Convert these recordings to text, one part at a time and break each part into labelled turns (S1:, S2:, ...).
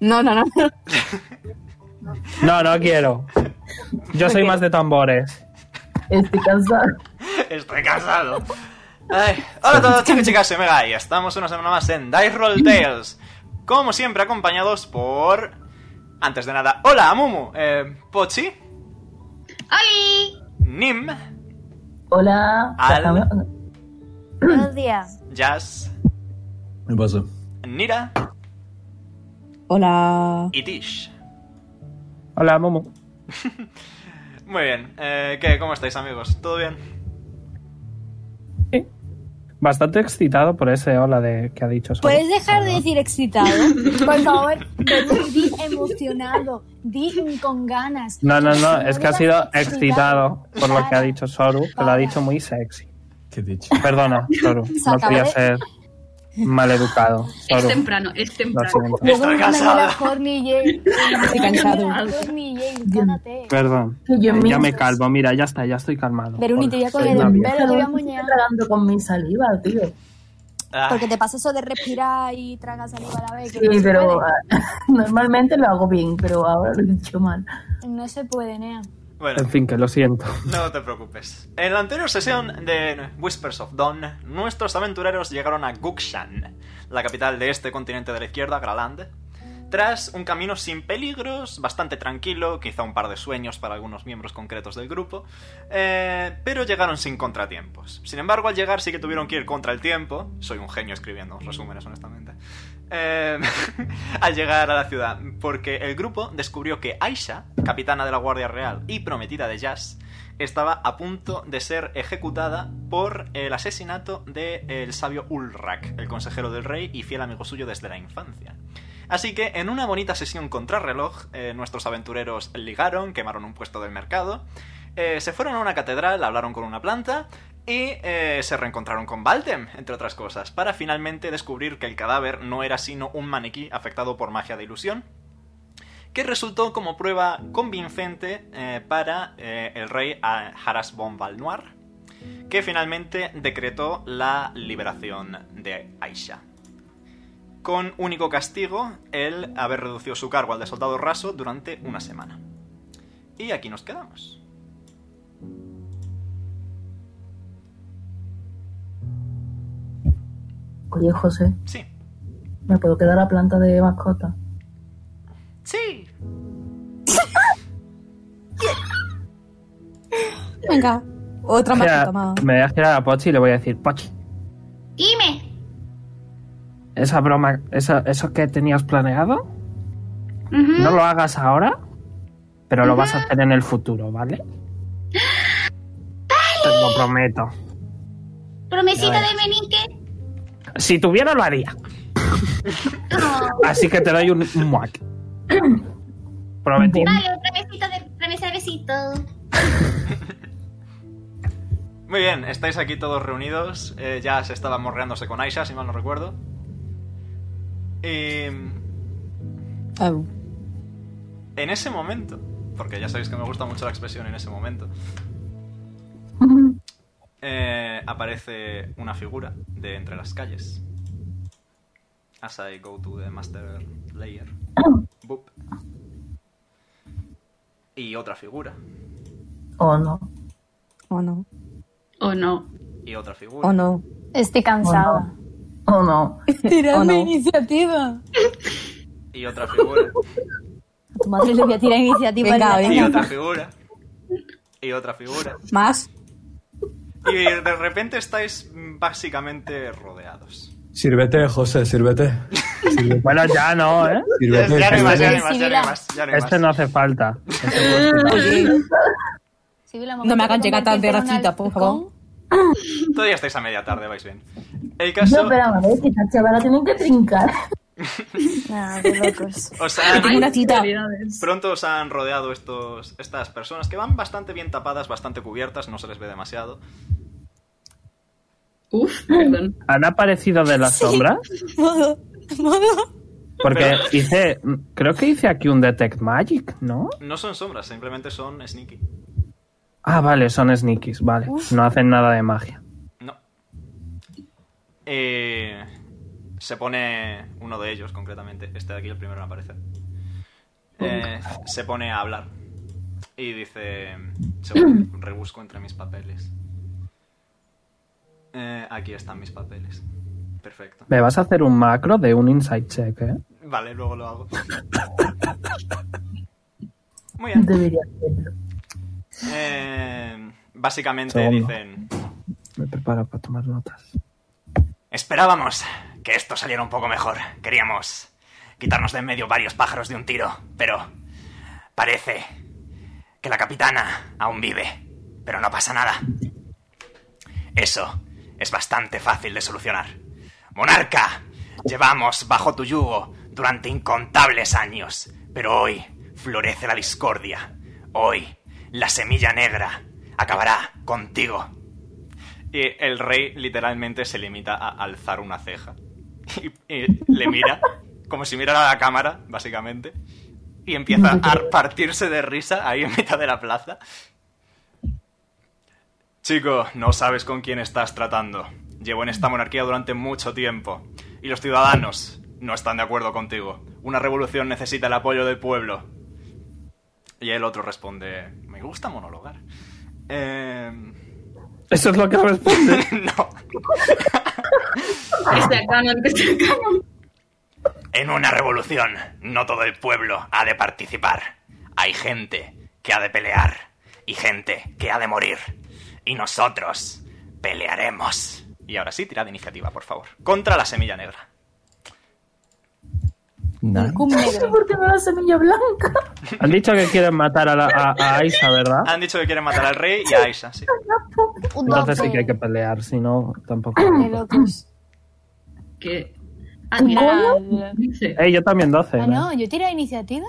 S1: No, no, no.
S2: No, no quiero. Yo soy más de tambores.
S3: Estoy cansado.
S4: Estoy cansado. Ay, Hola a todos chicos y chicas, soy Mega y estamos una semana más en Dice Roll Tales. Como siempre, acompañados por... Antes de nada, hola a Mumu, eh, Pochi,
S5: ¡Holi!
S4: Nim,
S3: Hola.
S4: Al-
S5: Buenos días.
S4: Jazz,
S6: Me pasa.
S4: Nira
S1: Hola.
S4: y Tish.
S2: Hola, Momo.
S4: Muy bien, eh, ¿qué? ¿Cómo estáis amigos? ¿Todo bien?
S2: Bastante excitado por ese hola de, que ha dicho. Soru.
S1: Pues,
S5: ¿Puedes dejar de decir excitado? Por favor, di emocionado, di con ganas.
S2: No, no, no, es que ha sido excitado por lo que ha dicho Soru, que lo ha dicho muy sexy.
S6: ¿Qué he dicho?
S2: Perdona, Soru, no
S5: acaba
S2: quería
S5: de-
S2: ser maleducado.
S7: Es
S2: Soru,
S7: temprano, es
S2: lo
S7: temprano.
S2: siento.
S4: Estoy cansado.
S1: Estoy cansado.
S2: Perdón. Eh,
S3: Que yo en mi-
S2: Ya me calmo, mira, ya está, ya estoy calmado.
S1: Veruni, te voy a
S2: Hola, soy
S1: coger el
S2: Navia.
S1: pelo.
S3: Pero
S1: te voy a
S3: estoy
S1: moñar.
S3: tragando con mi saliva, tío.
S4: Ah,
S5: Porque te pasa eso de respirar y tragas saliva a la vez. que
S3: Sí,
S5: no se
S3: pero
S5: puede.
S3: ah, normalmente lo hago bien, pero ahora lo he hecho mal.
S5: No se puede, Nea.
S4: bueno,
S2: En fin, que lo siento.
S4: No te preocupes. En la anterior sesión de Whispers of Dawn, nuestros aventureros llegaron a Gukshan, la capital de este continente de la izquierda, Graland, tras un camino sin peligros, bastante tranquilo, quizá un par de sueños para algunos miembros concretos del grupo, eh, pero llegaron sin contratiempos. Sin embargo, al llegar sí que tuvieron que ir contra el tiempo. Soy un genio escribiendo resúmenes, honestamente. Eh, al llegar a la ciudad, porque el grupo descubrió que Aisha, capitana de la Guardia Real y prometida de Jazz, estaba a punto de ser ejecutada por el asesinato del sabio Ulrak, el consejero del rey y fiel amigo suyo desde la infancia. Así que en una bonita sesión contrarreloj, eh, nuestros aventureros ligaron, quemaron un puesto del mercado, eh, se fueron a una catedral, hablaron con una planta y eh, se reencontraron con Valdem, entre otras cosas, para finalmente descubrir que el cadáver no era sino un maniquí afectado por magia de ilusión, que resultó como prueba convincente eh, para eh, el rey ah, Haras von Valnoir, que finalmente decretó la liberación de Aisha. Con único castigo el haber reducido su cargo al de soldado raso durante una semana. Y aquí nos quedamos.
S3: Oye, José,
S4: Sí.
S3: ¿me puedo quedar la planta de mascota?
S4: Sí.
S1: Venga. Otra
S2: O sea,
S1: mascota más.
S2: me voy a girar a Pochi y le voy a decir, Pochi,
S5: Dime.
S2: esa broma, esa- eso que tenías planeado, no lo hagas ahora, pero lo vas a hacer en el futuro, ¿vale? Te lo prometo.
S5: Promesita
S2: Ya
S5: de Menique.
S2: Si tuviera, lo haría. Así que te doy un, un muac. Prometido.
S5: Vale, otra besita de promesa de besito.
S4: Muy bien, estáis aquí todos reunidos. Eh, ya se estaba morreándose con Aisha, si mal no recuerdo. Y
S1: Au.
S4: En ese momento, porque ya sabéis que me gusta mucho la expresión en ese momento, eh, aparece una figura de entre las calles. As I go to the master layer. Boop. Y otra figura.
S3: ¿O no?
S1: O no.
S7: O no.
S4: Y otra figura.
S8: Oh,
S1: O no.
S5: Estoy
S3: ¿O no? ¿O no?
S1: ¿O no?
S5: iniciativa.
S4: Y otra figura.
S5: A tu madre le voy a tirar iniciativa.
S1: Venga,
S5: en la
S4: y
S1: venga.
S4: otra figura. Y otra figura.
S1: Más.
S4: Y de repente estáis mm, básicamente rodeados.
S6: Sírvete, José, sírvete. Sírvete.
S2: Bueno, ya no, ¿eh?
S4: Ya,
S6: sírvete,
S4: ya no hay más, ya no
S6: sírvete.
S4: hay más, ya no hay más, ya no hay
S2: Este
S4: más.
S2: no hace falta.
S1: No me hagan llegar tarde, racita, por favor.
S4: Todavía estáis a media tarde, vais bien. El
S3: No,
S4: caso,
S3: pero a ver, que esta chavala tienen que trincar.
S5: Ah, qué locos.
S4: os han-
S1: Tengo una cita.
S7: Realidades.
S4: pronto os han rodeado estos, estas personas que van bastante bien tapadas, bastante cubiertas, no se les ve demasiado.
S7: Uf, perdón.
S2: ¿Han aparecido de las sombras?
S1: Modo. Modo.
S2: Porque
S4: Pero-
S2: hice. Creo que hice aquí un Detect Magic, ¿no?
S4: No son sombras, simplemente son sneaky.
S2: Ah, vale, son sneakies, vale. No hacen nada de magia.
S4: No. Eh, Se pone uno de ellos, concretamente. Este de aquí, el primero en aparecer. Eh, se pone a hablar. Y dice... Según rebusco entre mis papeles. Eh, aquí están mis papeles. Perfecto.
S2: Me vas a hacer un macro de un insight check, ¿eh?
S4: Vale, luego lo hago. Muy bien.
S3: Debería hacerlo.
S4: Eh, básicamente
S2: Segundo.
S4: dicen...
S2: Me preparo para tomar notas.
S4: Esperábamos que esto saliera un poco mejor. Queríamos quitarnos de en medio varios pájaros de un tiro, pero parece que la capitana aún vive. Pero no pasa nada. Eso es bastante fácil de solucionar. Monarca, llevamos bajo tu yugo durante incontables años, pero hoy florece la discordia. Hoy la semilla negra acabará contigo. Y el rey literalmente se limita a alzar una ceja. Y, y le mira, como si mirara a la cámara, básicamente. Y empieza a partirse de risa ahí en mitad de la plaza. Chico, no sabes con quién estás tratando. Llevo en esta monarquía durante mucho tiempo. Y los ciudadanos no están de acuerdo contigo. Una revolución necesita el apoyo del pueblo. Y el otro responde, me gusta monologar. Eh...
S2: Eso es lo que responde.
S4: no.
S7: Este canon, este canon.
S4: En una revolución, no todo el pueblo ha de participar. Hay gente que ha de pelear y gente que ha de morir. Y nosotros pelearemos. Y ahora sí, tirad iniciativa, por favor. Contra la semilla negra.
S1: Un negro.
S3: ¿Por qué me da semilla blanca?
S2: Han dicho que quieren matar a, la, a, a Aisha, ¿verdad?
S4: Han dicho que quieren matar al rey y a Aisha, sí.
S5: Un
S2: Entonces sí
S5: doce.
S2: que hay que pelear, si no, tampoco.
S5: De locos.
S7: Que.
S5: Mira,
S7: Dice.
S2: Ey, yo también ¿eh? 12.
S5: Ah,
S2: ¿no?
S5: no, yo tiré iniciativa.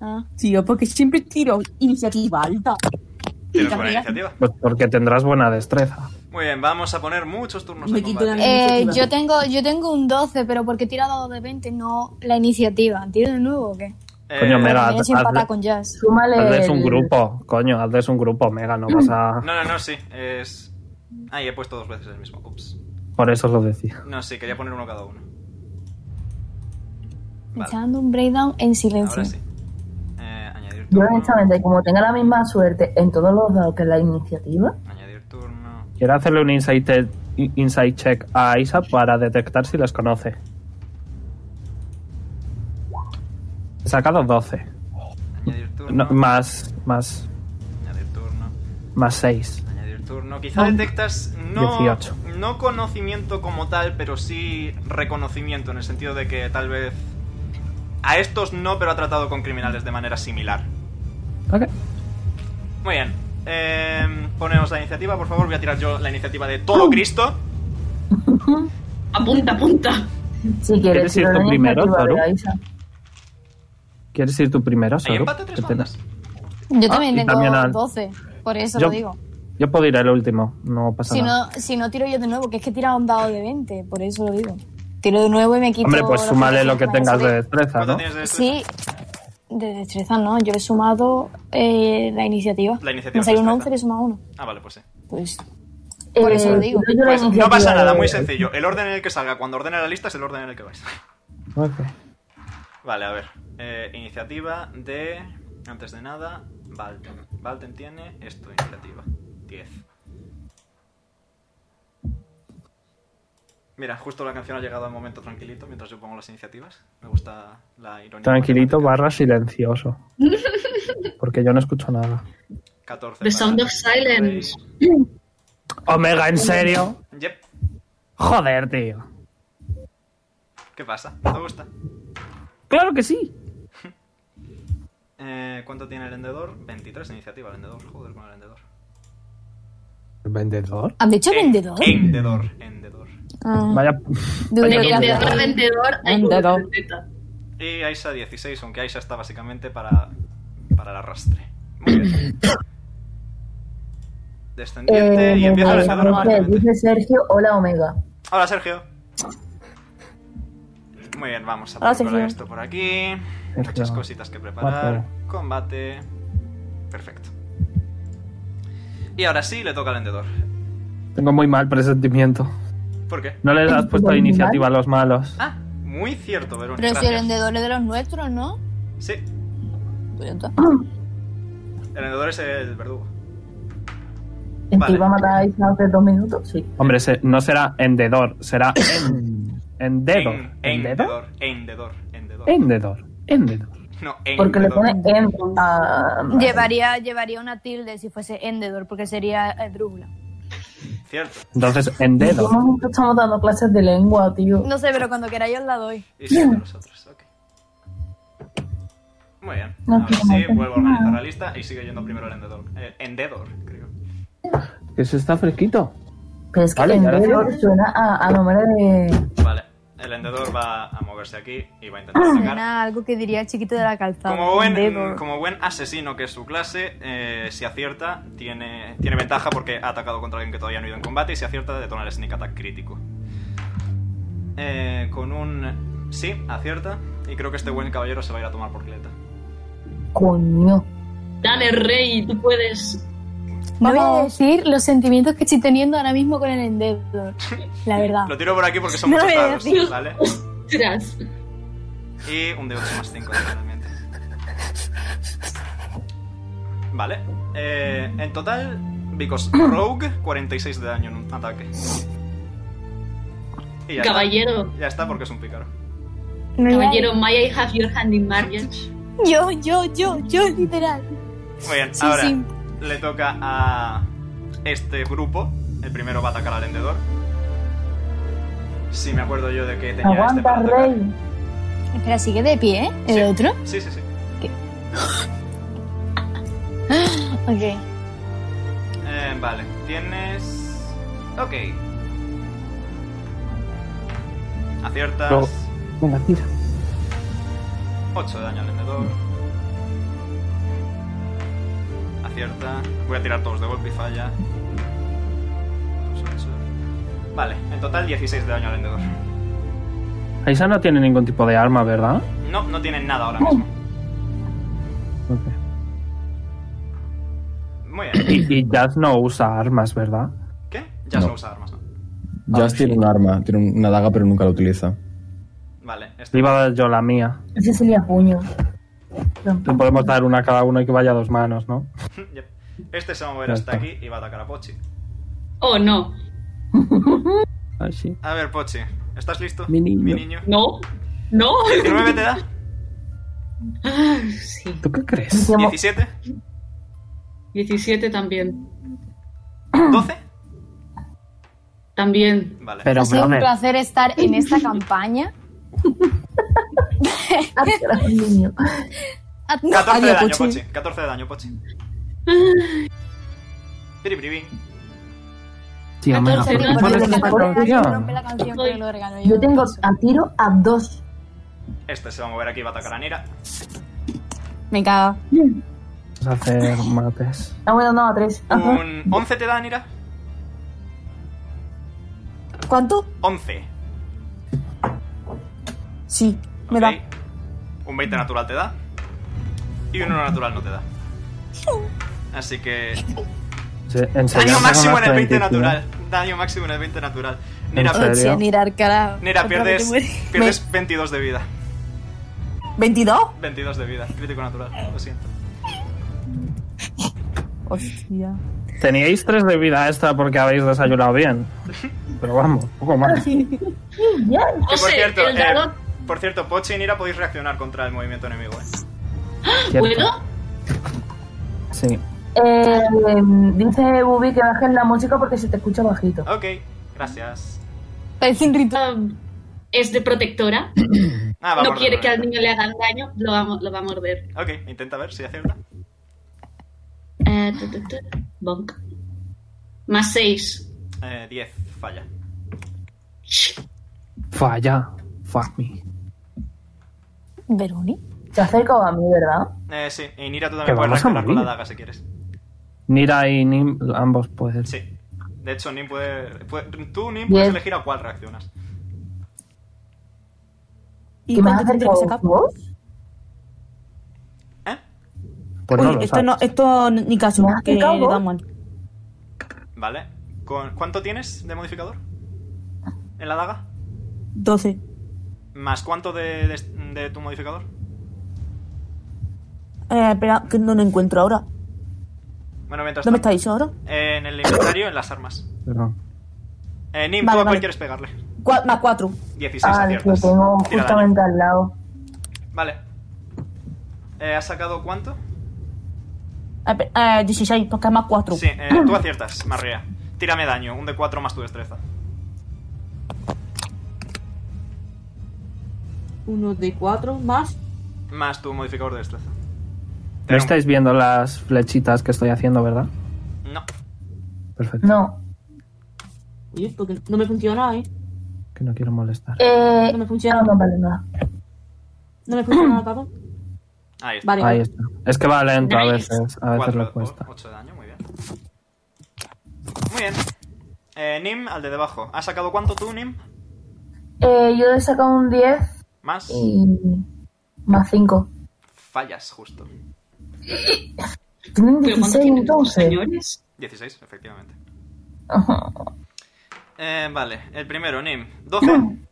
S5: Ah,
S1: Tío, porque siempre tiro iniciativa alta.
S4: Tienes
S5: buena
S4: buena
S5: Mira.
S4: iniciativa.
S2: Pues porque tendrás buena destreza.
S4: Muy bien, vamos a poner muchos turnos
S1: Me
S4: de
S1: de quito
S4: combate.
S1: combate.
S5: Eh,
S1: Iniciativa.
S5: yo tengo yo tengo un 12, pero porque he tirado de 20, no la iniciativa. ¿Tiro de nuevo o qué?
S2: Coño, me da-
S5: Mira, sin
S2: hazle-
S5: pata con jazz.
S3: Súmale.
S2: Hazles un
S3: el-
S2: grupo, coño, hazles un grupo, mega, no vas a...
S4: No, no, no, sí. Es... Ahí he puesto dos veces el mismo. Ups.
S2: Por eso os lo decía.
S4: No, sí, quería poner uno cada uno.
S5: Me
S4: Vale.
S5: está dando un breakdown en silencio.
S4: Ahora sí. Eh, añadir
S3: Yo,
S4: turno.
S3: honestamente, como tenga la misma suerte en todos los dados que en la iniciativa,
S4: Añadir turno.
S2: Quiero hacerle un insight, te- insight check a Aisha para detectar si les conoce. He sacado 12.
S4: Añadir turno.
S2: No, más, más,
S4: Añadir turno.
S2: más 6.
S4: Añadir turno. Quizá detectas no,
S2: 18.
S4: no conocimiento como tal, pero sí reconocimiento, en el sentido de que tal vez. A estos no, pero ha tratado con criminales de manera similar.
S2: Ok.
S4: Muy bien. Eh, poneos la iniciativa, por favor. Voy a tirar yo la iniciativa de todo Cristo.
S7: Apunta, apunta.
S3: si
S2: ¿Quieres
S3: quieres tiro
S2: ir tú
S3: la
S2: primero,
S3: iniciativa de
S2: Toru?
S3: Aisha.
S2: ¿Quieres ir tú primero,
S4: Hay
S2: Soru?
S4: empate a tres
S2: Que te-
S4: bandas.
S5: Yo
S2: Ah,
S5: también
S2: y
S5: tengo
S2: también al-
S5: 12, por eso
S2: Yo-
S5: lo digo.
S2: Yo puedo ir al último, no pasa
S5: Si
S2: nada.
S5: no, si no tiro yo de nuevo, que es que he tirado un dado de 20, por eso lo digo. Tiro de nuevo y me quito...
S2: Hombre, pues
S5: la
S2: súmale lo que
S5: puntuación
S2: tengas de
S5: para
S2: destreza,
S4: ¿Cuánto
S2: ¿no?
S4: tienes de
S5: salir.
S4: destreza?
S5: Sí, de destreza no, yo le he sumado eh, la iniciativa.
S4: La iniciativa
S5: Me salió un
S4: destreza.
S5: 11 y le he sumado uno.
S4: Ah, vale, pues sí.
S5: Pues Por eso lo digo.
S3: tiro Eh, yo la
S4: Pues Eh, no
S3: iniciativa
S4: pasa nada,
S3: de-
S4: muy sencillo. El orden en el que salga, cuando ordene la lista, es el orden en el que vais.
S2: Ok.
S4: Vale, a ver. Eh, iniciativa de. Antes de nada, Valten. Valten tiene esto, iniciativa. 10. Mira, justo la canción ha llegado al momento tranquilito mientras yo pongo las iniciativas. Me gusta la ironía.
S2: Tranquilito
S4: matemática.
S2: barra silencioso. Porque yo no escucho nada.
S4: 14.
S7: The Sound
S4: para-
S7: of Silence.
S2: Omega, ¿en serio?
S4: Yep.
S2: Joder, tío.
S4: ¿Qué pasa? ¿Te gusta?
S2: Claro que sí.
S4: Eh, ¿Cuánto tiene el vendedor? 23 iniciativa, el vendedor. Joder con el vendedor.
S6: ¿El vendedor?
S5: ¿Han dicho vendedor?
S4: Eh, Endedor. Endedor.
S5: Ah,
S2: Vaya,
S5: digo yo que
S2: Vaya
S5: había-
S7: Vendedor, vendedor. hay un
S1: Vendedor.
S7: vendetta.
S4: Y Aisha 16, aunque Aisha está básicamente para, para el arrastre. Muy bien. Descendiente
S3: Eh,
S4: y empieza el
S3: eh,
S4: vencedor aparentemente.
S3: dice Sergio, hola Omega.
S4: Hola, Sergio. Muy bien, vamos a
S1: Hola,
S4: poner
S1: Sergio.
S4: esto por aquí.
S2: Sergio.
S4: Muchas cositas que preparar.
S2: Cuatro.
S4: Combate. Perfecto. Y ahora sí, le toca al vendedor.
S2: tengo muy mal presentimiento.
S4: ¿Por qué?
S2: No les has puesto
S9: Bueno,
S2: iniciativa a los malos.
S4: Ah, muy cierto, Verónica.
S8: Pero si el
S4: gracias.
S8: vendedor es de los nuestros, ¿no?
S4: Sí,
S8: Pues ya está.
S4: el vendedor es el verdugo.
S9: ¿Te
S4: Vale.
S9: iba a matar a Isa hace dos minutos? Sí.
S2: Hombre, se- no será endedor, será en- endedor.
S4: En-
S2: ¿Endedor?
S4: Endedor. Endedor. Endedor.
S2: Endedor. Endedor.
S4: No, endedor.
S9: Porque le pone en
S10: Ah.
S9: a...
S8: Llevaría, llevaría una tilde si fuese Endedor, porque sería eh, drújula.
S4: Cierto.
S2: Entonces,
S9: Llevamos
S2: endedor.
S9: mucho estamos dando clases de lengua, tío.
S8: No sé, pero cuando queráis os la doy.
S4: Y siete nosotros, ok. Muy bien.
S9: No
S4: Ahora
S9: tengo
S4: sí,
S9: más
S4: vuelvo a
S9: nada.
S4: organizar la lista y sigue yendo primero el endedor. El endedor, creo.
S2: Que se está fresquito.
S9: Pero es que
S2: Vale, ya lo
S9: vendedor
S2: hacemos.
S9: suena a, a nombre
S8: Ah.
S9: de...
S4: Vale. El endedor va a moverse aquí y va a intentar atacar.
S8: Suena a algo que diría el chiquito de la calzada.
S4: Como buen,
S8: Ah, Endedor.
S4: como buen asesino que es su clase, eh, si acierta, tiene, tiene ventaja porque ha atacado contra alguien que todavía no ha ido en combate y si acierta, detona el sneak attack crítico. Eh, con un... Sí, acierta. Y creo que este buen caballero se va a ir a tomar por Cleta.
S9: Coño.
S7: Dale, rey, tú puedes.
S8: No voy a decir los sentimientos que estoy teniendo ahora mismo con el Endedor. La verdad.
S4: Lo tiro por aquí porque son
S8: No
S4: muchos
S8: lo voy a
S4: dados,
S8: decir.
S4: ¿vale?
S7: Ostras.
S4: Y un de 8 más 5, naturalmente. Vale. Eh, en total, Vicos Rogue, 46 de daño en un ataque. Y ya
S7: Caballero.
S4: Está. Ya está porque es un pícaro.
S7: Caballero, may I have your hand in marriage?
S8: Yo, yo, yo, yo, literal.
S4: Muy bien,
S8: Sí,
S4: ahora
S8: sí.
S4: le toca a este grupo. El primero va a atacar al vendedor. Si me acuerdo yo de que tenía este
S9: Aguanta,
S4: para atacar.
S9: rey.
S8: Espera, sigue de pie, ¿eh? ¿El
S4: Sí.
S8: otro?
S4: Sí, sí, sí.
S8: Ok.
S4: Eh, vale, tienes. Ok. Aciertas.
S2: Luego- Venga, tira.
S4: 8 de daño al vendedor. Acierta. Voy a tirar todos de golpe y falla. Pues ocho. Vale, en total 16 de daño al vendedor.
S2: Aisa no tiene ningún tipo de arma, ¿verdad?
S4: No, no tienen nada ahora mismo.
S2: Ok.
S4: Muy bien.
S2: Y, y Jazz no usa armas, ¿verdad?
S4: ¿Qué? Ya no
S11: No.
S4: usa armas, ¿no?
S11: Jazz tiene un arma, tiene una daga, pero nunca la utiliza.
S4: Vale, este.
S2: Le iba a dar yo la mía.
S9: Ese sería puño.
S2: Le podemos dar una a cada uno y que vaya a dos manos, ¿no?
S4: Yep. Este se va a mover
S2: Ya
S4: hasta
S2: está.
S4: aquí y va a atacar a Pochi.
S7: Oh, no.
S2: Ay, sí.
S4: A ver, Pochi, ¿estás listo?
S2: Mi niño.
S4: Mi niño.
S7: No. No.
S4: 19 te da.
S7: Ah, sí.
S2: ¿Tú qué crees?
S9: Como-
S4: 17.
S7: 17 también.
S4: 12.
S7: También.
S4: Vale.
S2: Pero,
S8: Ha sido un
S2: brother,
S8: placer estar en esta campaña.
S9: Atrás, niño.
S4: 14 de
S12: Adiós,
S4: daño,
S12: Pochi.
S4: Pochi. 14 de daño, Pochi. Piripiribín.
S2: tío, me la
S7: 14,
S2: puta
S7: no,
S2: madre
S9: no,
S2: que
S9: no,
S2: te
S9: no,
S2: parió.
S8: Rompe la canción que lo regalo yo.
S9: Yo tengo a tiro a dos.
S4: Este se va a mover aquí y va a atacar a Nira.
S8: Me cago.
S2: Vamos a hacer mates.
S9: Ah, bueno, no, a tres. Ajá.
S4: Un 11 te da, Nira.
S12: ¿Cuánto?
S4: 11.
S12: Sí, me da.
S4: Ok. Un 20 natural te da. Y un 1 natural no te da. Así que.
S2: Se- en serio,
S4: Daño
S2: son
S4: máximo en
S2: unas
S4: el 20
S2: 25.
S4: natural. Daño máximo en el 20 natural. Nira,
S2: ¿En serio?
S8: Hostia, Nira, carajo.
S4: Nira
S8: Otra vez
S4: pierdes,
S8: te mueres.
S4: pierdes 22 de vida.
S12: ¿22?
S4: 22 de vida. Crítico natural. Lo siento.
S12: Hostia.
S2: Teníais tres de vida extra porque habéis desayunado bien. Pero vamos, poco más.
S4: Que, por,
S7: José,
S4: cierto,
S7: el
S4: eh,
S7: dado-
S4: por cierto, Pochi y Nira podéis reaccionar contra el movimiento enemigo. ¿eh?
S2: Cierto.
S7: ¿Ah? ¿Puedo?
S2: Sí.
S9: Eh, dice Bubi que bajes la música porque se te escucha bajito.
S4: Ok, gracias. Pues
S8: Parece un ritual.
S7: Ah, es de protectora.
S4: Ah, va a
S7: No
S4: morder
S7: quiere que al
S4: primero.
S7: niño le hagan daño. Lo va, a mo- lo va a morder.
S4: Ok, intenta ver si acierta.
S7: Eh, tu, tu, tu. Bonk. Más 6.
S4: Eh, 10, falla.
S2: Falla. Fuck me.
S8: Veroni.
S9: Se acerca a mí, ¿verdad?
S4: Eh, sí, y Nira tú
S2: Que
S4: también puedes
S2: vamos a
S4: reaccionar con la
S2: morir.
S4: daga si quieres.
S2: Nira y Nim, ambos pueden.
S4: Sí. De hecho, Nim puede, puede- Tú, Nim, puedes
S9: Bien.
S4: elegir a cuál reaccionas.
S12: ¿Y
S9: me has
S12: cuánto tendré que
S9: acercado
S12: sacar?
S13: Pues
S9: dos?
S4: ¿Eh?
S2: Pues no
S12: Oye,
S2: lo
S12: esto
S2: sabes.
S12: no, esto no- ni caso,
S9: ¿Me has
S12: que le
S9: acercado?
S12: da mal.
S4: Vale. Con- ¿Cuánto tienes de modificador? en la daga?
S12: 12.
S4: ¿Más cuánto de, de- de tu modificador?
S12: Eh, espera, que no lo encuentro ahora.
S4: Bueno, mientras
S12: ¿Dónde
S4: tanto,
S12: estáis ahora?
S4: En el inventario, en las armas.
S2: Perdón.
S4: Eh, Nim,
S12: Vale,
S4: ¿tú a cuál
S12: vale.
S4: quieres pegarle?
S12: Cua- más 4.
S4: 16
S9: Ah, el que
S4: aciertas.
S9: tengo
S4: Tira daño.
S9: justamente al lado.
S4: Vale. Eh, ¿Has sacado cuánto?
S12: Eh, eh, 16, porque es más 4.
S4: Sí, eh, tú aciertas, María. Tírame daño, un de 4 más tu destreza.
S13: Uno de cuatro más.
S4: Más tu modificador de destreza.
S2: No
S4: Pero-
S2: estáis viendo las flechitas que estoy haciendo, ¿verdad?
S4: No.
S2: Perfecto.
S9: No.
S13: Oye, porque no me funciona, ¿eh?
S2: Que no quiero molestar.
S9: Eh,
S13: No me
S9: no,
S13: funciona.
S9: no vale nada.
S13: No me funciona, papá.
S4: Ahí está.
S13: Vale.
S2: Ahí está. Es que va lento a
S7: Nice.
S2: veces. A veces le cuesta.
S4: 8 de daño, muy bien. Muy bien. Eh, Nim, al de debajo. ¿Has sacado cuánto tú, Nim?
S9: Eh, yo he sacado un 10
S4: Más.
S9: y más 5.
S4: Fallas, justo.
S9: Tienen
S7: ¿Pero cuántos
S9: 16
S7: tienen estos
S9: entonces.
S7: señores?
S4: 16, efectivamente.
S9: Ajá.
S4: Eh, vale, el primero, Nim. 12.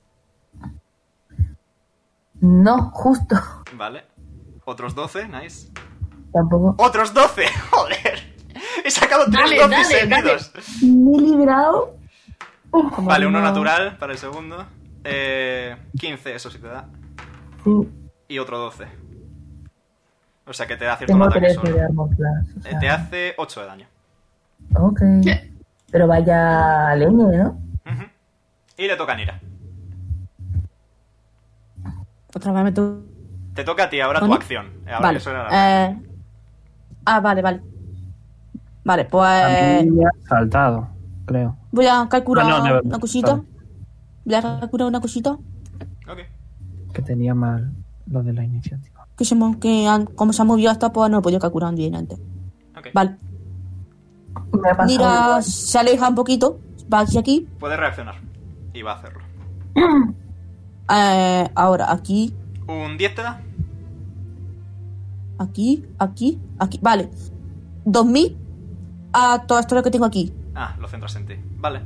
S9: No, justo.
S4: Vale. Otros 12, nice.
S9: Tampoco.
S4: ¡Otros 12! ¡Joder! He sacado tres
S7: Dale,
S4: 12
S7: dale,
S4: seguidos.
S9: Me he librado.
S4: Vale, uno natural para el segundo. Eh, 15, eso sí te da.
S9: Sí,
S4: Y otro 12. O sea que te da cierto
S9: tengo
S4: ataque
S9: 13
S4: solo.
S9: de armor class. O
S4: Eh, te
S9: sea,
S4: hace 8 de daño.
S9: ok. Pero vaya leña, ¿no?
S4: Ujú. Y le toca a Nira.
S12: Otra vez me toca.
S4: Te toca a ti ahora tu
S12: ¿Tony?
S4: acción. Eh, Ahora
S12: Vale.
S4: eso era la-
S12: Eh, ah, vale, vale. Vale,
S2: A
S12: pues
S2: mí me ha saltado, creo.
S12: voy a calcular
S2: No, no, never-
S12: una cosita.
S2: sorry.
S12: Voy a calcular una cosita.
S4: Ok.
S2: Que tenía mal lo de la iniciativa.
S12: Que se, mo- que han- como se ha movido hasta, pues no lo podía calcular bien antes.
S4: ok.
S12: Vale.
S9: Me ha pasado.
S12: Mira,
S9: igual.
S12: se aleja un poquito. Va hacia aquí.
S7: Eh.
S4: Puede reaccionar. Y va a hacerlo.
S12: Eh, ahora, aquí,
S4: Un 10 te da.
S12: aquí, aquí, aquí. Vale. 2000 a todo esto lo que tengo aquí.
S4: Ah, lo centras en ti. Vale.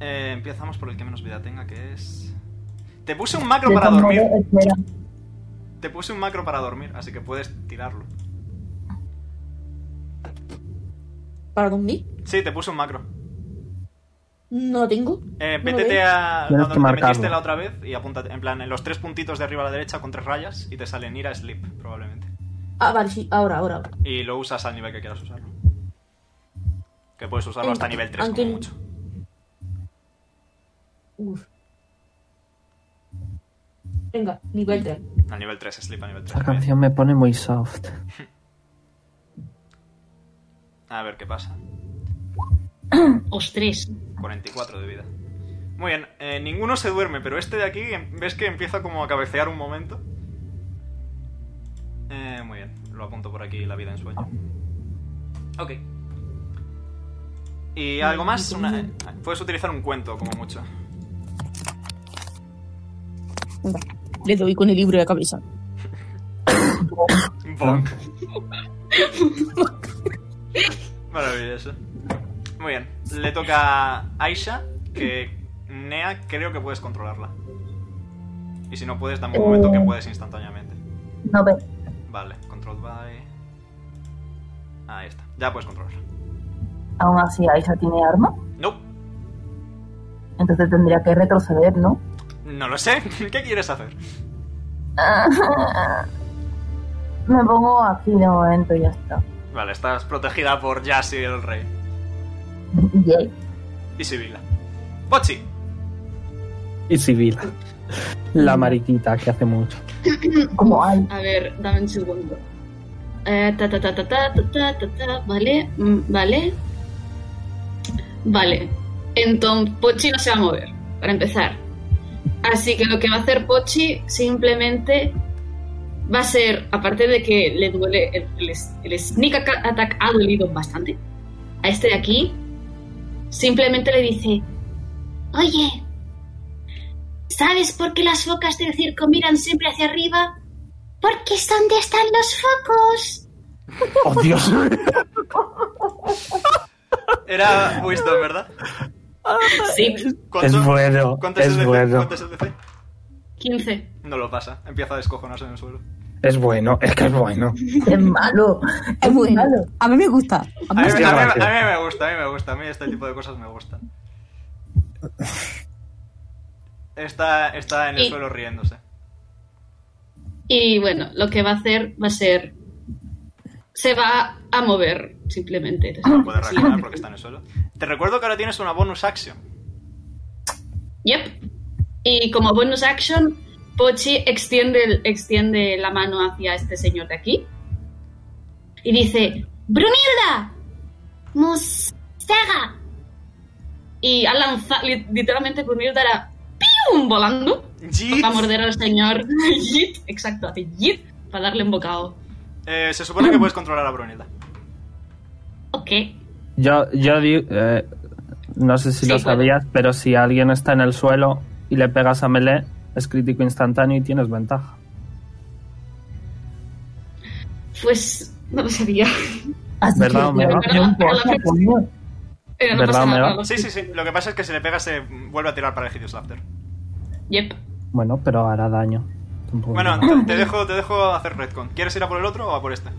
S4: Eh, empezamos por el que menos vida tenga, que es. Te puse un macro
S9: De
S4: para
S9: todas
S4: dormir.
S9: maneras, espera.
S4: Te puse un macro para dormir, así que puedes tirarlo.
S13: ¿Para dormir?
S4: Sí, te puse un macro.
S13: No lo tengo. No
S4: Eh,
S13: lo
S4: métete
S13: veo.
S4: a
S2: Tienes
S4: donde
S2: que
S4: te
S2: marcarlo.
S4: metiste la otra vez y apúntate. En plan, en los tres puntitos de arriba a la derecha con tres rayas y te sale Nira Sleep, probablemente.
S13: Ah, vale, sí. Ahora, ahora. ahora.
S4: Y lo usas al nivel que quieras usarlo. Que puedes usarlo hasta nivel 3
S13: Aunque-
S4: como mucho.
S13: Uf. Venga, nivel 3.
S4: Al nivel 3, Sleep a nivel 3.
S2: Esta canción me pone muy soft.
S4: A ver qué pasa.
S7: Ostres.
S4: 44 de vida. Muy bien, eh, ninguno se duerme, pero este de aquí em- ves que empieza como a cabecear un momento. Eh, muy bien, lo apunto por aquí, la vida en sueño. Ok. ¿Y algo más? Una- eh, puedes utilizar un cuento, como mucho.
S12: Le doy con el libro de la cabeza.
S4: Bonk. Maravilloso. Muy bien, le toca a Aisha, que Nea creo que puedes controlarla. Y si no puedes, dame un momento que puedes instantáneamente.
S9: No ve.
S4: Vale, control by. Ahí está. Ya puedes controlar.
S9: Aún así, Aisha tiene arma.
S4: No,
S9: Entonces tendría que retroceder, ¿no?
S4: no lo sé. ¿Qué quieres hacer?
S9: Me pongo aquí de momento y ya está.
S4: Vale, estás protegida por Yassi el rey.
S9: Yay.
S4: Y Sibila. Pochi,
S2: Y civil. La mariquita que hace mucho.
S9: Como hay.
S7: A ver, dame un segundo. Eh, ta, ta, ta, ta, ta, ta, ta, ta, ta, vale, mm, vale. Vale. Entonces, Pochi no se va a mover, para empezar. Así que lo que va a hacer Pochi simplemente va a ser, aparte de que le duele, el, el s- el sneak aca- attack ha dolido bastante, a este de aquí, simplemente le dice, oye, ¿sabes por qué las focas del circo miran siempre hacia arriba? Porque es donde están los focos.
S2: ¡Oh, Dios!
S4: era Wisdom, ¿verdad?
S7: Sí,
S4: ¿Cuánto-
S2: Es bueno,
S4: ¿Cuánto
S2: es
S4: el DC?
S2: bueno.
S4: ¿Cuánto es el DC?
S7: 15.
S4: No lo pasa. Empieza a descojonarse en el suelo.
S2: Es bueno, es que es bueno.
S3: Es malo.
S1: Es bueno. A mí me gusta. A
S4: A
S1: mí me
S4: mí, a mí-
S1: gusta.
S4: a mí me gusta, a mí me gusta. A mí este tipo de cosas me gustan. Está, está en el
S7: Y-
S4: suelo riéndose.
S7: Y bueno, lo que va a hacer va a ser. Se va a mover, simplemente.
S4: No puede reaccionar porque está en el suelo. Te recuerdo que ahora tienes una bonus action.
S7: Yep. Y como bonus action, Pochi extiende, el- extiende la mano hacia este señor de aquí. Y dice: ¡Brunilda! ¡Mustega! Y ha lanzado. li- Literalmente, Brunilda era. ¡Pium! Volando.
S4: Yeet.
S7: Va a morder al señor. Yeet. Exacto, hace yeet para darle un bocado.
S4: Eh, se supone que puedes controlar a Brunilda.
S7: Ok.
S2: Yo, yo di- eh, no sé si
S7: Sí,
S2: lo
S7: puedo.
S2: sabías, pero si alguien está en el suelo y le pegas a melee, es crítico instantáneo y tienes ventaja.
S7: Pues. No lo sabía. Ah,
S3: Así
S2: ¿Verdad,
S3: que,
S2: Homero?
S3: no importa, coño.
S7: Pero no
S2: ¿Verdad,
S7: pasa nada.
S2: Omega?
S7: lo
S4: Sí, sí, sí. Lo que pasa es que si le pegas se vuelve a tirar para el Hideous Laughter.
S7: Yep.
S2: Bueno, pero hará daño. Tampoco
S4: Bueno,
S2: hará daño.
S4: te- te dejo, te dejo hacer redcon. ¿Quieres ir a por el otro o a por este?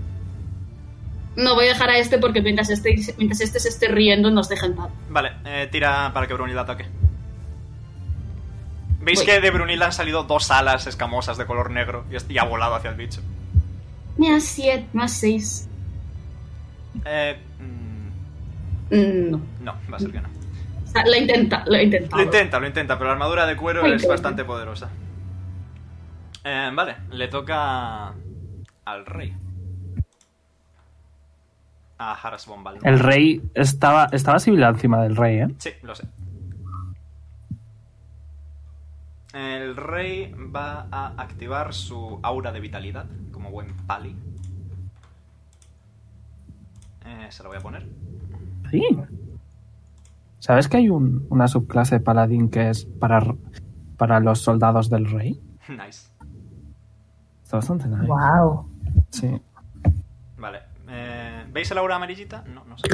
S7: No voy a dejar a este porque mientras este, mientras este se esté riendo nos deja en paz.
S4: Vale, eh, tira para que Brunilda ataque. ¿Veis
S7: Voy.
S4: que de Brunilda han salido dos alas escamosas de color negro y, es- y ha volado hacia el bicho?
S7: Más 7, más 6.
S4: Eh, mm,
S7: No.
S4: no, va a ser que no.
S7: O sea, lo intenta, lo intenta.
S4: Lo intenta, lo intenta, pero la armadura de cuero
S7: Ay,
S4: es
S7: qué
S4: bastante poderosa. Eh, vale, le toca al rey. A Haras Bombal.
S2: El rey estaba, estaba Sibila encima del rey, ¿eh?
S4: Sí, lo sé. El rey va a activar su aura de vitalidad, como buen pali. Eh, se la voy a poner.
S2: Sí. ¿Sabes que hay un- una subclase de paladín que es para, para los soldados del rey?
S4: Nice.
S2: Está bastante nice.
S3: Guau.
S2: Sí.
S4: Vale. eh, ¿Veis el aura amarillita? No, no sé.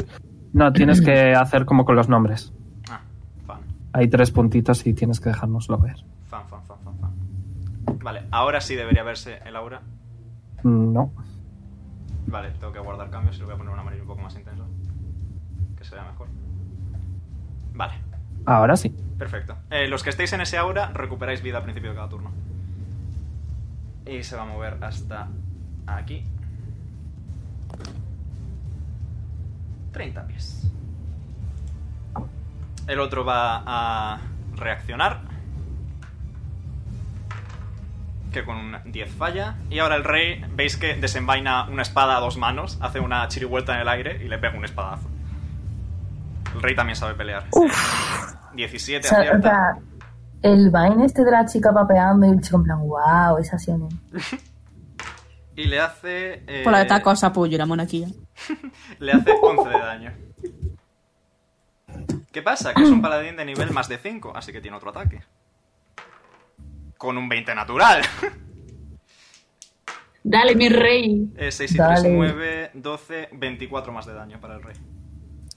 S2: No, tienes que hacer como con los nombres.
S4: Ah, fan.
S2: Hay tres puntitos y tienes que dejárnoslo ver.
S4: Fan, fan, fan, fan, fan. Vale, ahora sí debería verse el aura.
S2: No.
S4: Vale, tengo que guardar cambios y le voy a poner un amarillo un poco más intenso. Que se vea mejor. Vale,
S2: Ahora sí.
S4: perfecto. Eh, los que estéis en ese aura recuperáis vida al principio de cada turno. Y se va a mover hasta aquí. 30 pies. El otro va a reaccionar. Que con un 10 falla. Y ahora el rey, veis que desenvaina una espada a dos manos, hace una chirivuelta en el aire y le pega un espadazo. El rey también sabe pelear. 17
S3: O sea, o
S4: acierta.
S3: sea, el vain este de la chica papeando y el chico en plan, wow, esa acción.
S4: Y le hace. eh,
S1: Por la ataco a
S12: pues,
S1: Sapoyo, la monaquilla.
S4: Le hace 11 de daño. ¿Qué pasa? Que es un paladín de nivel más de 5, así que tiene otro ataque. Con un 20 natural.
S7: Dale, mi rey.
S4: Eh, 6 y
S3: Dale.
S4: 3, 9, 12, 24 más de daño para el rey.
S8: No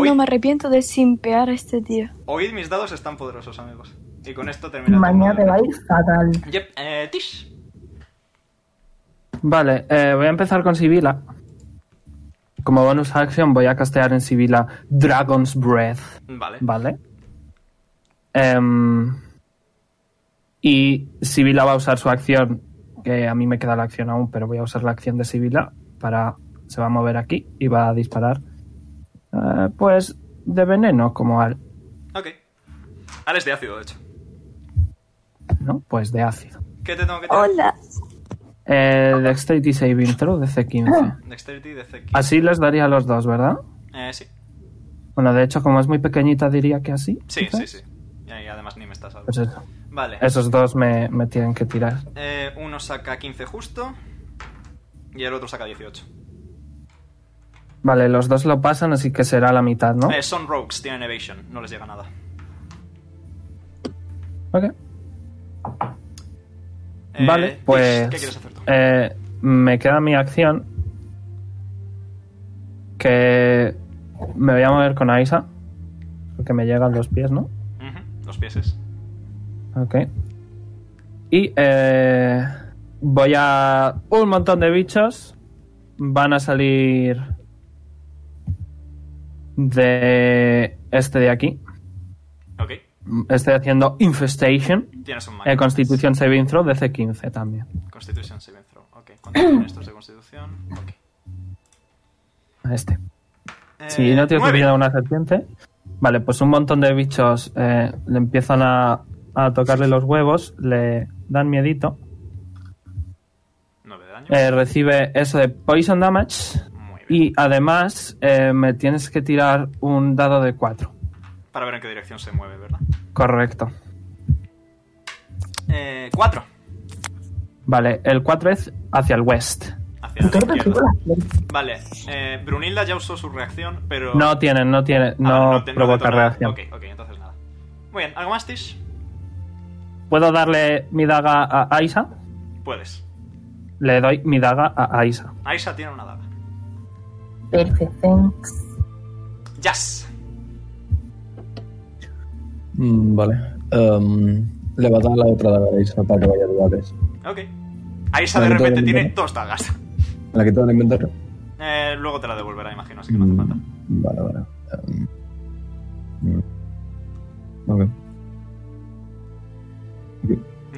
S4: Oíd,
S8: me arrepiento de simpear a este tío.
S4: oíd mis dados están poderosos, amigos. Y con esto termina. el
S3: Mañana te
S4: turno
S3: va a
S4: del
S3: ir fatal.
S4: rey. Yep, eh, Tish.
S2: Vale, eh, voy a empezar con Sibila. Como bonus action voy a castear en Sibila Dragon's Breath.
S4: Vale.
S2: Vale. Em, y Sibila va a usar su acción, que a mí me queda la acción aún, pero voy a usar la acción de Sibila para... Se va a mover aquí y va a disparar. eh, pues de veneno, como al...
S4: Ok. Ahora es de ácido, de hecho.
S2: ¿No? Pues de ácido.
S4: ¿Qué te tengo que tirar?
S8: Hola.
S2: Eh, Dexterity Saving Throw de C15.
S4: Dexterity de CQ.
S2: Así les daría a los dos, ¿verdad?
S4: Eh, sí.
S2: Bueno, de hecho, como es muy pequeñita, diría que así.
S4: Sí, sí,
S2: quizás.
S4: sí. Y ahí, además ni me estás
S2: Pues
S4: salvo.
S2: eso.
S4: Vale.
S2: Esos dos me, me tienen que tirar.
S4: Eh, uno saca 15 justo. Y el otro saca 18.
S2: Vale, los dos lo pasan, así que será la mitad, ¿no?
S4: Eh, son rogues, tienen evasion, no les llega nada.
S2: Ok.
S4: Eh,
S2: vale,
S4: Tish,
S2: pues.
S4: ¿Qué quieres hacer tú?
S2: eh, me queda mi acción. Que. Me voy a mover con Aisa. Porque me llegan los pies, ¿no?
S4: Ujú, Los pieses.
S2: Ok. Y eh, voy a... Un montón de bichos van a salir de este de aquí.
S4: Ok.
S2: Estoy haciendo Infestation.
S4: Tienes un
S2: Eh,
S4: magnum.
S2: Constitución Saving Throw, DC15 también.
S4: Constitution saving throw. Ok. ¿Cuántos son estos de constitución? Ok.
S2: A Este.
S4: Eh,
S2: si no tiene que
S4: nueve.
S2: pillar una serpiente. Vale, pues un montón de bichos eh, le empiezan a, a tocarle los huevos, le dan miedito.
S4: Nueve de daño.
S2: Eh, recibe eso de Poison Damage. Y además eh, me tienes que tirar un dado de 4.
S4: Para ver en qué dirección se mueve, ¿verdad?
S2: Correcto.
S4: Eh, cuatro.
S2: Vale, el 4 es hacia el west.
S4: Hacia la izquierda. Vale. Eh, Brunilda ya usó su reacción, pero... Ah,
S2: No tiene, no tiene, no,
S4: te-
S2: provoca
S4: detona.
S2: reacción.
S4: Ok, ok, entonces nada. Muy bien. ¿Algo más, Tish?
S2: ¿Puedo darle mi daga a Aisa?
S4: Puedes.
S2: Le doy mi daga a Aisa.
S4: Aisha tiene una daga.
S3: Perfecto.
S4: Jazz.
S11: Mm, vale. Em, le va a dar la otra daga a Isa para que vaya a duales.
S4: Ok. Aisha de
S11: Vale, todo
S4: repente
S11: bien,
S4: tiene
S11: ¿no?
S4: dos dagas.
S11: ¿La que te van a inventar?
S4: Eh, luego te la devolverá, imagino, así que
S2: Mm.
S4: no hace falta.
S11: Mm, Vale, vale. Em, mm, ok.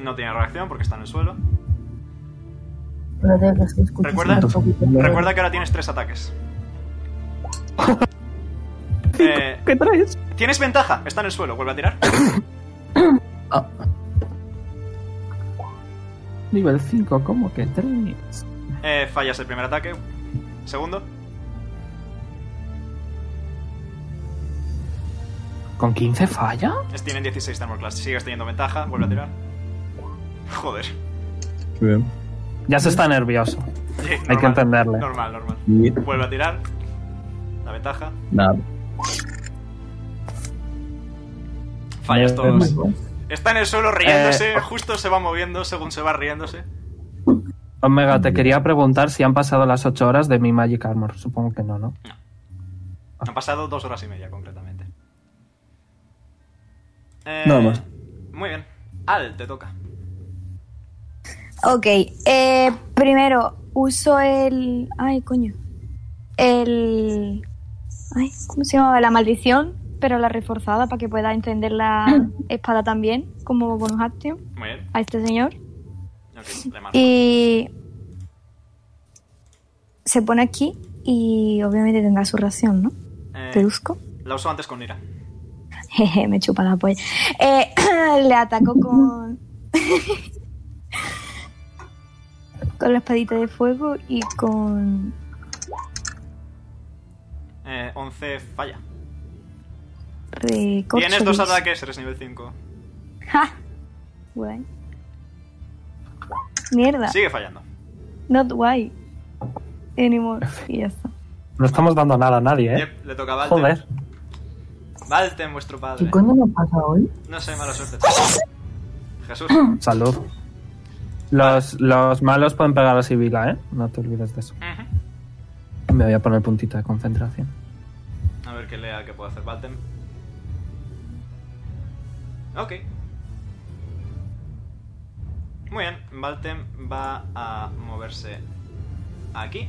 S4: No tiene reacción porque está en el suelo.
S3: Espérate, que se escucha
S4: Recuerda,
S3: un poquito.
S4: recuerda que ahora tienes tres ataques. Eh,
S2: ¿Qué traes?
S4: tienes ventaja, está en el suelo, vuelve a tirar.
S3: Ah.
S2: Nivel 5, ¿cómo que 3?
S4: Eh, fallas el primer ataque. Segundo.
S2: ¿Con 15 falla?
S4: es- Tienen 16 de armor class. Sigues teniendo ventaja, vuelve a tirar. Joder.
S11: Qué bien.
S2: Ya se está nervioso.
S4: Sí,
S2: Hay que
S4: normal,
S2: entenderle.
S4: Normal, normal.
S11: Y-
S4: Vuelve a tirar. La ventaja.
S2: Eh,
S11: Nada.
S4: Fallas
S11: Eh,
S4: todos.
S11: muy bien.
S4: Está en el suelo riéndose,
S2: Eh,
S4: justo se va moviendo según se va riéndose.
S2: Omega, te quería preguntar si han pasado las 8 horas de mi Magic Armor. Supongo que no, ¿no? Ah.
S4: Han pasado dos horas y media, concretamente. Eh,
S2: Nada más.
S4: Muy bien. Al, te toca.
S8: Ok, eh, primero uso el... Ay, coño. El... Ay, ¿cómo se llamaba? La maldición, pero la reforzada para que pueda encender la espada también, como bonus action,
S4: Muy bien.
S8: a este señor.
S4: Ok, le marco.
S8: Eh. Y se pone aquí y obviamente tendrá su ración, ¿no?
S4: Eh,
S8: Pedusco.
S4: La uso antes con ira.
S8: Jeje, me chupa la polla. Eh, le ataco con. con la espadita de fuego y con.
S4: Eh, 11 falla.
S8: Recorcholis.
S4: Tienes dos ataques, eres nivel 5.
S8: Ja. Guay. Mierda.
S4: Sigue fallando.
S8: Not guay. Anymore. Y ya
S4: Eh.
S8: está.
S2: No estamos dando nada a nadie, ¿eh?
S4: Yep, le toca a Valten.
S2: Joder.
S4: Valten, vuestro padre.
S3: ¿Qué coño nos pasa hoy?
S4: No sé, mala suerte. Jesús.
S2: Salud. Los, los malos pueden pegar a Sibila, ¿eh? No te olvides de eso. Me voy a poner puntito de concentración.
S4: A ver qué lea que puede hacer Valten. Ok. Muy bien, Valten va a moverse aquí.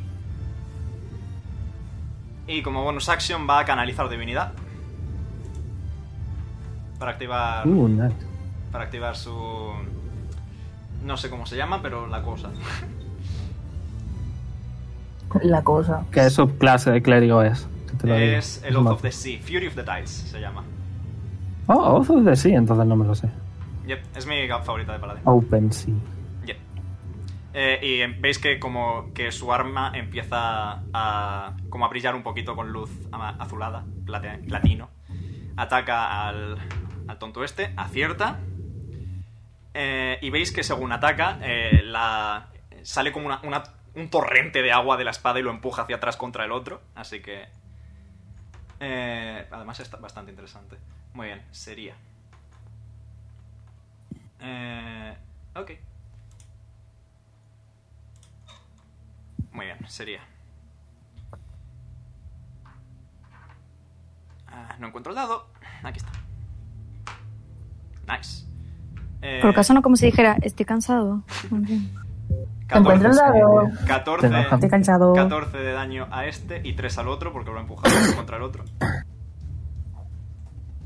S4: Y como bonus action va a canalizar divinidad. Para activar.
S2: Uh, nice.
S4: Para activar su. No sé cómo se llama, pero la cosa.
S3: La cosa.
S2: ¿Qué subclase de clérigo es? Que te lo digo.
S4: Es el Oath of the Sea, Fury of the Tides se llama.
S2: Oh, Oath of the Sea, entonces no me lo sé.
S4: Yep, es mi gap favorita de Paladín.
S2: Open Sea.
S4: Yep. Eh, y em- veis que como que su arma empieza a como a brillar un poquito con luz ama- azulada, plate- platino. Ataca al, al tonto este, acierta. Eh, y veis que según ataca, eh, la, sale como una- una- un torrente de agua de la espada y lo empuja hacia atrás contra el otro. Así que... eh, además está bastante interesante. Muy bien, sería... Eh, ok. Muy bien, sería. Ah, no encuentro el dado. Aquí está. Nice. Eh,
S8: Por lo que suena como si dijera, estoy cansado. En fin.
S4: Te encuentro al
S1: lado.
S4: 14,
S1: Estoy cansado.
S4: 14 de daño a este y 3 al otro porque lo ha empujado contra el otro.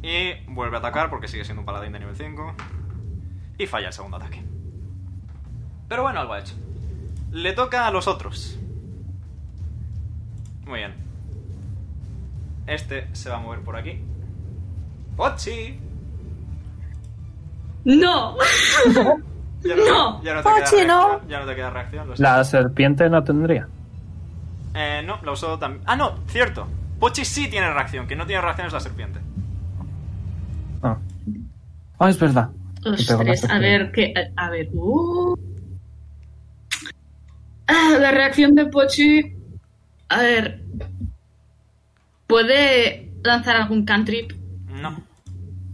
S4: Y vuelve a atacar porque sigue siendo un paladín de nivel 5. Y falla el segundo ataque. Pero bueno, algo ha hecho. Le toca a los otros. Muy bien. Este se va a mover por aquí. ¡Pochi!
S7: ¡No!
S4: Ya no,
S7: No.
S4: ya no te
S7: Pochi,
S4: queda
S7: no.
S4: reacción, Ya no te queda reacción. lo
S2: La serpiente no tendría.
S4: Eh, no, la usó también. Ah, no, cierto. Pochi sí tiene reacción, que no tiene reacción es la serpiente.
S2: Ah, Ah, es verdad.
S7: Los
S2: Te pego la
S7: tres, a
S2: serpiente.
S7: ver, que, a, a ver. uh. Ah, la reacción de Pochi. A ver. ¿Puede lanzar algún cantrip?
S4: No.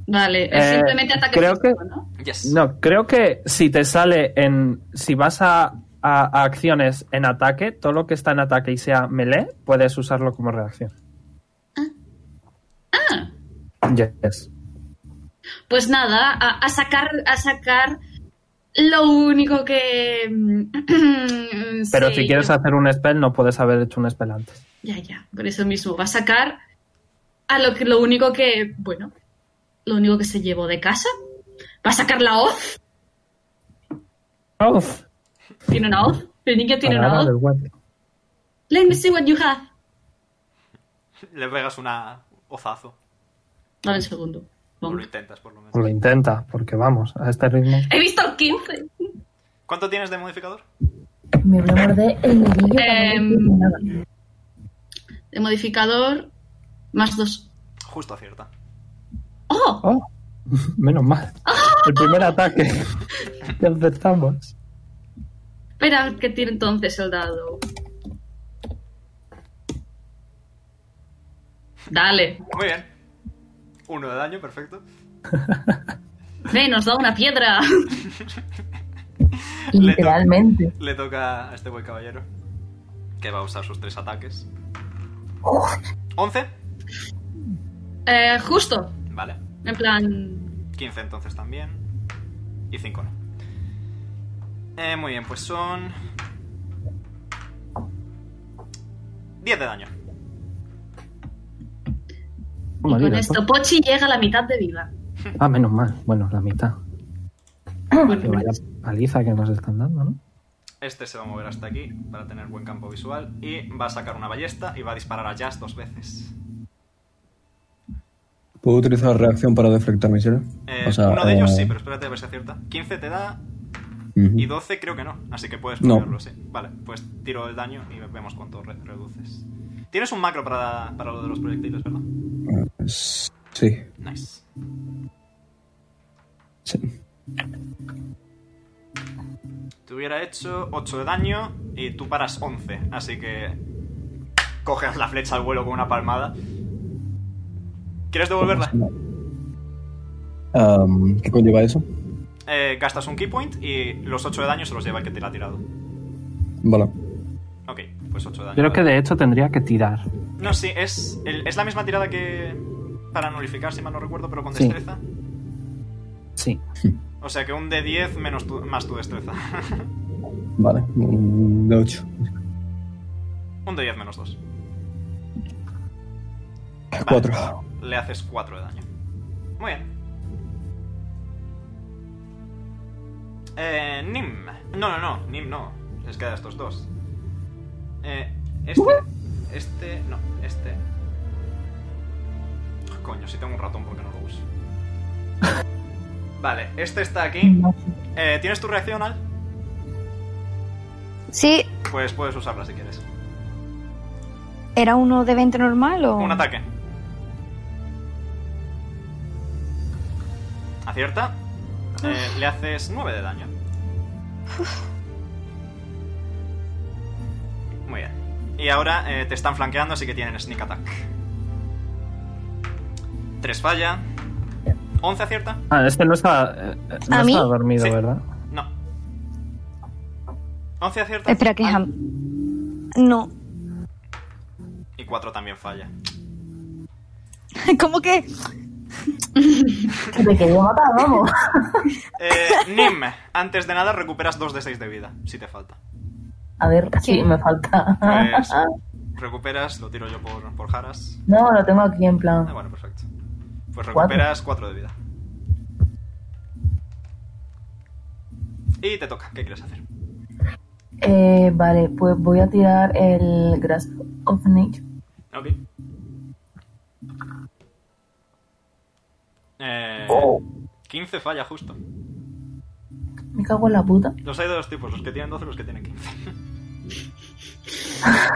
S7: Vale, es
S2: Eh,
S7: simplemente ataque
S2: creo
S7: físico,
S2: que-
S7: ¿no?
S2: No, creo que si te sale en. Si vas a, a- a acciones en ataque, todo lo que está en ataque y sea melee, puedes usarlo como reacción. Ah. Yes.
S7: Pues nada, a, a sacar, a sacar lo único que. mm,
S2: Pero
S7: sé
S2: si quieres
S7: yo.
S2: hacer un spell, no puedes haber hecho un spell antes.
S7: Ya, ya, por eso mismo. Va a sacar a lo que lo único que. Bueno, lo único que se llevó de casa. Va a sacar la hoz.
S2: Uf,
S7: Tiene una hoz. El niño tiene
S2: palabra
S7: una hoz.
S2: del guante.
S7: Let me see what you have.
S4: Le pegas una ozazo.
S7: Dame un segundo.
S4: O lo intentas, por lo menos.
S2: O Pues Lo intenta, porque vamos, a este ritmo.
S7: He visto el 15.
S4: ¿Cuánto tienes de modificador?
S3: Me voy a morder el nudillo. para no decir nada.
S7: Em, De modificador, más dos.
S4: Justo acierta.
S7: ¡Oh!
S2: Menos mal. El primer ataque que aceptamos.
S7: Espera, que tiene entonces el dado. Dale.
S4: Muy bien. Uno de daño, perfecto.
S7: Ve, nos da una piedra.
S4: Le to-
S3: Literalmente.
S4: Le toca a este buen caballero. Que va a usar sus tres ataques. ¿11?
S7: Eh, justo.
S4: Vale.
S7: En plan.
S4: 15 entonces también. Y 5 no. Eh, muy bien, pues son... 10 de daño.
S7: Y con
S2: Marido,
S7: esto, Pochi llega a la mitad de vida.
S2: Ah, menos mal. Bueno, la mitad.
S7: Ah,
S2: Que vaya paliza que nos están dando, ¿no?
S4: Este se va a mover hasta aquí para tener buen campo visual. Y va a sacar una ballesta y va a disparar a Jazz dos veces.
S11: ¿Puedo utilizar reacción para deflectar misiles?
S4: Eh,
S11: O sea,
S4: uno de ellos
S11: eh,
S4: sí, pero espérate a ver si acierta. 15 te da
S11: ujú.
S4: y 12 creo que no. Así que puedes
S11: No.
S4: ponerlo, sí. Vale, pues tiro el daño y vemos cuánto re- reduces. Tienes un macro para, para lo de los proyectiles, ¿verdad?
S11: Eh, Sí.
S4: Nice.
S11: sí.
S4: Te hubiera hecho 8 de daño y tú paras 11. Así que coges la flecha al vuelo con una palmada. ¿Quieres devolverla?
S11: Um, ¿Qué conlleva eso?
S4: Eh, gastas un key point y los 8 de daño se los lleva el que te la ha tirado.
S11: Vale.
S4: Ok, pues 8 de daño.
S2: Creo que de hecho tendría que tirar.
S4: No, sí, es, el- es la misma tirada que para nulificar, si mal no recuerdo, pero con
S2: Sí.
S4: destreza.
S2: Sí.
S4: O sea que un D10 menos tu- más tu destreza.
S11: Vale. Un de 8.
S4: un D10 menos 2.
S11: 4.
S4: Le haces 4 de daño. Muy bien. Eh, Nim. No, no, no. Nim no. Les queda estos dos. Eh, este. Este. No, este. Ah, Coño, si tengo un ratón, porque no lo uso? Vale, este está aquí. Eh, ¿Tienes tu reacción, Al?
S8: Sí,
S4: Pues puedes usarla si quieres.
S8: ¿era uno de 20 normal o...?
S4: Un ataque. Acierta. Eh, le haces 9 de daño. Muy bien. Y ahora eh, te están flanqueando, así que tienen sneak attack. 3 falla. 11 acierta.
S2: Ah, este no está, eh, eh, no
S8: ¿A mí?
S2: está dormido,
S4: Sí.
S2: ¿verdad?
S4: 11 acierta.
S8: Espera, que es a- No.
S4: Y 4 también falla.
S8: ¿Cómo que...?
S9: Que me quería matar, vamos.
S4: Eh, Nim, antes de nada recuperas 2 de 6 de vida, si te falta.
S9: A ver, casi me falta.
S4: Pues, recuperas, lo tiro yo por, por Haras.
S9: No, lo tengo aquí en plan.
S4: Ah, bueno, perfecto. Pues recuperas 4 de vida. Y te toca, ¿qué quieres hacer?
S9: Eh, vale, pues voy a tirar el Grasp of Nature.
S4: Ok. Eh,
S9: Oh.
S4: 15 falla justo.
S9: Me cago en la puta.
S4: Los hay de dos tipos, los que tienen 12 y los que tienen 15.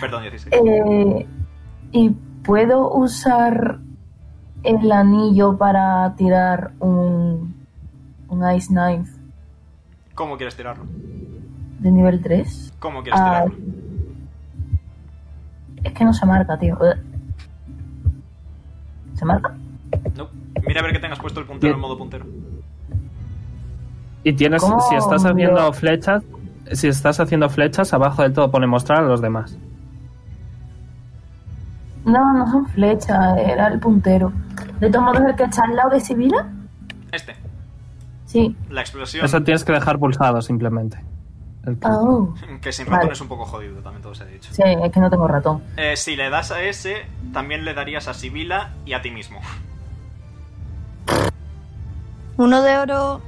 S4: Perdón, 16.
S9: Eh, y puedo usar el anillo para tirar un, un Ice Knife
S4: ¿Cómo quieres tirarlo?
S9: de nivel 3.
S4: ¿Cómo quieres
S9: Ah,
S4: tirarlo?
S9: Es que no se marca, tío. ¿Se marca?
S4: No.
S9: Ah.
S4: Mira a ver que tengas puesto el puntero en modo puntero.
S2: Y tienes,
S4: ¿Cómo?
S2: si estás haciendo
S4: Dios.
S2: flechas, si estás haciendo flechas, abajo del todo pone mostrar a los demás.
S9: No, no son flechas, era el puntero. De todos modos, el que está al lado de Sibila.
S4: Este.
S9: Sí.
S4: La explosión.
S2: Eso tienes que dejar pulsado simplemente. El que-
S9: Oh.
S4: Que sin
S9: Vale.
S4: ratón es un poco jodido, también todo se ha dicho.
S9: Sí, es que no tengo ratón.
S4: Eh, si le das a ese, también le darías a Sibila y a ti mismo.
S8: Uno de oro.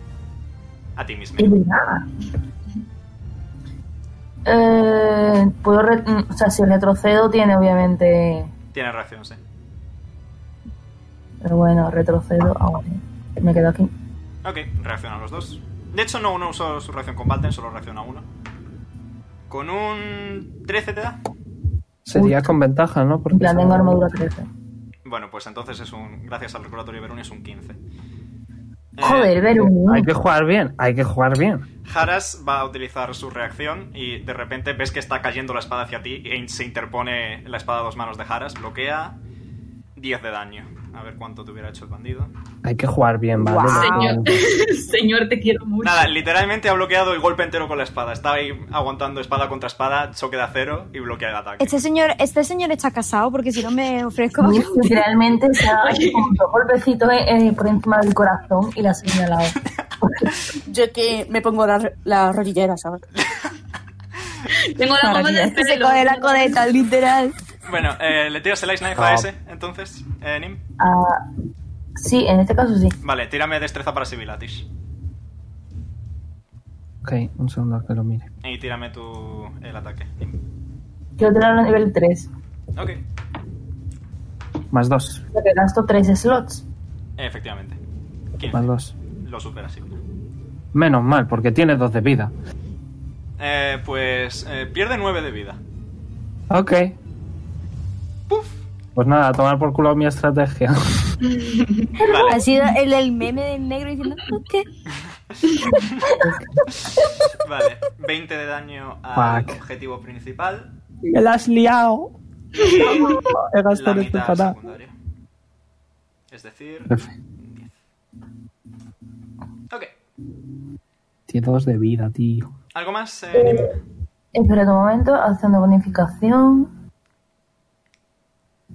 S4: A ti mismo.
S9: Es verdad. Eh, puedo re- mm, o sea, si retrocedo tiene obviamente...
S4: Tiene reacción, sí.
S9: Pero bueno, retrocedo... Ah, vale. Me quedo aquí.
S4: Ok, reaccionan los dos. De hecho, no uno usó su reacción con Balten, solo reacciona uno. Con un 13 te da.
S2: Sería con ventaja, ¿no? Porque
S9: Ya
S2: son-
S9: tengo armadura 13.
S4: Bueno, pues entonces es un. Gracias al recordatorio de Beruni es un 15. Eh,
S9: Joder, Verón.
S2: Hay que jugar bien, hay que jugar bien.
S4: Haras va a utilizar su reacción y de repente ves que está cayendo la espada hacia ti y se interpone la espada a dos manos de Haras. Bloquea 10 de daño. A ver cuánto te hubiera hecho el bandido.
S2: Hay que jugar bien, ¿vale?
S7: Señor, señor, te quiero mucho.
S4: Nada, literalmente ha bloqueado el golpe entero con la espada. Estaba ahí aguantando espada contra espada, choque de acero y bloquea el ataque.
S8: Este señor, este señor está casado porque si no me ofrezco.
S9: Literalmente se ha dado como dos golpecitos en- en- por encima del corazón y la ha señalado.
S12: Yo es que me pongo la, la rodillera, ¿sabes?
S7: Tengo la goma de
S8: Se coge la codeta, literal.
S4: Bueno, eh, le tiras el Ice Knife a ese, entonces, eh, Nim.
S9: Ah, sí, en este caso sí.
S4: Vale, tírame destreza para Sibilatis.
S2: Ok, un segundo que lo mire.
S4: Y tírame tu. el ataque. Nim.
S9: Quiero tirarlo a nivel 3.
S4: Ok,
S2: Más dos,
S9: Porque gasto 3 slots.
S4: efectivamente.
S2: más dos.
S4: Lo supera Sibila.
S2: Menos mal, porque tiene dos de vida.
S4: Eh, pues eh, pierde 9 de vida.
S2: Ok. Pues nada, a tomar por culo mi estrategia.
S8: Ha sido el del meme del negro diciendo, ok.
S4: Vale, 20 de daño al
S2: Fuck.
S4: objetivo principal.
S2: Me la has liado. He
S4: La
S2: gastado esto
S4: mitad
S2: para-
S4: secundario. Es decir. Ok.
S2: Tiene dos de vida, tío.
S4: ¿Algo más? eh, Nim?
S9: Espera un momento, acción de bonificación.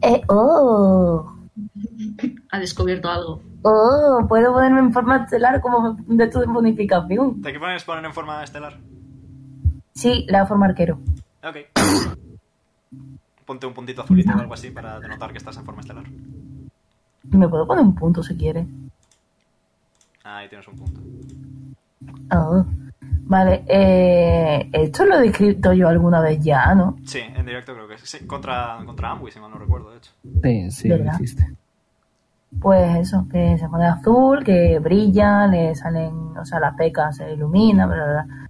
S9: Eh, oh,
S7: Ha descubierto algo.
S9: oh, puedo ponerme en forma estelar como de tu bonificación.
S4: ¿Te qué pones poner en forma estelar?
S9: Sí, la forma arquero.
S4: Ok. Ponte un puntito azulito o algo así para denotar que estás en forma estelar.
S9: Me puedo poner un punto si quiere.
S4: Ahí tienes un punto.
S9: Oh. Vale, eh, esto lo he descrito yo alguna vez ya, ¿no?
S4: Sí, en directo creo que sí. Contra, contra Amway, si mal no recuerdo, de hecho.
S2: Sí, sí,
S9: ¿Verdad?
S2: existe.
S9: Pues eso, que se pone azul, que brilla, le salen, o sea, las pecas se iluminan, bla, bla, bla.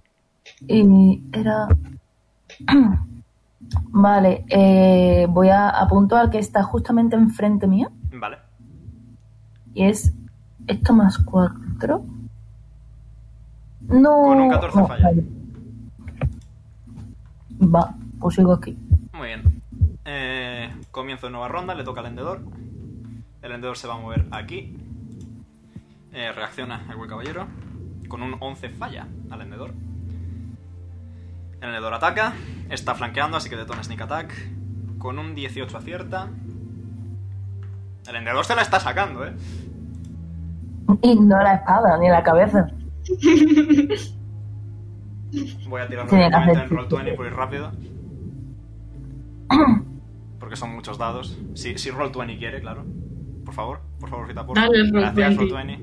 S9: Y era... vale, eh, voy a apuntar al que está justamente enfrente mía.
S4: Vale.
S9: Y es esto más cuatro. No.
S4: Con un 14
S9: no,
S4: falla.
S9: vale. Va, pues sigo aquí.
S4: Muy bien. Eh, comienzo de nueva ronda, le toca al vendedor. El vendedor se va a mover aquí. Eh, reacciona el buen caballero. Con un 11 falla al vendedor. El vendedor ataca. Está flanqueando, así que detona sneak attack. Con un 18 acierta. El vendedor se la está sacando, ¿eh?
S9: Y no la espada, ni la cabeza.
S4: Voy a tirar
S9: Tiene que
S4: directamente en
S9: hacer-
S4: Roll20 por ir rápido. Porque son muchos dados. Si, si Roll20 quiere, claro. Por favor, por favor, Rita, por favor.
S7: Dale, Roll20.
S4: Gracias, Roll20.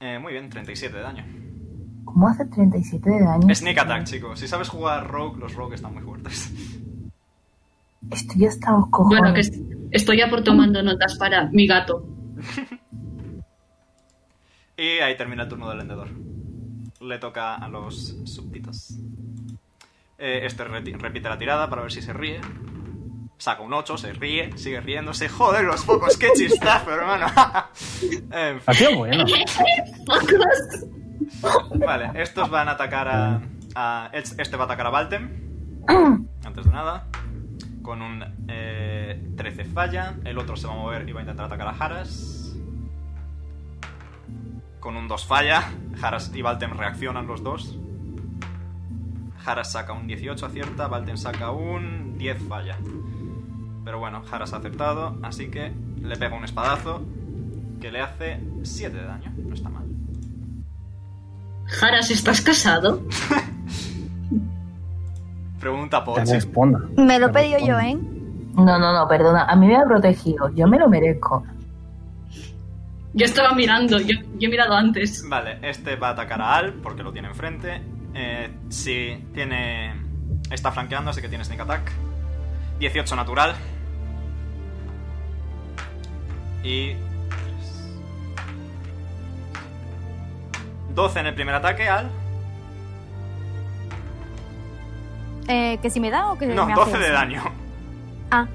S4: Eh, muy bien, 37 de daño.
S9: ¿Cómo hace 37 de daño?
S4: Sneak attack, chicos. Si sabes jugar rogue, los rogue están muy fuertes.
S9: Estoy hasta los cojones.
S7: Bueno, que es- estoy ya por tomando notas para mi gato.
S4: Y ahí termina el turno del vendedor. Le toca a los súbditos. Eh, este reti- repite la tirada para ver si se ríe. Saca un 8, se ríe, sigue riéndose. Joder, los focos, qué chistazo, hermano. En fin.
S2: Ha sido bueno.
S4: Vale, estos van a atacar a, a- Este va a atacar a Valtem. Antes de nada. Con un eh, 13 falla. El otro se va a mover y va a intentar atacar a Haras. Con un 2 falla. Haras y Valtem reaccionan los dos. Haras saca un 18, acierta. Valtem saca un 10, falla. Pero bueno, Haras ha aceptado. Así que le pega un espadazo. Que le hace 7 de daño. No está mal.
S7: Jaras, ¿estás casado?
S4: Pregunta
S2: Te
S4: Pochi.
S2: responda.
S8: Me lo he pedido yo, ¿eh?
S9: No, no, no, perdona. A mí me ha protegido. Yo me lo merezco.
S7: Yo estaba mirando, yo, yo he mirado antes.
S4: Vale, este va a atacar a Al porque lo tiene enfrente. Eh, si tiene. Está flanqueando, así que tiene sneak attack. 18 natural. Y. 12 en el primer ataque, Al.
S8: Eh, ¿Que si me da o que
S4: No,
S8: me
S4: 12
S8: hace
S4: de
S8: eso?
S4: daño.
S8: Ah,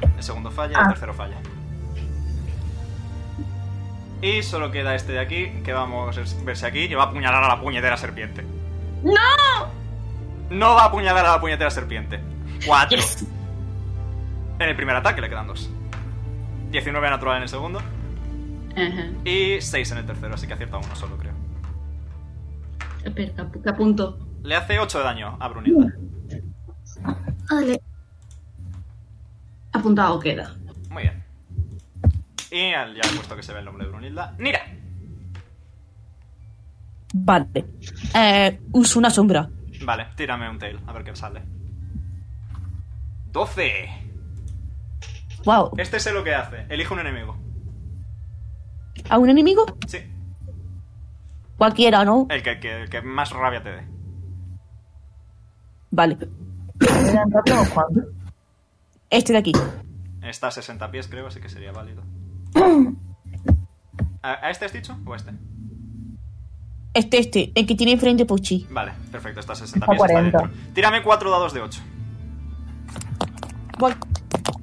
S4: El segundo falla, el
S8: Ah.
S4: tercero falla. Y solo queda este de aquí, que vamos a verse aquí, y va a apuñalar a la puñetera serpiente.
S7: ¡No!
S4: No va a apuñalar a la puñetera serpiente. Cuatro. En el primer ataque le quedan dos. 19 natural en el segundo.
S7: Ajá.
S4: Y 6 en el tercero, así que acierta uno solo, creo.
S7: Espera, que ap- que apunto.
S4: Le hace 8 de daño a Brunilda.
S7: Vale. Apuntado queda.
S4: Muy bien. Y al- ya he puesto que se ve el nombre de Brunilda. ¡Mira!
S12: Vale. Eh, uso una sombra.
S4: Vale, tírame un tail, a ver qué sale. 12.
S12: Wow.
S4: Este sé lo que hace. Elige un enemigo.
S12: ¿A un enemigo?
S4: Sí.
S12: Cualquiera, ¿no?
S4: El que, que- el que más rabia te dé.
S12: Vale.
S9: ¿Eran cuatro o cuánto?
S12: Este de aquí.
S4: Está a 60 pies, creo, así que sería válido. ¿A, a este has dicho? ¿O a este?
S12: Este, este. El que tiene enfrente Pochi.
S4: Vale, perfecto, está a 60
S12: Está
S4: pies. Está
S12: 40.
S4: dentro. Tírame 4 dados de 8.
S12: Voy.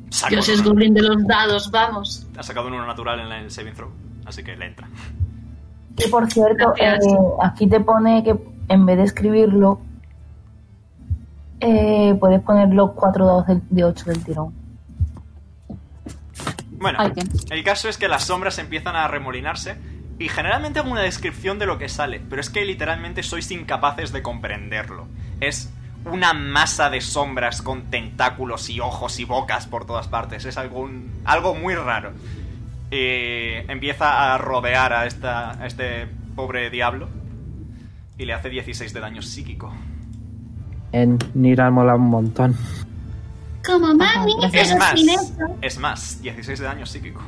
S4: Saco.
S7: Dios es Goblin de los dados, vamos.
S4: Ha sacado un 1 natural en la- en el saving throw, así que le entra.
S9: Y por cierto,
S7: Gracias.
S9: eh, aquí te pone que en vez de escribirlo, eh, puedes poner los cuatro dados del- de 8 del tirón.
S4: Bueno,
S12: Ahí tiene.
S4: el caso es que las sombras empiezan a remolinarse y generalmente hago una descripción de lo que sale, pero es que literalmente sois incapaces de comprenderlo. Es una masa de sombras con tentáculos y ojos y bocas por todas partes. Es algún, algo muy raro. Y empieza a rodear a, esta, a este pobre diablo y le hace 16 de daño psíquico.
S2: En Nira mola un montón.
S7: Como
S14: Ah,
S7: mami,
S4: Es
S7: esos
S4: más,
S7: jinetes.
S4: es más, 16 de daño psíquico.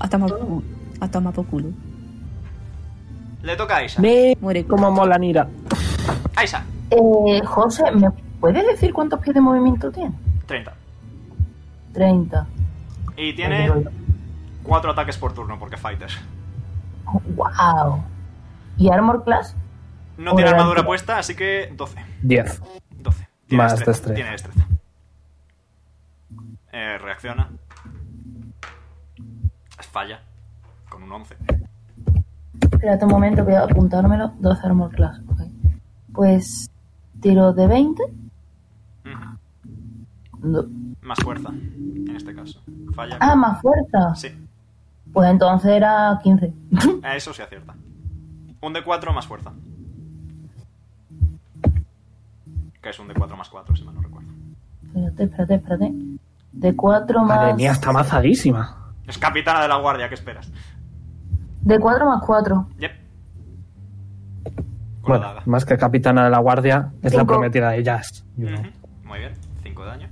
S12: Hasta más por culo. Hasta más por culo.
S4: Le toca a Aisha.
S2: Ve
S12: Muere.
S2: cómo mola Nira.
S4: Aisha,
S9: Eh, José, ¿me puedes decir cuántos pies de movimiento tiene?
S4: 30.
S9: 30.
S4: Y tiene Cuatro ataques por turno, porque fighter.
S9: ¡Wow! ¿Y Armor Class?
S4: No tiene
S9: Hola,
S4: armadura
S9: Dante.
S4: puesta, así que 12.
S2: 10.
S4: 12. Tiene
S2: Más
S4: destreza,
S2: destreza.
S4: Tiene destreza. Eh, reacciona. Falla. Con un 11.
S9: Espérate un momento, voy a apuntármelo. 12 Armor Class. ok. Pues tiro de 20.
S4: Ujú.
S9: No.
S4: Más fuerza, en este caso. Falla.
S9: Ah, más fuerza.
S4: Sí,
S9: Pues entonces era 15.
S4: a eso se acierta. Un de 4 más fuerza. que es un D4 más 4, si mal no recuerdo.
S3: Espérate, espérate, espérate. De 4 más.
S2: Madre mía, está mazadísima.
S4: Es capitana de la guardia, ¿qué esperas?
S3: De 4 más 4.
S4: Yep.
S2: Bueno, más que capitana de la guardia, es la prometida de Jazz. you know.
S4: Muy bien, 5 de daño.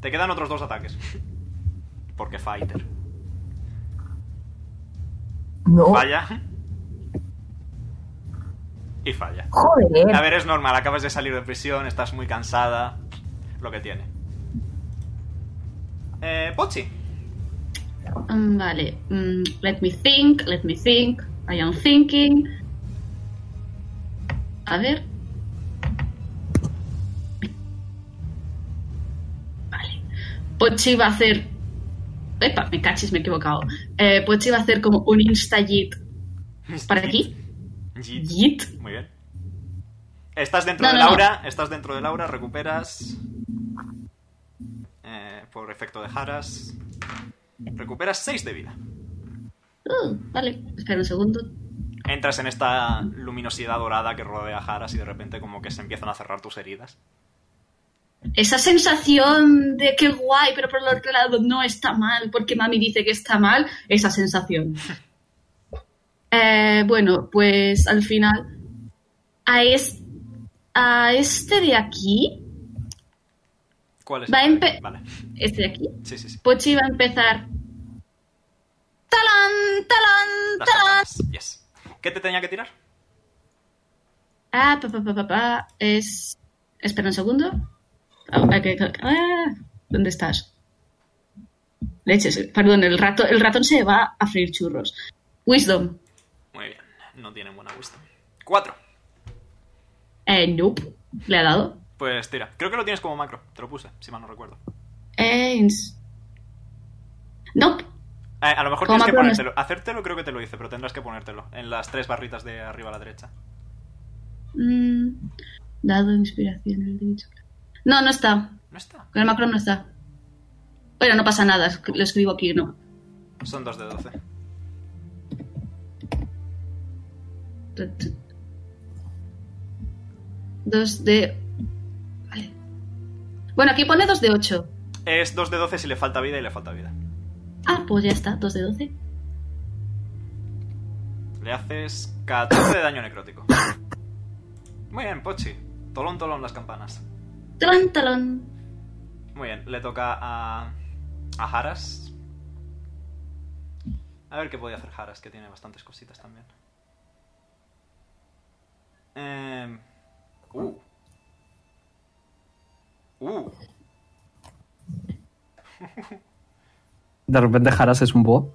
S4: Te quedan otros dos ataques. Porque fighter.
S3: No.
S4: Falla. Y falla.
S3: Joder.
S4: A ver, es normal, acabas de salir de prisión, estás muy cansada. Lo que tiene. Eh, Pochi.
S7: Mm, Vale. mm, let me think, let me think. I am thinking. A ver. Vale. Pochi va a hacer. Epa, me cachis, me he equivocado. Eh, Pochi va a hacer como un insta yeet para aquí. Yeet.
S4: Muy bien. Estás dentro
S7: No,
S4: de
S7: no, no.
S4: Laura, estás dentro de Laura, recuperas. eh, por efecto de Haras. Recuperas 6 de vida.
S7: Uh, vale, espera un segundo.
S4: Entras en esta luminosidad dorada que rodea a Haras y de repente como que se empiezan a cerrar tus heridas.
S7: Esa sensación de que guay, pero por el otro lado no está mal, porque mami dice que está mal, esa sensación. Eh, bueno, pues al final, a, es, a este de aquí,
S4: ¿Cuál es?
S7: va a empe-
S4: Vale.
S7: este de aquí,
S4: Sí, sí, sí.
S7: Pochi va a empezar. ¡Talán, talán,
S4: Las
S7: talán!
S4: ataques. Yes. ¿Qué te tenía que tirar?
S7: Ah, pa, pa, pa, pa, pa, es... Espera un segundo. Ah, ah, que- ah, ¿Dónde estás? Leches, perdón, el, rato, el ratón se va a freír churros. Wisdom.
S4: Muy bien. No tienen buena vista. 4.
S7: Eh, nope. Le ha dado.
S4: Pues tira. Creo que lo tienes como macro. Te lo puse, si mal no recuerdo.
S7: Eh, ins- Nope.
S4: Eh, a lo mejor
S7: Como
S4: tienes que
S7: macro no es-
S4: ponértelo. Hacértelo creo que te lo hice, pero tendrás que ponértelo. En las tres barritas de arriba a la derecha.
S7: Mm, dado inspiración, el dicho. No, no está.
S4: No está.
S7: Con el macro no está. Bueno, no pasa nada. es- Lo escribo aquí, no.
S4: Son dos de 12.
S7: Dos de... Vale. Bueno, aquí pone dos de ocho.
S4: Es dos de 12 si le falta vida y le falta vida.
S7: Ah, pues ya está, dos de doce.
S4: Le haces 14 de daño necrótico. Muy bien, Pochi. Tolón, tolón las campanas.
S7: Talón, talón.
S4: Muy bien, le toca a. a Haras. A ver qué podía hacer Haras, que tiene bastantes cositas también. Em, uh. Uh.
S2: De repente Haras es un bot.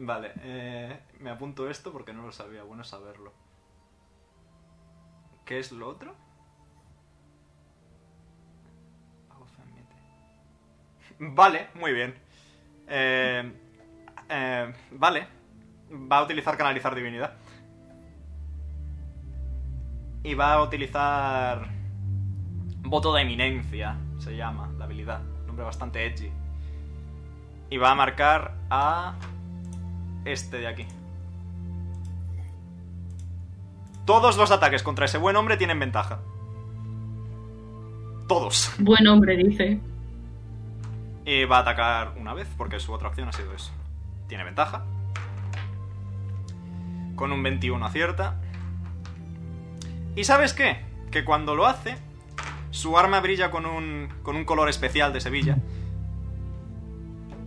S4: Vale, eh, me apunto esto porque no lo sabía, bueno saberlo. ¿Qué es lo otro? Vale, muy bien. Eh, eh, vale, va a utilizar canalizar divinidad. Y va a utilizar... Voto de eminencia, se llama la habilidad. Nombre bastante edgy. Y va a marcar a este de aquí. Todos los ataques contra ese buen hombre tienen ventaja. Todos.
S7: Buen hombre, dice.
S4: Y eh, va a atacar una vez, porque su otra opción ha sido eso. Tiene ventaja. Con un 21 acierta. ¿Y sabes qué? Que cuando lo hace, su arma brilla con un, con un color especial de Sevilla.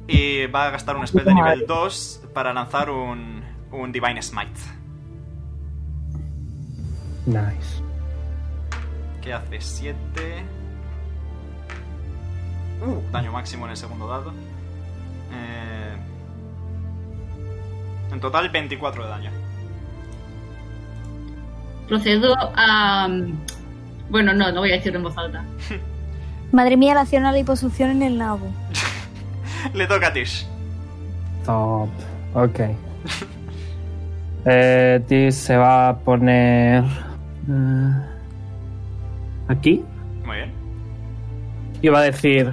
S4: Y va a gastar un spell de nivel 2 para lanzar un, un Divine Smite.
S2: Nice.
S4: que hace 7. Uh, daño máximo en el segundo dado. Eh, en total 24 de daño.
S7: Procedo a... mm, Bueno, no, no voy a decirlo en voz alta.
S8: Madre mía, le hacía una liposucción en el nabo.
S4: Le toca a Tish.
S2: Top. Ok. Eh, Tis se va a poner. eh, aquí.
S4: Muy bien.
S2: Y va a decir.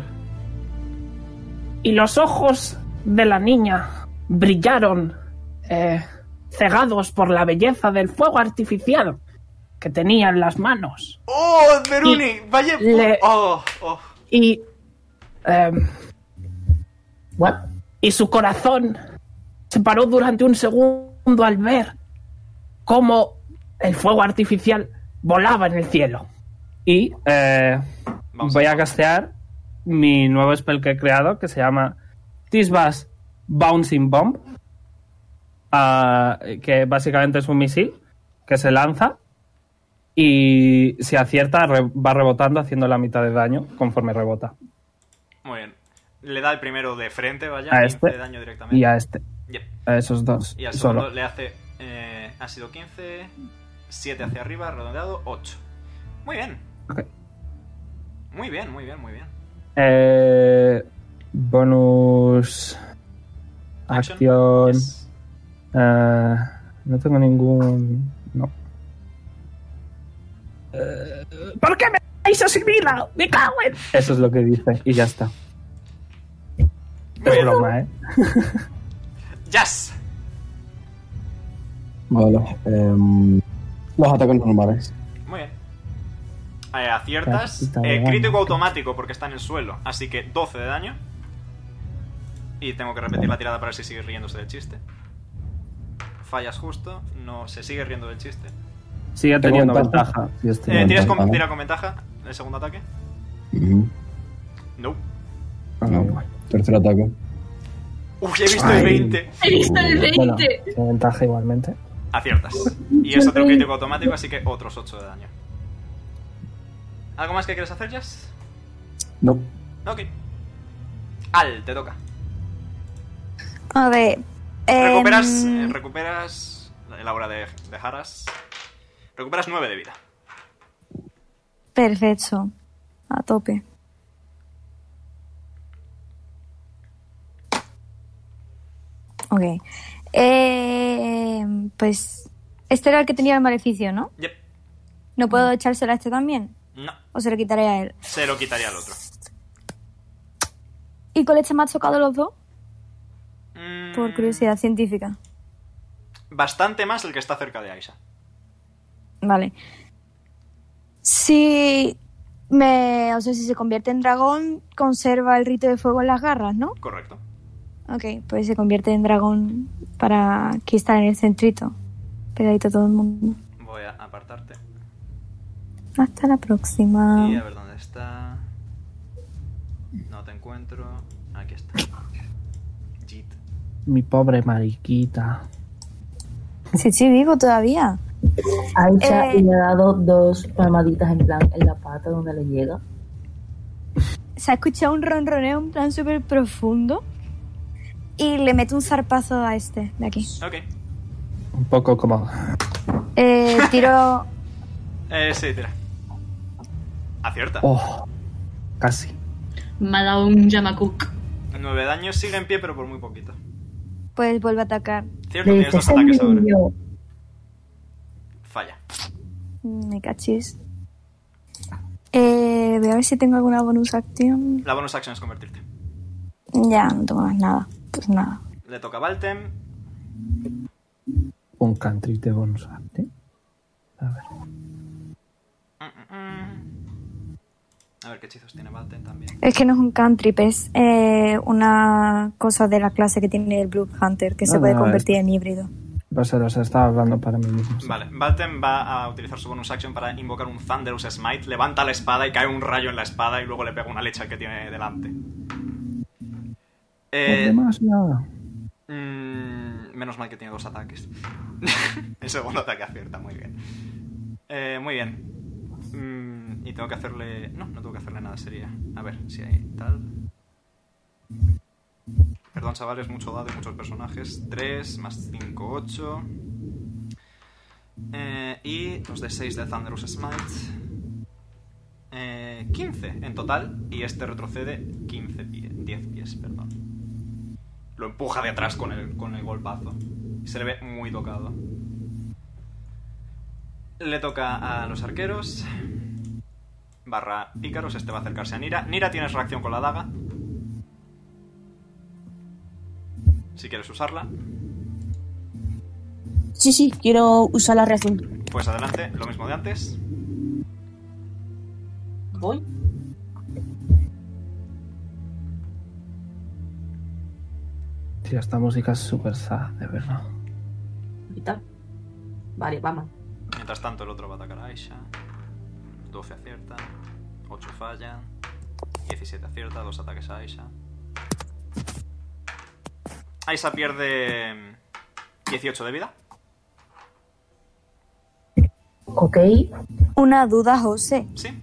S2: Y los ojos de la niña brillaron eh, cegados por la belleza del fuego artificial que tenía en las manos.
S4: ¡Oh, Meruni! ¡Vaya!
S2: le-
S4: ¡Oh! ¡Oh!
S2: Y. em, Y su corazón se paró durante un segundo al ver cómo el fuego artificial volaba en el cielo. Y eh, voy a castear mi nuevo spell que he creado que se llama Tisbas Bouncing Bomb. ah, que básicamente es un misil que se lanza y si acierta re- va rebotando haciendo la mitad de daño conforme rebota.
S4: Muy bien. Le da el primero de frente, vaya.
S2: a
S4: 15
S2: este
S4: de daño directamente.
S2: y a este.
S4: Yep.
S2: A esos dos.
S4: Y al segundo
S2: solo.
S4: le hace. eh, ha sido 15, 7 hacia arriba, redondeado, 8. Muy bien.
S2: Ok.
S4: Muy bien, muy bien, muy bien.
S2: Eh, bonus. Acción. Eh, no tengo ningún. No. Eh, ¿Por qué me dais a Sibila? ¡Me cago en! Eso es lo que dice y ya está. Es broma, ¿eh?
S4: ¡Jazz!
S11: Vale. em, los ataques normales.
S4: Muy bien. Eh, aciertas.
S11: Cajita de
S4: Eh,
S11: daño.
S4: crítico automático porque está en el suelo. Así que 12 de daño. Y tengo que repetir la tirada para ver si sigue riéndose del chiste. Fallas justo. No se sigue riendo del chiste.
S2: Sigue
S11: Tengo
S2: teniendo
S11: ventaja.
S2: ventaja.
S11: Sí, estoy
S4: Eh, ¿tiras con,
S11: ventaja,
S4: tira con ventaja el segundo ataque?
S11: Ujú. Ah,
S4: No.
S11: No, Tercer ataque.
S4: Uy, he visto el 20.
S7: He visto el 20.
S2: Bueno, tiene ventaja igualmente.
S4: Aciertas. Y es otro crítico automático, así que otros 8 de daño. ¿Algo más que quieres hacer, Jazz?
S11: No.
S4: Ok. Al, te toca.
S8: A ver. em,
S4: Recuperas, eh, recuperas la- la hora de, de Haras. Recuperas 9 de vida.
S8: Perfecto. A tope. Ok. Eh, pues. Este era el que tenía el maleficio, ¿no?
S4: Yep.
S8: ¿No puedo echárselo a este también?
S4: Mm. No,
S8: ¿O se lo quitaré a él?
S4: se lo quitaría al otro.
S8: ¿Y con este me has tocado los dos?
S4: Mm,
S8: Por curiosidad científica.
S4: Bastante más el que está cerca de Aisha.
S8: Vale. Si me, o sea, si se convierte en dragón, conserva el rito de fuego en las garras, ¿no?
S4: Correcto.
S8: Ok, pues se convierte en dragón para que está en el centrito. Pegadito a todo el mundo.
S4: Voy a apartarte.
S8: Hasta la
S2: Ah.
S8: próxima.
S4: Y a ver dónde está. No te encuentro. Aquí está. Jit.
S2: Mi pobre mariquita.
S8: Sí, sí, vivo todavía.
S3: Aicha
S8: Eh.
S3: y le ha dado dos palmaditas en plan en la pata donde le llega.
S8: Se ha escuchado un ronroneo en plan súper profundo. Y le meto un zarpazo a este de aquí.
S4: Ok.
S2: Un poco como.
S8: Eh, tiro.
S4: Eh, sí, tira. Acierta.
S2: Oh, casi.
S7: Me ha dado un Yamakuk.
S4: 9 daños, sigue en pie, pero por muy poquito.
S8: Pues vuelvo a atacar.
S4: Cierto, tienes dos ataques ahora. Falla.
S8: Mm, Me cachis. Eh, voy a ver si tengo alguna bonus acción.
S4: La bonus action es convertirte.
S8: Ya, no tengo más nada. Pues nada.
S4: Le toca a Valtem.
S2: Un country de bonus arte. A ver.
S4: Mm, mm, mm. A ver qué hechizos tiene Valtem también.
S8: Es que no es un country, es eh, una cosa de la clase que tiene el Blue Hunter que se
S2: Ah,
S8: puede
S2: es-
S8: convertir en híbrido.
S2: No sé, Pues los estaba hablando para mí mismo.
S4: Vale, Valtem va a utilizar su bonus action para invocar un Thunderous Smite. Levanta la espada y cae un rayo en la espada y luego le pega una leche al que tiene delante. Eh,
S2: Demasiado.
S4: Mm, menos mal que tiene dos ataques. El segundo ataque acierta, muy bien. Eh, muy bien. Mm, y tengo que hacerle. No, no tengo que hacerle nada, sería. A ver si hay tal. Perdón, chavales, mucho dado y muchos personajes. 3 más 5, 8. Eh, y los de 6 de Thunderous Smite. Eh, 15 en total. Y este retrocede 15 pie- 10 pies, perdón lo empuja de atrás con el, con el golpazo. Se le ve muy tocado. Le toca a los arqueros. Barra pícaros, este va a acercarse a Nira. Nira, tienes reacción con la daga. Si quieres usarla.
S12: Sí, sí, quiero usar la reacción.
S4: Pues adelante, lo mismo de antes.
S15: Voy.
S2: Tío, esta música es súper sad, de verdad.
S15: Quitar. Vale, vamos.
S4: Mientras tanto, el otro va a atacar a Aisha. 12 acierta, 8 falla, 17 acierta, 2 ataques a Aisha. Aisha pierde 18 de vida.
S8: Ok. Una duda, José.
S4: Sí.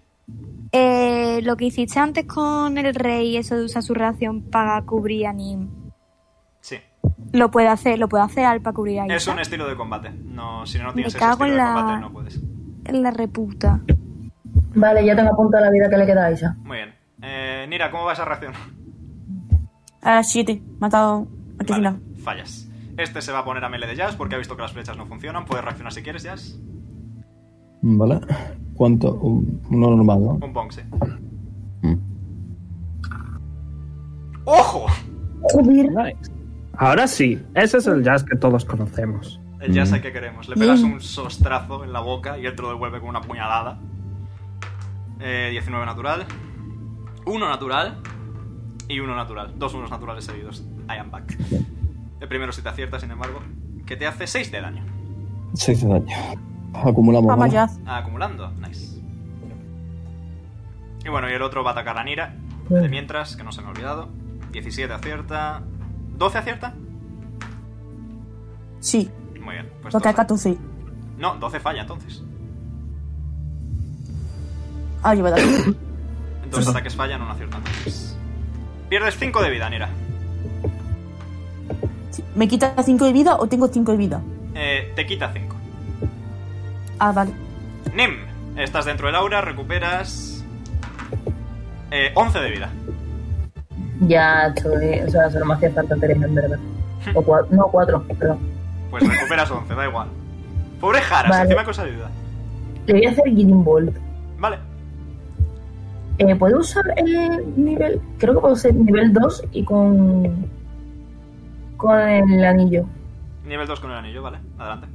S8: Eh, lo que hiciste antes con el rey, eso de usar su ración para cubrir a Nim.
S4: Sí.
S8: Lo puede hacer, lo puede hacer al para cubrir a
S4: Es
S8: Aisha?
S4: un estilo de combate. No, si no
S8: Me
S4: tienes ese
S8: cago
S4: estilo
S8: en
S4: de combate,
S8: la.
S4: no puedes.
S8: En la reputa.
S9: Vale, ya tengo apuntada la vida que le queda a Isa.
S4: Muy bien. Eh, Nira, ¿cómo va esa reacción?
S12: Ah, siete. Matado al que
S4: Vale,
S12: final.
S4: fallas. Este se va a poner a melee de Jazz porque ha visto que las flechas no funcionan. Puedes reaccionar si quieres, Jazz.
S11: ¿Vale? ¿Cuánto? Un- Uno normal, ¿no?
S4: Un bong, sí. ¡Ojo!
S2: Nice. Ahora sí, ese es el jazz que todos conocemos.
S4: El Jazz
S2: Mm.
S4: al que queremos. Le pegas
S2: Bien.
S4: un sostrazo en la boca y él te lo devuelve con una puñalada. Eh, 19 natural. 1 natural. Y 1 natural. Dos unos naturales seguidos. I am back. El primero si te acierta, sin embargo. Que te hace 6 de daño.
S11: 6 de daño. Acumulamos. ¿vale?
S4: Ah, Acumulando. Nice. Y bueno, y el otro va a atacar a Nira. De mientras, que no se me ha olvidado. 17 acierta. ¿12 acierta?
S12: Sí.
S4: Muy bien. Pues 12.
S12: Porque acá tú sí.
S4: No, 12 falla entonces.
S12: Ah, yo voy a dar.
S4: Dos ataques fallan, uno acierta entonces. Pierdes 5 de vida, Nira.
S12: ¿Me quita 5 de vida o tengo 5 de vida?
S4: Eh, te quita 5.
S12: Ah, vale.
S4: Nim, estás dentro del aura, recuperas. Eh, 11 de vida.
S9: Ya, estoy. O sea, solo me hacía falta tres en verdad. O cua- no, cuatro, perdón.
S4: Pues recuperas 11, da igual. Pobre Jaras,
S9: Vale.
S4: encima que os ayuda.
S9: Le voy a hacer Guiding Bolt.
S4: Vale.
S9: Eh, ¿Puedo usar el nivel? Creo que puedo ser nivel 2 y con. con el anillo.
S4: Nivel 2 con el anillo, vale. Adelante.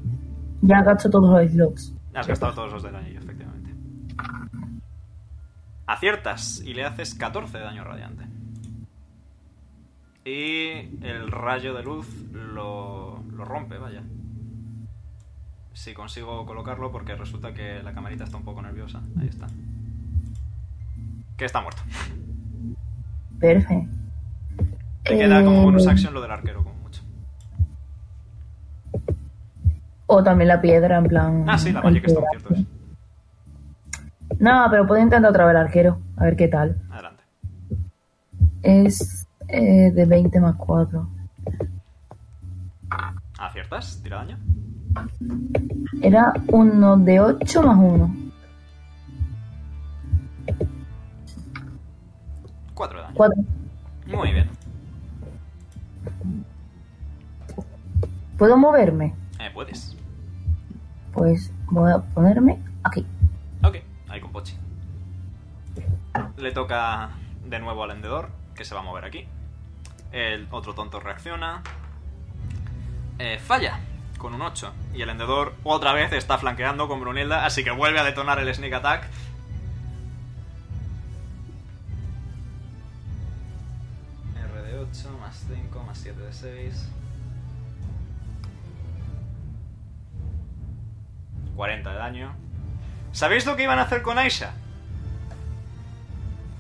S9: Ya gasto todos los slots.
S4: Has gastado todos los del anillo, efectivamente. Aciertas y le haces 14 de daño radiante. Y el rayo de luz lo, lo rompe, vaya. Si consigo colocarlo, porque resulta que la camarita está un poco nerviosa. Ahí está. Que está muerto.
S9: Perfecto.
S4: Te queda como
S9: Eh,
S4: bonus action lo del arquero. como mucho.
S9: O también la piedra, en plan.
S4: Ah, sí, la valle que está,
S9: antigua.
S4: cierto es.
S9: No, pero puedo intentar otra vez el arquero. A ver qué tal.
S4: Adelante.
S9: Es eh, de 20 más 4.
S4: Aciertas, tira daño.
S9: Era uno de 8 más 1.
S4: 4 de daño.
S9: 4.
S4: Muy bien.
S9: ¿Puedo moverme?
S4: Eh, puedes.
S9: Pues voy a ponerme aquí.
S4: Ok, ahí con Pochi. Le toca de nuevo al hendedor, que se va a mover aquí. El otro tonto reacciona. Eh, falla, con un 8. Y el hendedor otra vez está flanqueando con Brunilda, así que vuelve a detonar el sneak attack. R de 8, más 5, más 7 de 6. 40 de daño. ¿Sabéis lo que iban a hacer con Aisha?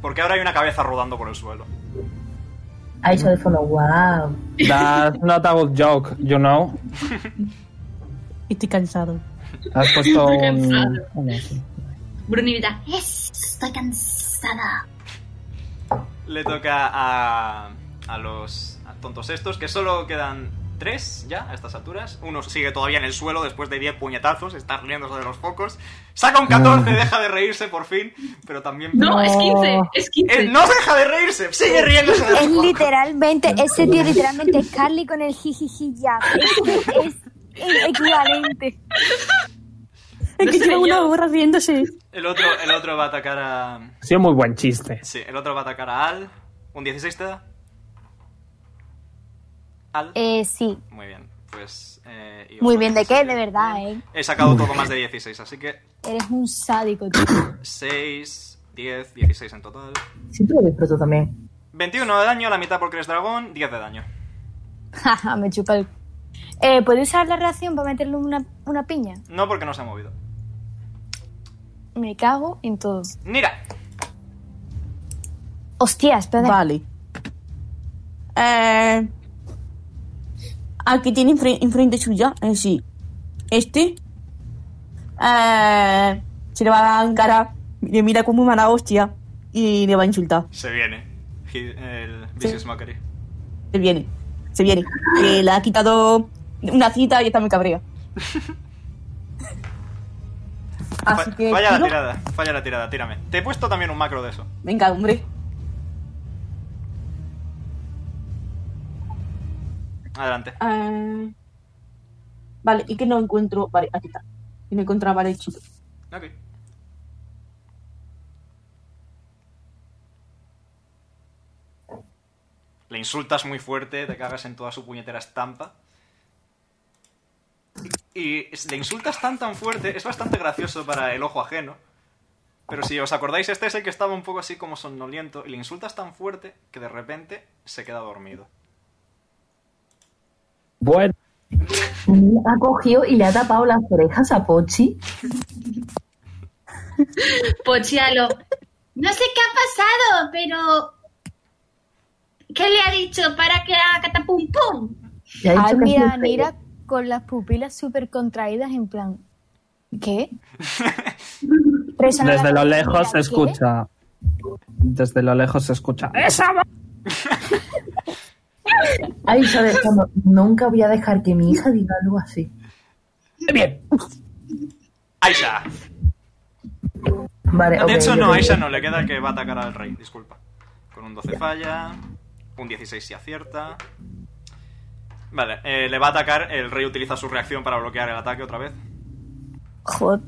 S4: Porque ahora hay una cabeza rodando por el suelo.
S9: Ahí se de fondo, wow.
S2: That's not a good joke, you know.
S12: Estoy cansado.
S2: Has puesto
S14: Estoy
S2: un.
S14: cansado.
S2: un eso.
S14: Brunilda, "Es, estoy cansada.
S4: Le toca a, a los tontos estos, que solo quedan tres ya a estas alturas. Uno sigue todavía en el suelo después de 10 puñetazos, está riéndose de los focos. Saca un 14, deja de reírse por fin, pero también...
S8: No, es 15,
S14: es 15.
S4: Él Eh, no se deja de reírse, sigue riéndose de los
S8: Es
S4: focos.
S8: literalmente, ese tío literalmente es Carly con el jijiji ya. Es, que es el equivalente.
S12: Es que
S14: sé,
S12: lleva una
S14: yo-
S12: gorra riéndose.
S4: El otro, el otro va a atacar a...
S2: Ha sido muy buen chiste.
S4: Sí, el otro va a atacar a Al. ¿Un 16 te da? Al.
S8: Eh, sí.
S4: Muy bien. Pues. eh, y
S8: Muy
S4: vosotros.
S8: bien, ¿de qué? De verdad, ¿eh?
S4: He sacado todo más de 16, así que
S8: Eres un sádico, tío.
S4: 6, 10, 16 en total.
S9: Siempre lo disfruto también.
S4: 21 de daño, la mitad porque eres dragón, 10 de daño.
S8: Jaja, me chupa el... Eh, ¿Puedo usar la reacción para meterle una, una piña?
S4: No porque no se ha movido.
S8: Me cago en todo.
S4: Mira,
S8: Hostia, espera.
S12: Vale. Eh, aquí tiene enfre- enfrente suya, eh, sí. Este. Eh, se le va a dar en cara, le mira como una mala hostia y le va a insultar.
S4: se viene. Hi- El Vicious Mockery.
S12: Se viene, se viene. Eh, le ha quitado una cita y está muy cabrea. Así
S4: Fa-
S12: que.
S4: falla la
S12: tiro.
S4: tirada, falla la tirada, tírame. Te he puesto también un macro de eso.
S12: Venga, hombre.
S4: Adelante.
S12: Eh, vale, y que no encuentro. Vale, aquí está. Y no encontraba el chico.
S4: Ok. Le insultas muy fuerte, te cagas en toda su puñetera estampa. Y le insultas tan tan fuerte, es bastante gracioso para el ojo ajeno. Pero si os acordáis, este es el que estaba un poco así como somnoliento. Y le insultas tan fuerte que de repente se queda dormido.
S2: Bueno,
S9: Ha cogido y le ha tapado las orejas a Pochi.
S14: Pochialo. No sé qué ha pasado, pero. ¿Qué le ha dicho para que haga catapum pum?
S9: Ya he dicho
S8: Ay,
S9: que
S8: Ah, mira,
S9: sí,
S8: mira, con las pupilas súper contraídas en plan... ¿Qué?
S9: Pues
S8: Presiona la
S2: desde lo
S8: cabeza, mira,
S9: ¿eh?
S2: lejos se
S8: ¿qué?
S2: escucha. Desde lo lejos se escucha. ¡Esa! va-".
S9: Ay, ¿sabes? Cuando- nunca voy a dejar que mi hija diga algo así.
S2: Bien.
S4: ¡Aisha!
S9: Vale, ok,
S4: de hecho,
S9: yo
S4: no,
S9: creo-
S4: Aisha no, le queda el que va a atacar al rey, disculpa. Con un 12 falla, un 16 si acierta. Vale, eh, le va a atacar, el rey utiliza su reacción para bloquear el ataque otra vez.
S8: Joder.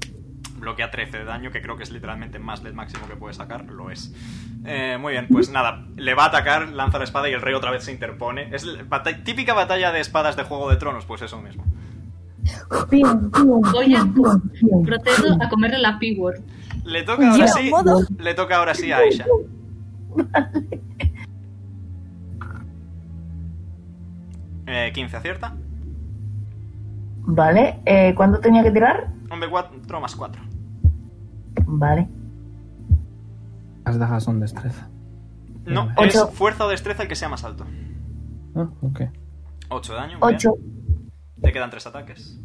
S4: Bloquea 13 de daño, que creo que es literalmente más del máximo que puede sacar, lo es. Eh, muy bien, pues nada, le va a atacar, lanza la espada y el rey otra vez se interpone. Es la bata- típica batalla de espadas de Juego de Tronos, pues eso mismo.
S7: Voy a co- procedo a comerle la P-Word.
S4: Le toca ahora
S7: Yo,
S4: sí,
S7: modo.
S4: le toca ahora sí a Aisha. Eh, 15 acierta.
S9: Vale, eh, ¿cuánto tenía que tirar?
S4: Un B4 más 4.
S9: Vale.
S2: Las dagas son destreza.
S4: No,
S9: Ocho.
S4: es fuerza o destreza el que sea más alto.
S2: Ah, ok.
S4: 8 de daño. muy
S9: Ocho.
S4: bien. Te quedan 3 ataques.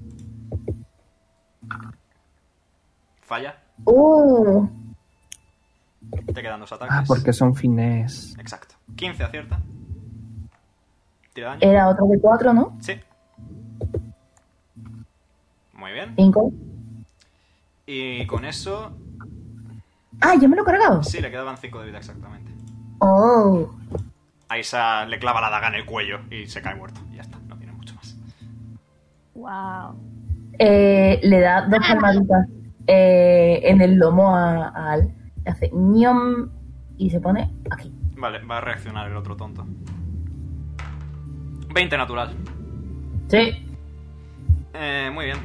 S4: Falla.
S9: Uh,
S4: Te quedan 2 ataques.
S2: Ah, porque son fines.
S4: Exacto. 15 acierta. Tira daño.
S9: era otro de cuatro, ¿no?
S4: Sí. Muy bien.
S9: Cinco.
S4: Y con eso.
S9: Ah, ya me lo he cargado.
S4: Sí, le quedaban 5 de vida exactamente.
S9: Oh.
S4: Aisa le clava la daga en el cuello y se cae muerto. Ya está, no tiene mucho más.
S8: Wow.
S9: Eh, le da dos palmaditas eh, en el lomo a, a Al. Le hace ñom y se pone aquí.
S4: Vale, va a reaccionar el otro tonto. 20 natural.
S9: Sí.
S4: Eh, muy bien.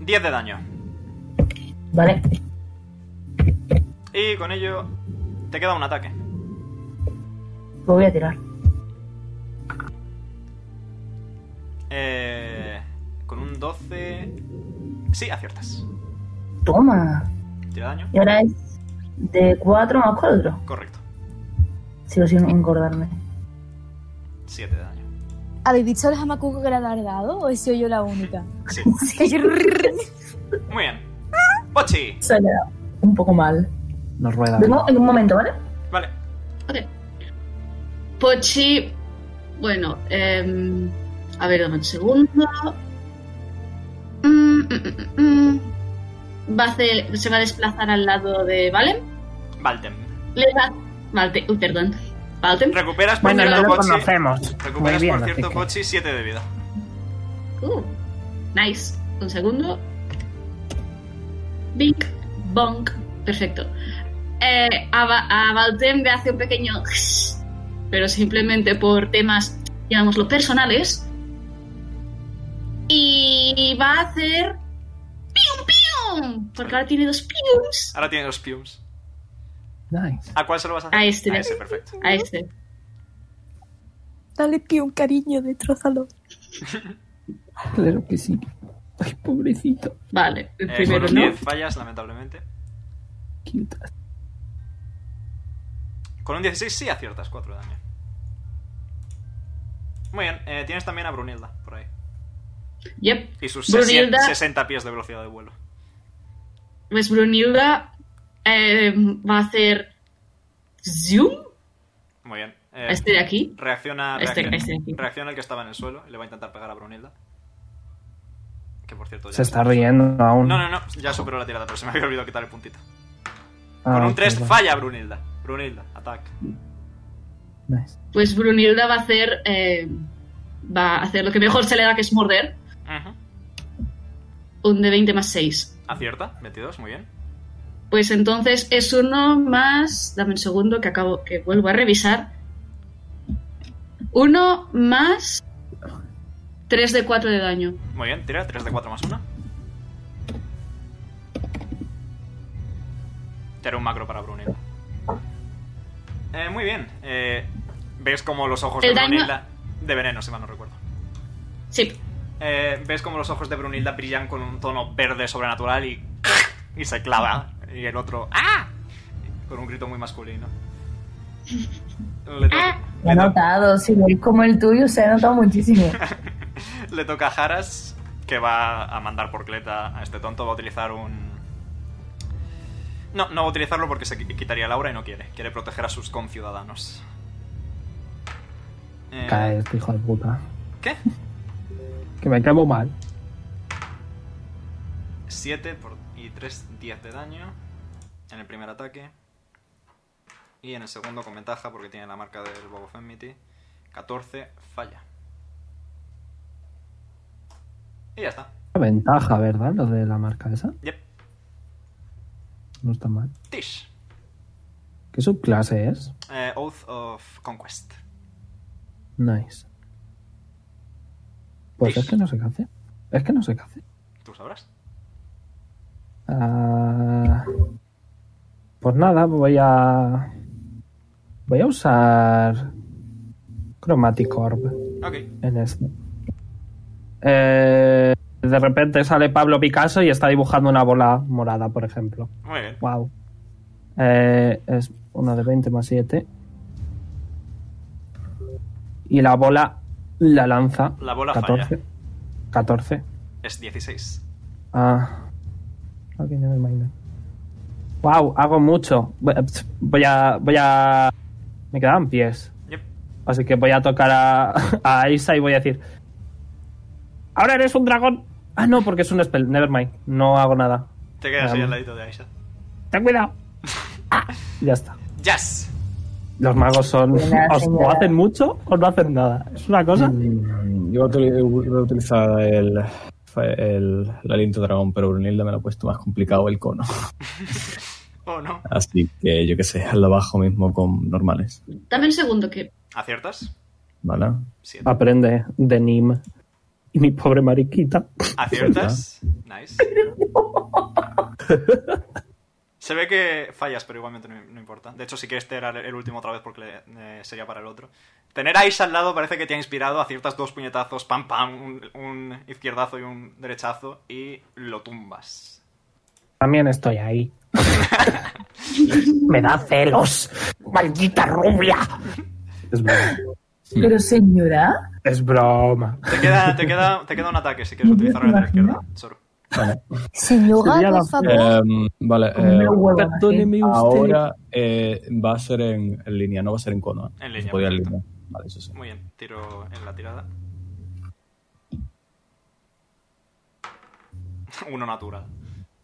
S4: 10 de daño.
S9: Vale. pues
S4: Y con ello te queda un ataque.
S9: Lo voy a tirar.
S4: Eh, con un 12... Sí, aciertas.
S9: Toma.
S4: Tira daño.
S9: Y ahora es de cuatro más cuatro.
S4: Correcto.
S9: Sigo sin engordarme.
S4: 7 de daño.
S8: ¿Habéis visto el hamacuco que le ha dado o he sido yo la única?
S4: Sí.
S8: Que yo-
S4: Muy bien. Pochi.
S9: Se le da un poco mal.
S2: No rueda.
S9: Vengo en un momento, ¿vale?
S4: Vale.
S7: Pochi. Bueno, em, a ver, dame un segundo. Mm, mm, mm, mm. Va a hacer, se va a desplazar al lado de Valen.
S4: Valtem.
S7: Le va. Malte, uy, perdón. Valtem.
S4: Recuperas por
S7: Bueno,
S4: cierto,
S7: no lo
S4: Pochi-
S7: conocemos.
S4: Recuperas
S7: Muy bien,
S4: por
S7: así
S4: cierto,
S7: que-
S4: Pochi, 7 de vida.
S7: Uh, nice. Un segundo. Bing, bong. Perfecto. Eh, a, Ba- a Valtem le hace un pequeño. Pero simplemente por temas, llamémoslo, personales. Y va a hacer. ¡Pium, pium! Porque ahora tiene dos piums.
S4: Ahora tiene dos piums.
S2: Nice.
S4: ¿A cuál se lo vas a hacer?
S7: A este.
S4: A ese, perfecto.
S7: A este.
S8: Dale pium, cariño, destrozalo.
S2: Claro que sí. Ay, pobrecito.
S7: Vale, el
S4: Eh,
S7: primero
S4: con
S7: no.
S4: 10 fallas, lamentablemente. Con un 16 sí aciertas 4 de daño. Muy bien, eh, tienes también a Brunilda por ahí.
S7: Yep.
S4: Y sus
S7: Brunilda-
S4: 60 pies de velocidad de vuelo.
S7: Pues Brunilda eh, va a hacer. Zoom.
S4: Muy bien. Eh,
S7: ¿A este de aquí?
S4: Reacciona,
S7: A este-
S4: reacciona,
S7: a este de aquí.
S4: reacciona el que estaba en el suelo y le va a intentar pegar a Brunilda. Que por cierto. ya-
S2: Se está riendo aún.
S4: No, no, no, ya superó la tirada, pero se me había olvidado quitar el puntito.
S2: Ah,
S4: Con un
S2: ok,
S4: 3
S2: va.
S4: falla Brunilda. Brunilda, ataque.
S7: Pues Brunilda va a hacer. eh, va a hacer lo que mejor se le da, que es morder. Un de 20 más 6.
S4: Acierta, 22, muy bien.
S7: Pues entonces es uno más. Dame un segundo que acabo. que vuelvo a revisar. Uno más. 3 de 4 de daño.
S4: Muy bien, tira 3 de 4 más 1. Tira un macro para Brunilda. Eh, muy bien. eh, ¿Ves como los ojos
S7: El
S4: de
S7: daño-
S4: Brunilda... De veneno, si mal no recuerdo.
S7: Sí.
S4: Eh, ¿Ves como los ojos de Brunilda brillan con un tono verde sobrenatural y... Y se clava. Y el otro... ¡Ah! Con un grito muy masculino. Le, to-
S3: Se ha notado, si veis como el tuyo, se ha notado muchísimo.
S4: le toca a Haras, que va a mandar por cleta a este tonto. Va a utilizar un... No, no va a utilizarlo porque se qui- quitaría Laura y no quiere. Quiere proteger a sus conciudadanos. Eh,
S2: Cae este hijo de puta.
S4: ¿Qué?
S2: Que me cago mal.
S4: 7 por- y 3, 10 de daño en el primer ataque. Y en el segundo con ventaja porque tiene la marca del Bob of Enmity. 14, falla. Y ya está.
S2: Una ventaja, ¿verdad? Lo de la marca esa.
S4: Yep.
S2: No está mal.
S4: Tish.
S2: ¿Qué subclase es?
S4: Eh, Oath of Conquest.
S2: Nice. Pues es que no sé qué hace. Es que no sé qué hace.
S4: Tú sabrás.
S2: Ah, pues nada, voy a. Voy a usar. Chromatic Orb.
S4: Ok.
S2: En esto. Eh, de repente sale Pablo Picasso y está dibujando una bola morada, por ejemplo.
S4: Muy bien.
S2: Wow. Eh, es una de 20 más 7. Y la bola la lanza.
S4: La bola
S2: 14.
S4: falla.
S2: 14.
S4: Es 16.
S2: Ah. Ok, nevermind. Wow, hago mucho. Voy a- Voy a. Voy a. Me quedan pies.
S4: Yep.
S2: Así que voy a tocar a, a Isa y voy a decir. Ahora eres un dragón. Ah, no, porque es un spell. Nevermind. No hago nada.
S4: Te quedas ahí
S2: Um,
S4: al ladito de Aisha.
S2: Ten cuidado. Ah, ya está.
S4: Yes.
S2: Los magos son.
S11: Buena
S2: os- o
S11: señora.
S2: hacen mucho o no hacen nada. Es una cosa.
S11: Mm, Yo voy a utili- voy a utilizar el, el, el aliento dragón, pero Brunilda me lo ha puesto más complicado el cono.
S4: Oh, no.
S11: Así que yo qué sé, lo bajo mismo con normales.
S7: Dame un segundo que.
S4: ¿Aciertas?
S11: ¿Vale?
S2: Aprende de Nim. Y mi pobre mariquita.
S4: ¿Aciertas? Nice. Se ve que fallas, pero igualmente no, no importa. De hecho, si quieres, este era el último otra vez porque le- eh, sería para el otro. Tener a Isa al lado parece que te ha inspirado. Aciertas dos puñetazos, pam, pam, un, un izquierdazo y un derechazo y lo tumbas.
S2: También estoy ahí. Me da celos. Maldita rubia. Es broma.
S3: Pero señora,
S2: Es broma.
S4: Te queda, te queda, te queda un ataque si quieres utilizarlo en la izquierda. Soro.
S11: Vale.
S5: Señora, por favor.
S11: Em, vale,
S5: Con
S11: eh,
S5: una hueva, ¿eh? Perdóneme usted.
S11: ahora eh, va a ser en, en línea, no va a ser en cono. ¿eh?
S4: En línea,
S11: Se podía
S4: perfecto.
S11: línea. Vale, eso sí.
S4: Muy bien, tiro en la tirada. Uno natural.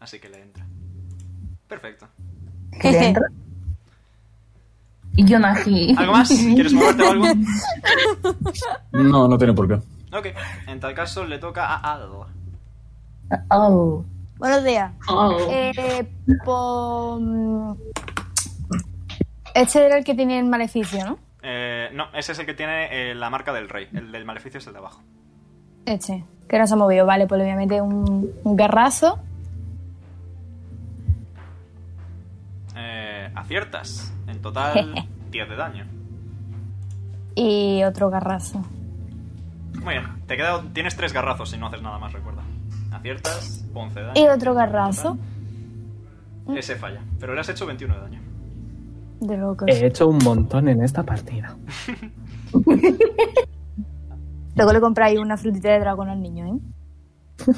S4: Así que le entra. Perfecto.
S3: y yo nací.
S4: ¿Algo más? ¿Quieres moverte o algo?
S11: No, no tiene por qué.
S4: Ok, en tal caso le toca a Al.
S3: Oh.
S8: Buenos días.
S7: Oh.
S8: Eh, po- mm, Este era el que tenía el maleficio, ¿no?
S4: Eh, no, ese es el que tiene eh, la marca del rey. El del maleficio es el de abajo.
S8: Este. Que no se ha movido. Vale, pues le voy a meter un, un garrazo.
S4: Eh, aciertas. En total, 10 de daño.
S8: Y otro garrazo.
S4: Muy bien. Te queda, tienes 3 garrazos si no haces nada más, recuerda. Aciertas, 11 de daño.
S8: Y otro garrazo.
S4: Ese falla. Pero le has hecho 21 de daño.
S8: De locos.
S2: He hecho un montón en esta partida.
S8: Luego le compráis una frutita de dragón al niño, ¿eh?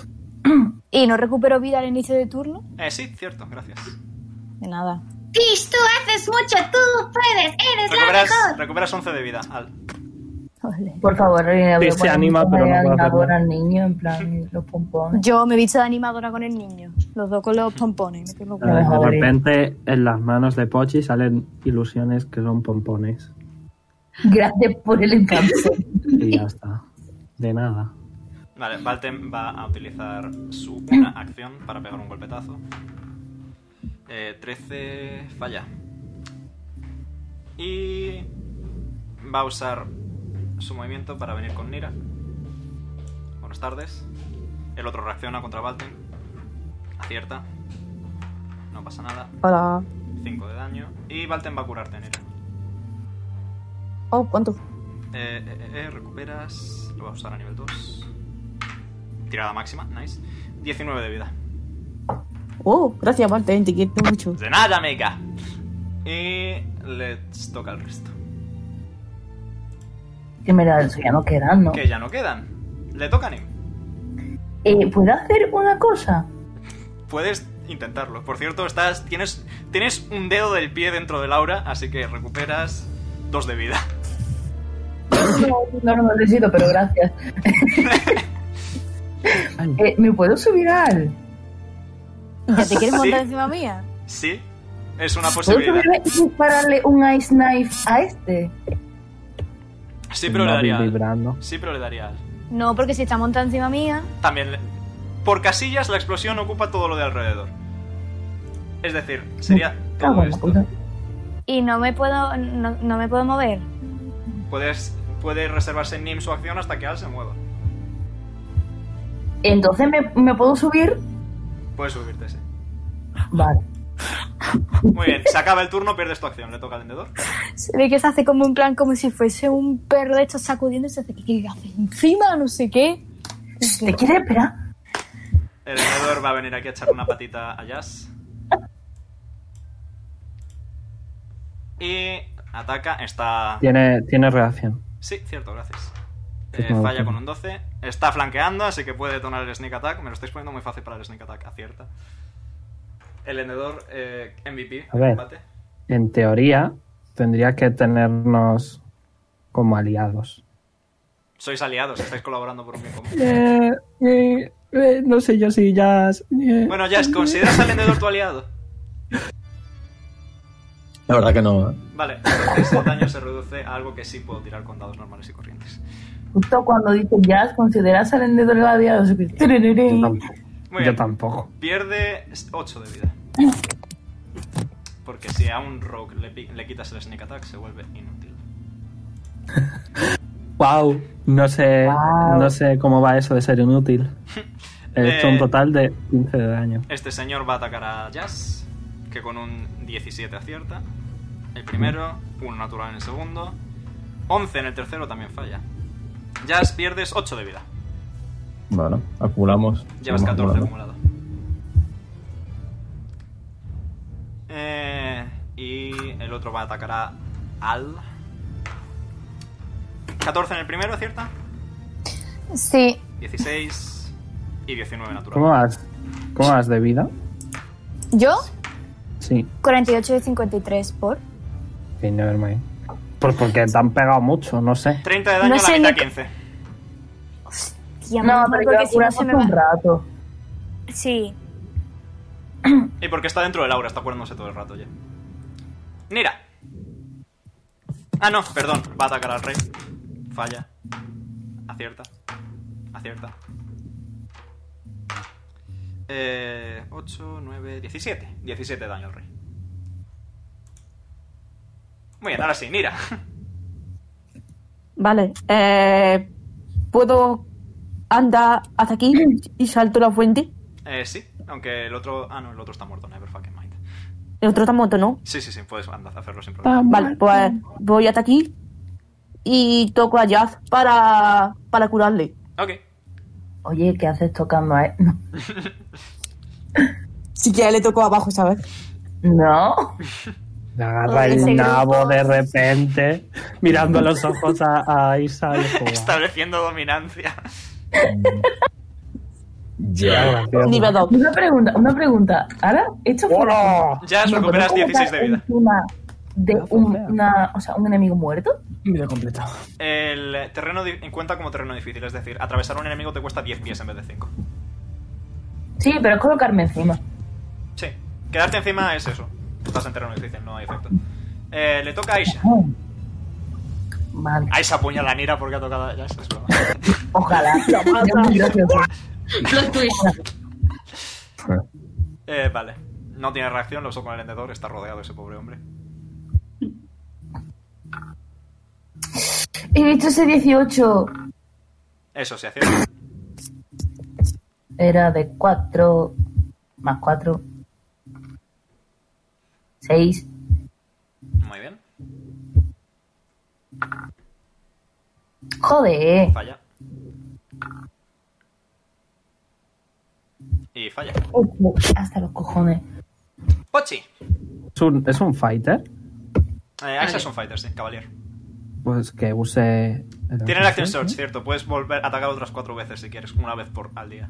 S8: y no recupero vida al inicio de turno.
S4: Eh, sí, cierto, gracias.
S8: De nada.
S14: Tish, tú haces mucho, tú puedes, eres
S4: Recuperas,
S14: la mejor.
S4: recuperas 11 de vida, Al.
S9: Por favor, Reina, voy
S2: Sí,
S9: a
S2: se
S9: poner
S2: anima,
S9: mi
S2: pero
S9: cara
S2: no puede hacer
S9: animadora
S2: nada.
S9: al niño, en plan, los pompones.
S8: Yo me he visto de animadora con el niño. Los dos con los pompones. me tengo que-
S2: Ah, de repente, en las manos de Pochi salen ilusiones que son pompones.
S9: Gracias por el encanto.
S2: Y ya está. De nada.
S4: Vale, Valtem va a utilizar su una acción para pegar un golpetazo. Eh, 13 falla. Y va a usar su movimiento para venir con Nira. Buenas tardes. El otro reacciona contra Valtem. Acierta. No pasa nada.
S12: Hola.
S4: 5 de daño. Y Valtem va a curarte, Nira.
S12: Oh, ¿cuánto?
S4: Eh, eh, eh, recuperas. Lo voy a usar a nivel 2. Tirada máxima, nice. 19 de vida.
S12: Oh, gracias, Martín, te quiero mucho.
S4: De nada, meca. Y les toca el resto.
S9: Que me la eso ya no queda, ¿no?
S4: Que ya no quedan. Le toca a Nim.
S9: Eh, ¿Puedo hacer una cosa?
S4: Puedes intentarlo. Por cierto, estás. Tienes. Tienes un dedo del pie dentro del aura, así que recuperas dos de vida.
S9: No, no lo necesito, pero gracias. Eh, ¿Me puedo subir al?
S8: ¿Que ¿Te quieres
S4: Sí.
S8: montar encima mía?
S4: Sí, es una
S9: ¿Puedo
S4: posibilidad.
S9: subirme y dispararle un ice knife a este?
S4: Sí, pero le daría. al. Sí, pero le daría. al.
S8: No, porque si está montada encima mía.
S4: También. le- Por casillas, la explosión ocupa todo lo de alrededor. Es decir, sería
S9: Ah,
S4: todo esto.
S9: pues,
S8: Y no me puedo, no, no me puedo mover.
S4: Puedes, puede reservarse Nim su acción hasta que Al se mueva.
S9: Entonces me, me puedo subir.
S4: Puedes subirte ese.
S9: Vale.
S4: Muy bien, se acaba el turno, pierdes tu acción. Le toca al vendedor.
S8: Se ve que se hace como un plan, como si fuese un perro de estos sacudiendo y se hace que ¿qué haces encima, no sé qué.
S9: ¿Te quieres esperar?
S4: El vendedor va a venir aquí a echar una patita a Jazz. Y ataca. Está.
S2: Tiene, tiene reacción.
S4: Sí, cierto, gracias.
S2: Sí,
S4: Eh,
S2: no,
S4: falla
S2: sí.
S4: con un 12. Está flanqueando, así que puede detonar el sneak attack. Me lo estáis poniendo muy fácil para el sneak attack. Acierta. El vendedor eh, MVP.
S2: A ver.
S4: combate.
S2: En teoría, tendría que tenernos como aliados.
S4: Sois aliados, estáis colaborando por un bien común.
S2: Eh. no sé yo si ya. eh.
S4: Bueno, Jazz, ¿consideras al vendedor tu aliado?
S11: La verdad que no. ¿eh?
S4: Vale, entonces el daño se reduce a algo que sí puedo tirar con dados normales y corrientes.
S9: Justo cuando dice jazz, consideras al endedor de adiós.
S4: Muy
S2: Yo
S4: bien.
S2: tampoco.
S4: Pierde 8 de vida. Porque si a un rogue le, pi- le quitas el sneak attack, se vuelve inútil.
S2: ¡Wow! No sé,
S4: Guau.
S2: no sé cómo va eso de ser inútil. He hecho
S4: Eh.
S2: un total de 15 de daño.
S4: Este señor va a atacar a Jazz, que con un 17 acierta. El primero, un natural en el segundo. 11 en el tercero también falla. Jazz pierdes 8 de vida.
S11: Bueno, acumulamos.
S4: Llevas
S11: Vamos
S4: 14
S11: acumulando.
S4: acumulado. Eh, y el otro va a atacar a Al. 14 en el primero, ¿acierta?
S8: Sí.
S4: 16 y 19 natural.
S2: ¿Cómo vas? ¿Cómo vas de vida?
S8: ¿Yo?
S2: Sí,
S8: 48 de 53 por.
S2: que nevermind. Pues porque te han pegado mucho, no sé.
S4: 30 de daño
S8: No
S4: a la
S8: sé
S4: mitad
S8: ni-
S4: 15.
S8: Tía, menos mal, porque si no se me va.
S9: un rato.
S8: Sí.
S4: Y porque está dentro del aura, está curándose todo el rato ya. Mira. Ah, no, perdón. Va a atacar al rey. Falla. Acierta. Acierta. Eh, 8, 9, 17. 17 daño al rey. Muy bien, ahora sí, mira.
S12: Vale, eh, puedo anda hasta aquí y salto la fuente.
S4: Eh, sí, aunque el otro. Ah, no, el otro está muerto, never fucking mind.
S12: El otro está muerto, ¿no?
S4: Sí, sí, sí, puedes andar a hacerlo sin problema.
S12: Vale, pues voy hasta aquí y toco a Jazz para, para curarle.
S4: Ok.
S9: Oye, ¿qué haces tocando a él? No.
S12: Sí que a él le tocó abajo, ¿sabes?
S9: No.
S2: Le agarra el nabo de repente, mirando a los ojos a, a Isa. y juega.
S4: Estableciendo dominancia.
S2: Ya,
S9: Nivel dos. Una pregunta, una pregunta. Ahora, esto fue.
S2: Hola.
S4: Ya
S9: ¿Me
S4: recuperas
S9: puedo
S4: 16 de
S9: colocar
S4: vida.
S9: encima de un, una, o sea, un enemigo muerto?
S16: Vida completa.
S4: El terreno di- cuenta como terreno difícil, es decir, atravesar un enemigo te cuesta 10 pies en vez de 5.
S9: Sí, pero es colocarme encima.
S4: Sí, quedarte encima es eso. Estás en terreno difícil, no hay efecto. Eh, le toca a Aisha.
S9: Vale.
S4: Aisha apuñala a Nira porque ha tocado a Jazz, es broma.
S9: Ojalá.
S7: Plot twist.
S4: Eh, vale. No tiene reacción, lo usó con el vendedor, está rodeado ese pobre hombre.
S9: He visto ese 18.
S4: Eso se acierta.
S9: Era de 4 más 4. 6.
S4: Muy bien.
S9: Joder.
S4: Falla. Y falla.
S9: Ojo, Hasta los cojones.
S4: Pochi. Eh,
S2: ¿Es un, ¿Es un fighter?
S4: Aisha es un fighter, sí, caballero.
S2: Pues que use. el
S4: Tiene el Action
S2: acceso.
S4: Search, cierto. Puedes volver a atacar otras cuatro veces si quieres, una vez por al día.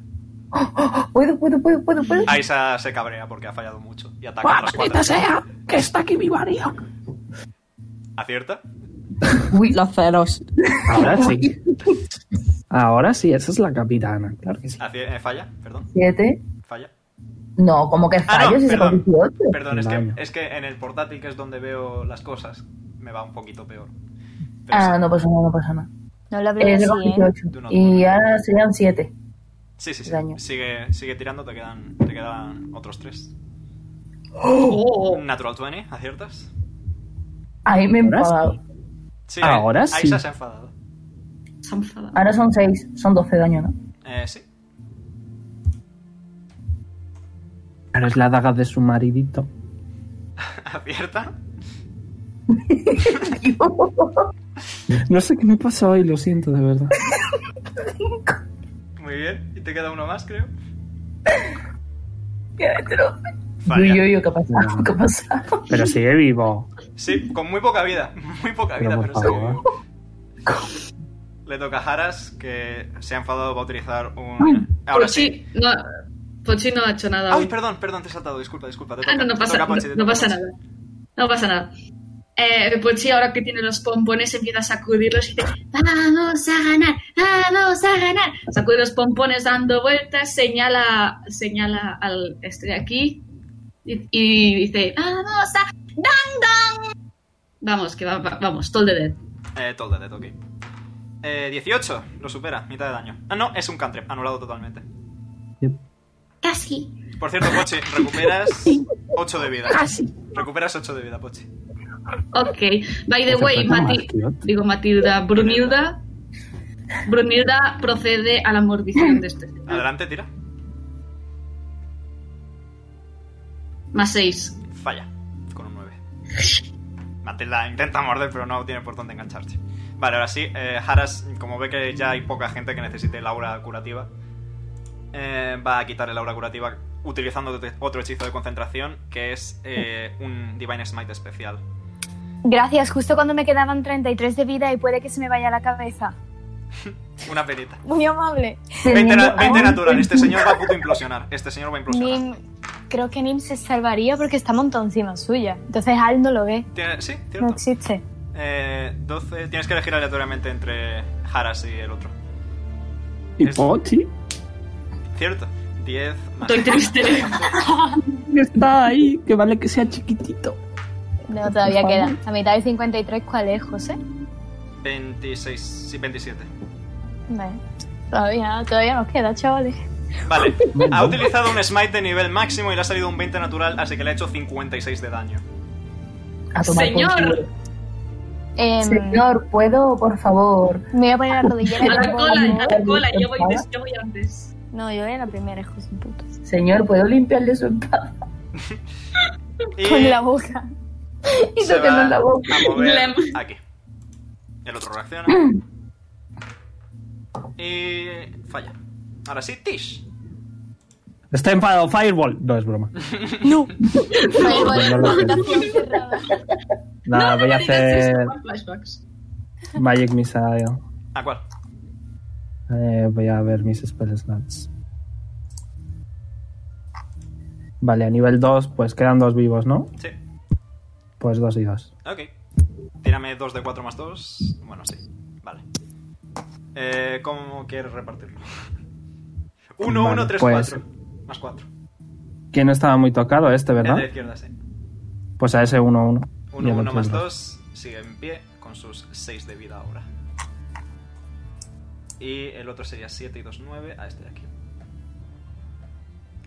S9: Puedo, puedo, puedo, puedo, puedo.
S4: Aisa se cabrea porque ha fallado mucho y ataca otras
S12: ¡Maldita
S4: cuatro.
S12: sea! ¡Que está aquí mi marido!
S4: ¿Acierta?
S12: Uy, los ceros.
S2: Ahora sí. Ahora sí, esa es la capitana. Claro que sí.
S4: Aci- eh, falla, perdón.
S9: 7.
S4: Falla.
S9: No, como que
S4: Ah,
S9: fallo
S4: no,
S9: si se
S4: perdón.
S9: con 18.
S4: Perdón, es que,
S2: Daño.
S4: es que en el portátil, que es donde veo las cosas, me va un poquito peor. Pero
S9: Ah, no pasa nada, no pasa nada.
S8: No lo hablé
S9: Eh,
S8: así,
S9: le bajo
S8: ¿eh?
S9: 18. Y ahora serían 7.
S4: Sí, sí, sí.
S9: Daño.
S4: Sigue, sigue tirando, te quedan, te quedan otros tres.
S2: ¡Oh!
S4: Natural 20, ¿aciertas?
S9: Ahí me he
S2: Ahora sí.
S9: enfadado.
S4: Sí,
S2: Ahora
S4: Aisa
S2: sí.
S4: se ha enfadado.
S9: Ahora son 6. Son 12 daño, ¿no?
S4: Eh, sí.
S2: Pero es la daga de su maridito.
S4: ¿Acierta?
S2: No sé qué me pasa hoy, lo siento de verdad.
S4: Muy bien. Y te queda uno más, creo.
S9: Qué destrozo.
S4: Falla.
S9: Yo, yo, yo, ¿qué ha pasado? ¿Qué ha pasado?
S2: Pero sigue vivo.
S4: Sí, con muy poca vida. Muy poca
S2: Pero
S4: vida,
S2: por
S4: pero sí.
S2: favor.
S4: Le toca a Haras, que se ha enfadado, va a utilizar
S7: Uy, pues
S4: un... Ahora sí.
S7: Pochi no, Pochi no ha hecho nada.
S4: Ay,
S7: aún.
S4: perdón, perdón, te he saltado, disculpa, disculpa. Te
S7: Ah,
S4: toca,
S7: no, no
S4: te
S7: pasa,
S4: toca,
S7: no,
S4: Pochi, te
S7: no
S4: toca,
S7: pasa
S4: Pochi.
S7: nada. No pasa nada. Eh, Pochi, ahora que tiene los pompones, empieza a sacudirlos y dice:
S14: Vamos a ganar, vamos a ganar.
S7: Sacude los pompones dando vueltas, señala, señala al este de aquí y, y dice, "Ah,
S14: Vamos a... ¡Dang, dang!
S7: vamos, que va- va- vamos, todo de dead.
S4: Eh, todo de toque. Eh, 18, lo supera, mitad de daño. Ah, no, es un cantrip, anulado totalmente.
S14: Casi.
S4: Por cierto, Pochi, recuperas 8 de vida. Recuperas 8 de vida, Pochi.
S7: Ok, by the
S2: Hace
S7: way,
S2: falta
S7: Mati-
S2: más, tío.
S7: digo Matilda, Brunilda, Brunilda procede a la mordición de este.
S4: Adelante, tira.
S7: Más 6.
S4: Falla, con un 9. Matilda intenta morder, pero no tiene por dónde engancharse. Vale, ahora sí, eh, Haras, como ve que ya hay poca gente que necesite el aura curativa, eh, va a quitar el aura curativa utilizando otro- otro hechizo de concentración, que es eh, un Divine Smite especial.
S8: Gracias, justo cuando me quedaban 33 de vida y puede que se me vaya la cabeza.
S4: Una perita.
S8: Muy amable.
S4: 20, na- 20 natural, este señor va a puto implosionar. Este señor va a implosionar.
S8: Nim, creo que Nim se salvaría porque está montado encima suya. Entonces Al no lo ve.
S4: Tiene- sí, cierto.
S8: No existe.
S4: Eh, 12. Tienes que elegir aleatoriamente entre Haras y el otro.
S2: ¿Y Pochi?
S4: Cierto. 10 más.
S7: Estoy triste.
S2: Está ahí, que vale que sea chiquitito.
S8: No, todavía
S2: Por
S8: queda.
S2: favor.
S8: La mitad de 53, ¿cuál es, José?
S4: 26. Sí, 27.
S8: Vale. Todavía, todavía nos queda, chavales.
S4: Vale. Ha utilizado un smite de nivel máximo y le ha salido un 20 natural, así que le ha hecho 56 de daño.
S9: A tomar por
S7: Señor.
S9: culo.
S8: Em,
S9: Señor, ¿puedo, por favor?
S8: Me voy a poner la rodillera.
S7: A la cola, a la cola, yo voy,
S9: Espada.
S7: des- yo voy antes.
S8: No, yo voy a la primera, hijo de puta.
S9: Señor, ¿puedo limpiarle su espada?
S4: Y
S8: Con la boca.
S9: Y
S4: se
S9: tocando
S4: va
S9: en la boca.
S4: a mover
S7: Blem.
S4: aquí. El otro reacciona. Y falla. Ahora sí, Tish.
S2: Está enfadado Fireball. No, es broma.
S8: No.
S2: No lo
S8: habitación cerrada.
S2: Nada, voy a hacer
S7: Flashbacks.
S2: Magic Missile.
S4: ¿A cuál?
S2: Eh, voy a ver mis spell slots. Vale, a nivel 2, pues quedan dos vivos, ¿no?
S4: Sí.
S2: Pues dos y dos.
S4: Ok. Tírame 2 de 4 más 2. Bueno, sí. Vale. Eh, ¿Cómo quieres repartirlo? 1,
S2: Vale,
S4: 1, 3,
S2: pues-
S4: 4. Más 4.
S2: ¿Quién estaba muy tocado? Este,
S4: El de
S2: ¿verdad?
S4: la izquierda, sí.
S2: Pues a ese 1-1.
S4: 1,
S2: Y el
S4: 1 más
S2: otro
S4: 2. Sigue en pie con sus 6 de vida ahora. Y el otro sería 7 y 2, 9. A este de aquí.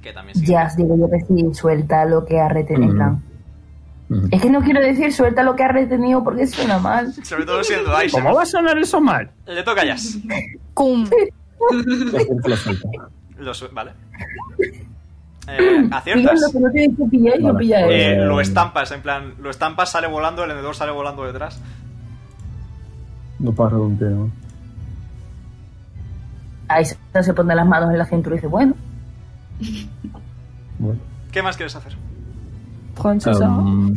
S4: Que también sigue.
S9: Ya, digo yo que sí, suelta lo que ha retenido. Es que no quiero decir suelta lo que ha retenido porque suena mal.
S4: Sobre todo siendo Aisha.
S2: ¿Cómo va a sonar eso mal?
S4: Le toca a Jazz.
S8: Cum.
S4: Lo su- vale. Eh, aciertas.
S9: Díganlo, que no tiene que pillar y no
S11: Vale.
S9: pilla él.
S4: Eh,
S11: Eh,
S4: lo estampas, en plan, lo estampas, sale volando, el vendedor sale volando detrás.
S11: No pasa un tema.
S9: Ahí se se pone las manos en la cintura y dice, bueno,
S11: Bueno.
S4: ¿Qué más quieres hacer?
S11: Um,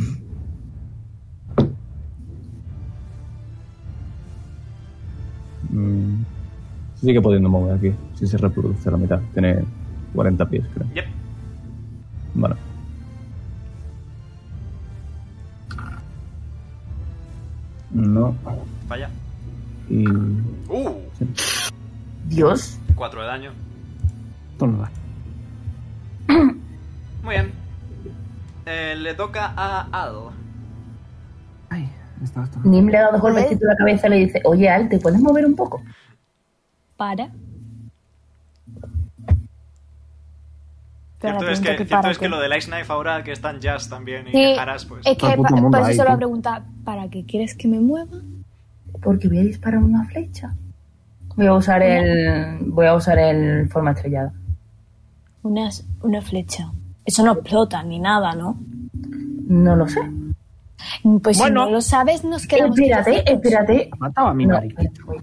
S11: mm, se sigue pudiendo mover aquí. Si se reproduce a la mitad. Tiene 40 pies, creo.
S4: Yep.
S11: Bueno. No.
S4: Vaya.
S11: Y.
S4: Uh,
S9: Dios.
S4: 4 de daño.
S2: Tú no das.
S4: Muy bien. Eh, le toca a Al.
S9: Nim le ha dado golpecito en la cabeza y le dice, oye, Al, ¿te puedes mover un poco?
S8: Para. Pero la
S4: Cierto es
S8: pregunta
S4: que,
S8: es que
S4: cierto
S8: para,
S4: es que
S8: ¿qué?
S4: lo del Ice Knife ahora que están Jazz también y
S8: Sí,
S4: Haras, pues.
S8: es que
S2: Todo el
S8: pa-
S2: mundo
S8: por eso
S2: ahí,
S8: se lo
S2: tú.
S8: ha preguntado. ¿Para qué quieres que me mueva?
S9: Porque voy a disparar una flecha. Voy a usar el. Voy a usar el forma estrellada.
S8: Una, una flecha. Eso no explota ni nada, ¿no?
S9: No lo sé.
S8: Pues
S2: Bueno.
S8: si no lo sabes, nos quedamos.
S9: Espérate,
S8: quietecitos.
S9: espérate.
S2: Ha matado a mi
S9: No,
S2: nariz.
S9: voy,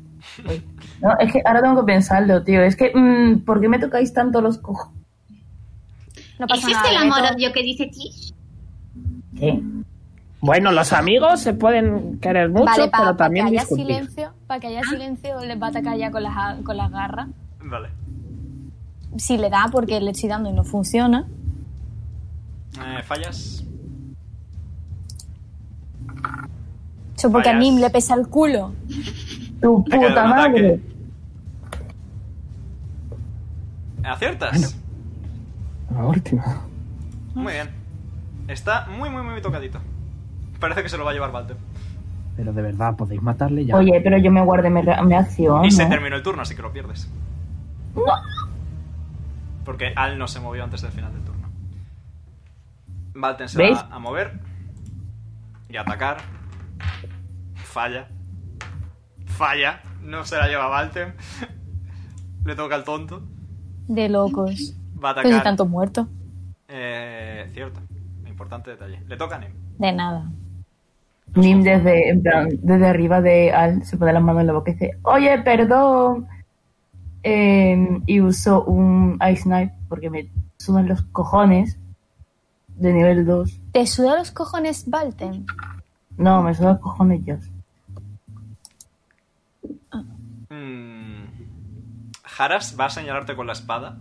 S9: voy. No, es que ahora tengo que pensarlo, tío. Es que, mm, ¿por qué me tocáis tanto los cojos?
S8: No pasa
S14: ¿Ese es
S8: nada, ¿eh?
S14: el
S8: Beto.
S14: amor odio que dice Tish?
S9: ¿Qué?
S2: Bueno, los amigos se pueden querer mucho,
S8: Vale, para
S2: pero también
S8: que haya
S2: discutir.
S8: silencio, para que haya
S9: Ah.
S8: silencio, les va a atacar ya con las, a- con las garras.
S4: Vale.
S8: Si le da, porque le estoy dando y no funciona.
S4: Eh, fallas.
S8: Eso porque a
S4: Vayas.
S8: Nim le pesa el culo.
S9: Tu
S4: Te queda
S9: puta
S4: un ataque.
S9: madre.
S4: Aciertas.
S2: La última.
S4: Muy bien. Está muy, muy, muy tocadito. Parece que se lo va a llevar Valtem.
S2: Pero de verdad, podéis matarle ya.
S9: Oye, pero yo me guardé mi, re- mi
S8: Ah,
S9: acción.
S4: Y se
S9: ¿no?
S4: terminó el turno, así que lo pierdes. Porque Al no se movió antes del final del turno. Valten se
S9: ¿Veis?
S4: va a mover y a atacar. Falla. Falla. No se la lleva Valten. Le toca al tonto.
S8: De locos.
S4: Va a
S8: Pues si
S4: atacar.
S8: tantos muertos.
S4: Eh, cierto. Importante detalle. Le toca a Nim.
S8: De nada.
S9: Nim desde, en plan, desde arriba de Al se pone las manos en la boca y dice, oye, perdón. Eh, y uso un Ice Knife porque me sudan los cojones de nivel 2.
S8: Te suda los cojones, Valten.
S9: No, me sudan los cojones yo.
S4: Mm. Haras va a señalarte con la espada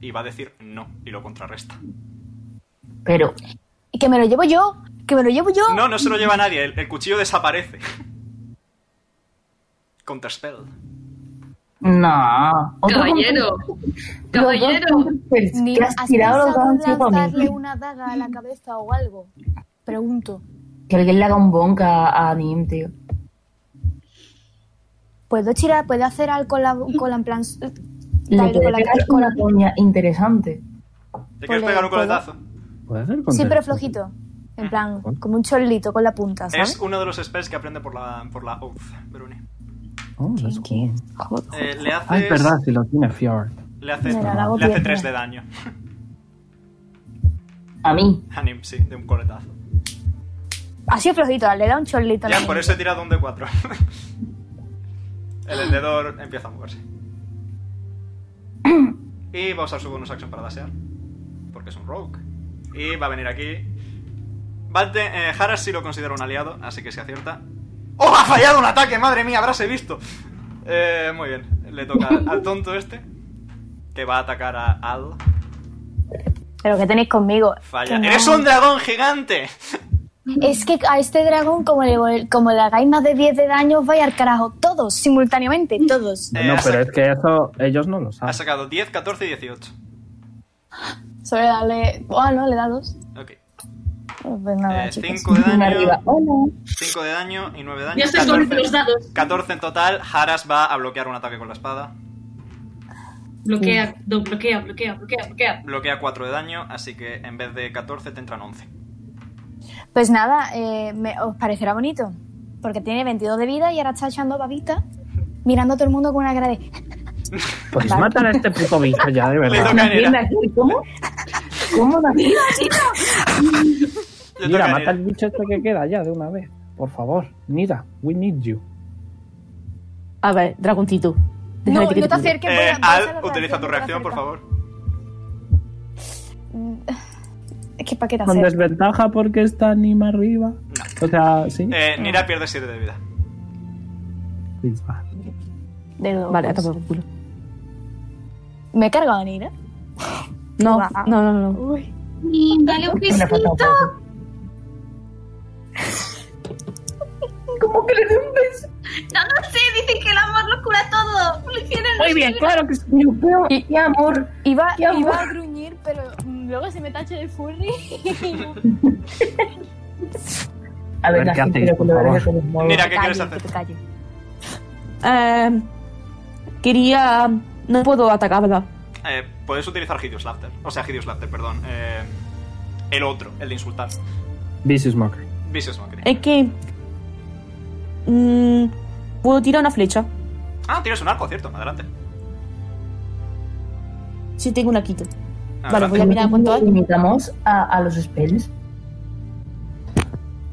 S4: y va a decir no y lo contrarresta.
S9: Pero,
S8: Y que me lo llevo yo. Que me lo llevo yo.
S4: No, no se lo lleva nadie. El, el cuchillo desaparece. Counterspell.
S9: no. Otro
S7: Caballero.
S9: con- los dos
S7: Caballero.
S9: con- pues,
S8: Ni-
S9: ¿Qué has
S8: ¿has
S9: tirado los dos
S8: pensado en
S9: encima a mí?
S8: lanzarle una daga a la cabeza o algo? Pregunto.
S9: Que alguien le haga un bonka a Nim, tío.
S8: ¿Puedo tirar? ¿Puedo hacer algo con la, con la en plan...
S9: Le
S8: Dale
S9: puede
S8: con la
S9: pegar
S8: cabeza.
S9: una coña interesante.
S4: ¿Te quieres
S8: Ole,
S4: pegar un
S8: ¿puedo?
S4: coletazo?
S2: ¿Puede hacer
S8: Sí,
S2: contra-
S8: pero flojito. En En plan, como un chorlito con la punta, ¿sabes?
S4: Ah.
S2: ¿eh?
S4: Es uno de los spells que aprende por la, por la Oath, Verone.
S2: Oh, that's cool.
S4: Eh, le haces, Eh,
S2: Ah, es verdad, si lo tiene Fjord.
S4: le hace,
S2: Mira, la hago
S4: le hace
S2: bien,
S4: 3 de daño.
S9: A mí.
S4: A Nim, sí, de un coletazo.
S8: Ha sido flojito, le da un chorlito. a la
S4: Ya, por eso he tirado un D4. El vendedor empieza a moverse. Y va a usar su bonus action para dasear. Porque es un rogue. Y va a venir aquí. Valte, eh, Haras sí lo considera un aliado, así que si acierta. ¡Oh, ha fallado un ataque! ¡Madre mía, habráse visto! Eh, muy bien, le toca al tonto este. Que va a atacar a Al.
S8: Pero que tenéis conmigo.
S4: Falla.
S8: Que no.
S4: ¡Eres un dragón gigante!
S8: Es que a este dragón, como le, como le hagáis más de 10 de daño, os vais al carajo. Todos, simultáneamente, todos.
S2: No, pero es que eso ellos no lo
S4: Ha
S2: saben.
S4: sacado 10, 14 y 18.
S8: Solo dale. Ah, no, le da dos.
S4: Ok.
S8: Pues nada,
S4: Eh,
S8: chicos.
S4: cinco de daño.
S8: Arriba. Hola.
S4: 5 de daño y 9 de daño.
S7: Ya estoy con los dados.
S4: 14 en total. Haras va a bloquear un ataque con la espada.
S7: Bloquea, no, bloquea, bloquea, bloquea, bloquea.
S4: Bloquea 4 de daño, así que en vez de 14 te entran 11.
S8: Pues nada, eh, me- os parecerá bonito. Porque tiene 22 de vida y ahora está echando babita, mirando a todo el mundo con una cara de.
S2: Podéis matar a este puto bicho ya, de verdad.
S8: ¿Cómo?
S9: ¿Cómo David?
S2: Mira, mata al bicho este que queda ya de una vez. Por favor, Nira, we need you.
S12: A ver, dragoncito.
S8: No,
S12: déjame
S8: no
S12: que
S8: te
S12: tire.
S8: acerques. voy
S4: Eh,
S8: a- voy a hacer
S4: Al,
S8: la
S4: utiliza tu reacción,
S8: reacción,
S4: por favor.
S8: Es que pa' qué te
S2: Con
S8: hacer.
S2: desventaja porque está Nima arriba. O sea, sí.
S4: Eh, Nira pierde 7 de vida.
S2: Please, va.
S12: Vale, a tomar por culo.
S8: Me he cargado a Nira.
S12: No,
S8: Va.
S12: no, no, no.
S8: Uy.
S14: Nim, dale un besito.
S9: ¿Cómo que le doy un beso?
S14: No, no sé, dicen que el amor lo cura todo. Lo hicieron
S9: Muy
S14: los
S9: bien,
S14: libros.
S9: claro que sí. Yo veo-
S8: Y-
S9: qué amor.
S8: Iba,
S9: Qué amor.
S8: iba a gruñir, pero mm, luego se me tacha de furry. y no-
S9: A ver,
S2: ver qué
S9: Daphne,
S2: hacéis,
S9: pero
S2: por
S9: que lo
S2: favor.
S9: veré con los modos.
S4: Mira, ¿qué
S12: Calle,
S4: quieres
S12: que
S4: hacer?
S12: te calle. Eh, quería. No puedo atacar, ¿verdad?
S4: Eh, puedes utilizar Hideous Laughter. O sea, Hideous Laughter, perdón. Eh, el otro, el de insultar.
S2: Vicious Mocker.
S4: Vicious Mockery.
S12: Es que. mm, puedo tirar una flecha.
S4: Ah, tienes un arco, cierto. Adelante.
S12: Si tengo una quito.
S4: Ah,
S12: vale,
S4: gracias.
S12: voy a mirar cuánto hay.
S9: Limitamos a, a los spells.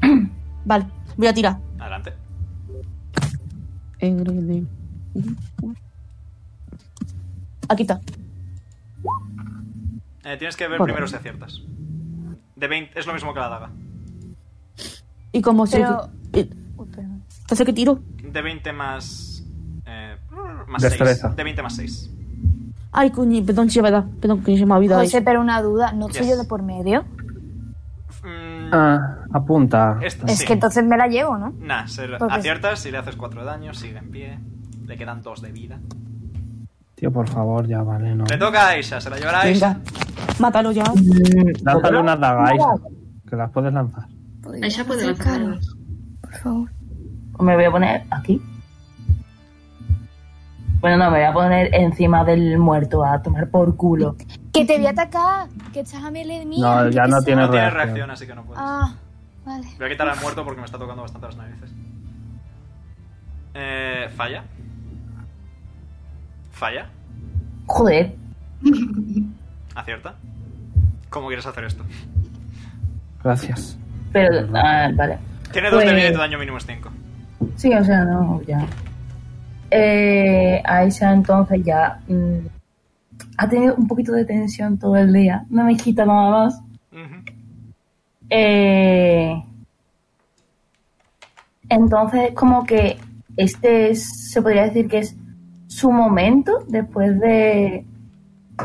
S12: Vale, voy a tirar.
S4: Adelante.
S12: Aquí está.
S4: Eh, tienes que ver
S12: Vale.
S4: primero si aciertas. De 20, es lo mismo que la daga.
S12: Y como se.
S8: Pero-
S12: eh, Entonces, ¿qué tiro?
S4: De 20 más. Eh, más
S2: Destreza.
S4: 6. De 20 más 6.
S12: Ay, coño, perdón, sí, verdad. Perdón, que se me ha olvidado
S8: José,
S12: eso.
S8: pero una duda, ¿no estoy
S4: Yes.
S8: yo de por medio?
S2: Ah, apunta.
S8: Es que entonces me la llevo, ¿no?
S4: Nah, se lo-
S8: Porque-
S4: aciertas y le haces 4 de daño, sigue en pie. Le quedan 2 de vida.
S2: Tío, por favor, ya vale, no.
S4: Le toca a Aisha, se la llevará Aisha.
S12: Venga, mátalo ya.
S2: Mm, Lánzale unas dagas, Aisha, que las puedes lanzar.
S7: Aisha puede lanzar. dados.
S8: Por favor.
S9: Me voy a poner aquí. Bueno, no, me voy a poner encima del muerto a tomar por culo.
S8: Que te voy a atacar, que estás a melee mía.
S2: No, ya no tiene
S4: No tiene
S2: reacción.
S4: reacción, así que no puedes.
S8: Ah, vale.
S4: Voy a quitar al muerto porque me está tocando bastante las narices. Eh, falla. Falla.
S9: Joder.
S4: Acierta. ¿Cómo quieres hacer esto?
S2: Gracias.
S9: Pero, ah, vale.
S4: Tiene 2 de
S9: Pues-
S4: vida y tu daño mínimo es 5.
S9: Sí, o sea, no, ya. Eh, Aisha entonces ya mm, ha tenido un poquito de tensión todo el día. No me quita nada más. Eh, entonces, como que este es- se podría decir que es su momento después de,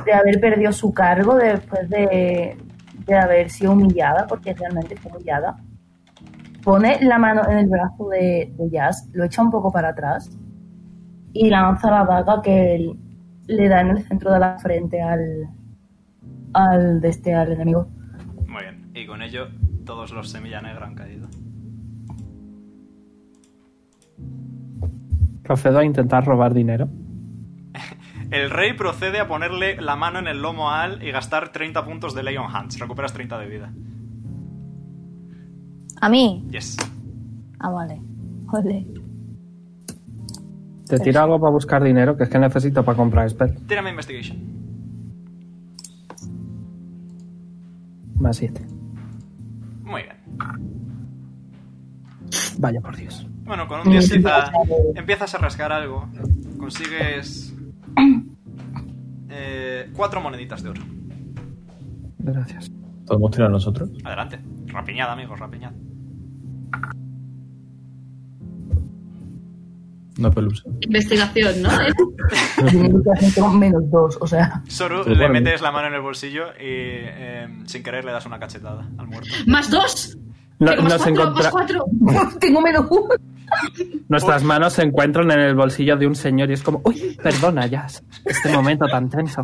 S9: de haber perdido su cargo, después de, de haber sido humillada, porque realmente fue humillada. Pone la mano en el brazo de, de Jazz, lo echa un poco para atrás y lanza la daga que él- le da en el centro de la frente al, al, de este, al enemigo.
S4: Muy bien. Y con ello, todos los semilla negra han caído.
S2: Procedo a intentar robar dinero.
S4: El rey procede a ponerle la mano en el lomo a Al y gastar 30 puntos de Leon Hands. Recuperas 30 de vida.
S8: ¿A mí?
S4: Yes.
S8: Ah, vale. Ole.
S2: Te tira algo para buscar dinero, que es que necesito para comprar spell.
S4: Tírame investigation.
S2: Más 7.
S4: Muy bien.
S2: Vaya por Dios.
S4: Bueno, con un 10 quizá empiezas a rascar algo. Consigues. eh, cuatro moneditas de oro.
S2: Gracias.
S11: ¿Podemos tirar nosotros?
S4: Adelante. Rapiñada, amigos, rapiñada.
S11: No, pelusa.
S7: Investigación, ¿no?
S9: menos dos, o sea.
S4: Soru,
S11: Pero
S4: le
S11: bueno.
S4: metes la mano en el bolsillo y eh, sin querer le das una cachetada al muerto.
S7: ¡Más dos!
S2: No-
S7: Tengo más
S2: nos
S7: cuatro,
S2: encontra-
S7: más cuatro.
S9: Tengo menos uno.
S2: Nuestras manos se encuentran en el bolsillo de un señor y es como, uy, perdona, Jazz. Este momento tan tenso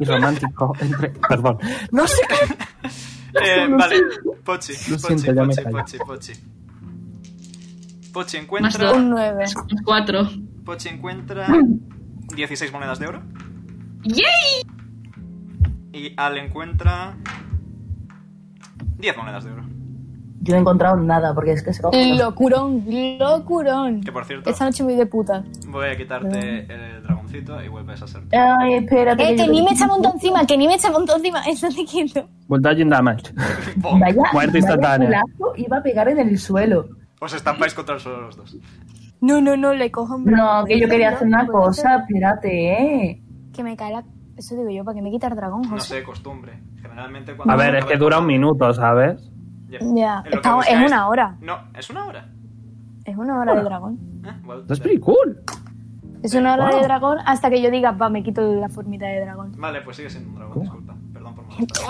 S2: y romántico entre... Perdón. No sé qué...
S4: Eh,
S2: No
S4: vale,
S2: sé.
S4: Pochi,
S2: Lo
S4: Pochi,
S2: siento, ya me
S4: Pochi,
S2: callo.
S4: Pochi, Pochi. Pochi
S7: Más
S4: encuentra.
S7: dos. Más cuatro.
S4: Pochi encuentra 16 monedas de oro.
S7: ¡Yay!
S4: Y Al encuentra 10 monedas de oro.
S9: Yo no he encontrado nada, porque es que se
S14: Locurón, locurón.
S4: Que por cierto,
S14: Esta noche me voy de puta.
S4: voy a quitarte el dragoncito y vuelves a ser.
S9: Ay, espérate.
S14: Eh,
S9: que
S14: que
S9: yo-
S14: ni me echa montón encima, que ni me echa montón encima. Eso te quieto.
S2: Voltaje in damage.
S9: Vaya,
S2: Muerte
S9: vaya
S2: instantánea.
S9: culazo iba a pegar en el suelo.
S4: Os estampáis contra el suelo los dos.
S8: No, no, no, le cojo un
S9: No, que yo quería hacer una
S8: ¿Puedo
S9: cosa,
S8: hacer?
S9: espérate, eh.
S8: Que me cae la... Eso digo yo, ¿para que me quita el dragón,
S4: No
S8: José?
S4: sé, costumbre. Generalmente cuando.
S2: A ver, es que dura un minuto, ¿sabes?
S4: Ya.
S8: Ya,
S4: En lo que
S8: estamos- es
S4: buscáis-
S8: una hora.
S4: No, es una hora.
S8: Es una hora de dragón.
S4: Ah, well,
S2: That's pretty cool.
S8: Es una hora
S2: Wow.
S8: de dragón hasta que yo diga, va, me quito la formita de dragón.
S4: Vale, pues sigue siendo un dragón, disculpa. Perdón por molestar.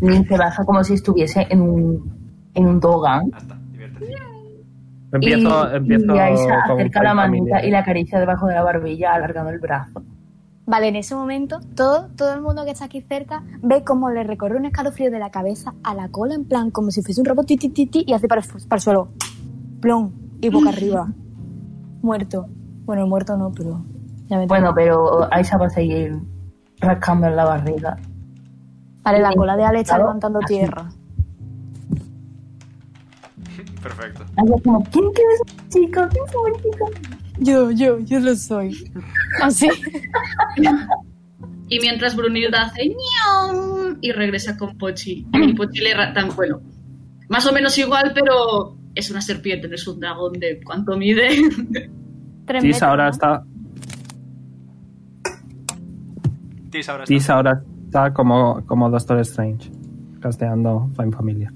S9: Nin se baja como si estuviese en un, en un dogan.
S2: Empiezo,
S9: y,
S2: empiezo
S9: y Aisha
S2: con
S9: acerca la
S2: un
S9: manita
S2: familiar.
S9: y la acaricia debajo de la barbilla, alargando el brazo.
S8: Vale, en ese momento, todo, todo el mundo que está aquí cerca ve cómo le recorre un escalofrío de la cabeza a la cola, en plan, como si fuese un robot, ti, ti, ti, ti, y hace para, el fu- para el suelo. Plon, y boca arriba. Muerto. Bueno, muerto no, pero... Ya me
S9: Bueno, pero Aisha va a seguir rascando en la barriga.
S8: Vale, la cola de Ale está
S9: Claro,
S8: levantando
S9: así.
S8: tierra.
S4: Perfecto.
S9: Aisha como, ¿quién quieres chica? ¿Quién fue el chico?
S14: Yo, yo, yo lo soy. Así.
S7: Y mientras Brunilda hace ñaum y regresa con Pochi. Y Pochi le ra- tan bueno. Más o menos igual, pero es una serpiente, no es un dragón de cuánto mide.
S2: Tis ahora está,
S4: Tis ahora está.
S2: Tis ahora está como, como Doctor Strange, casteando Fine Familia.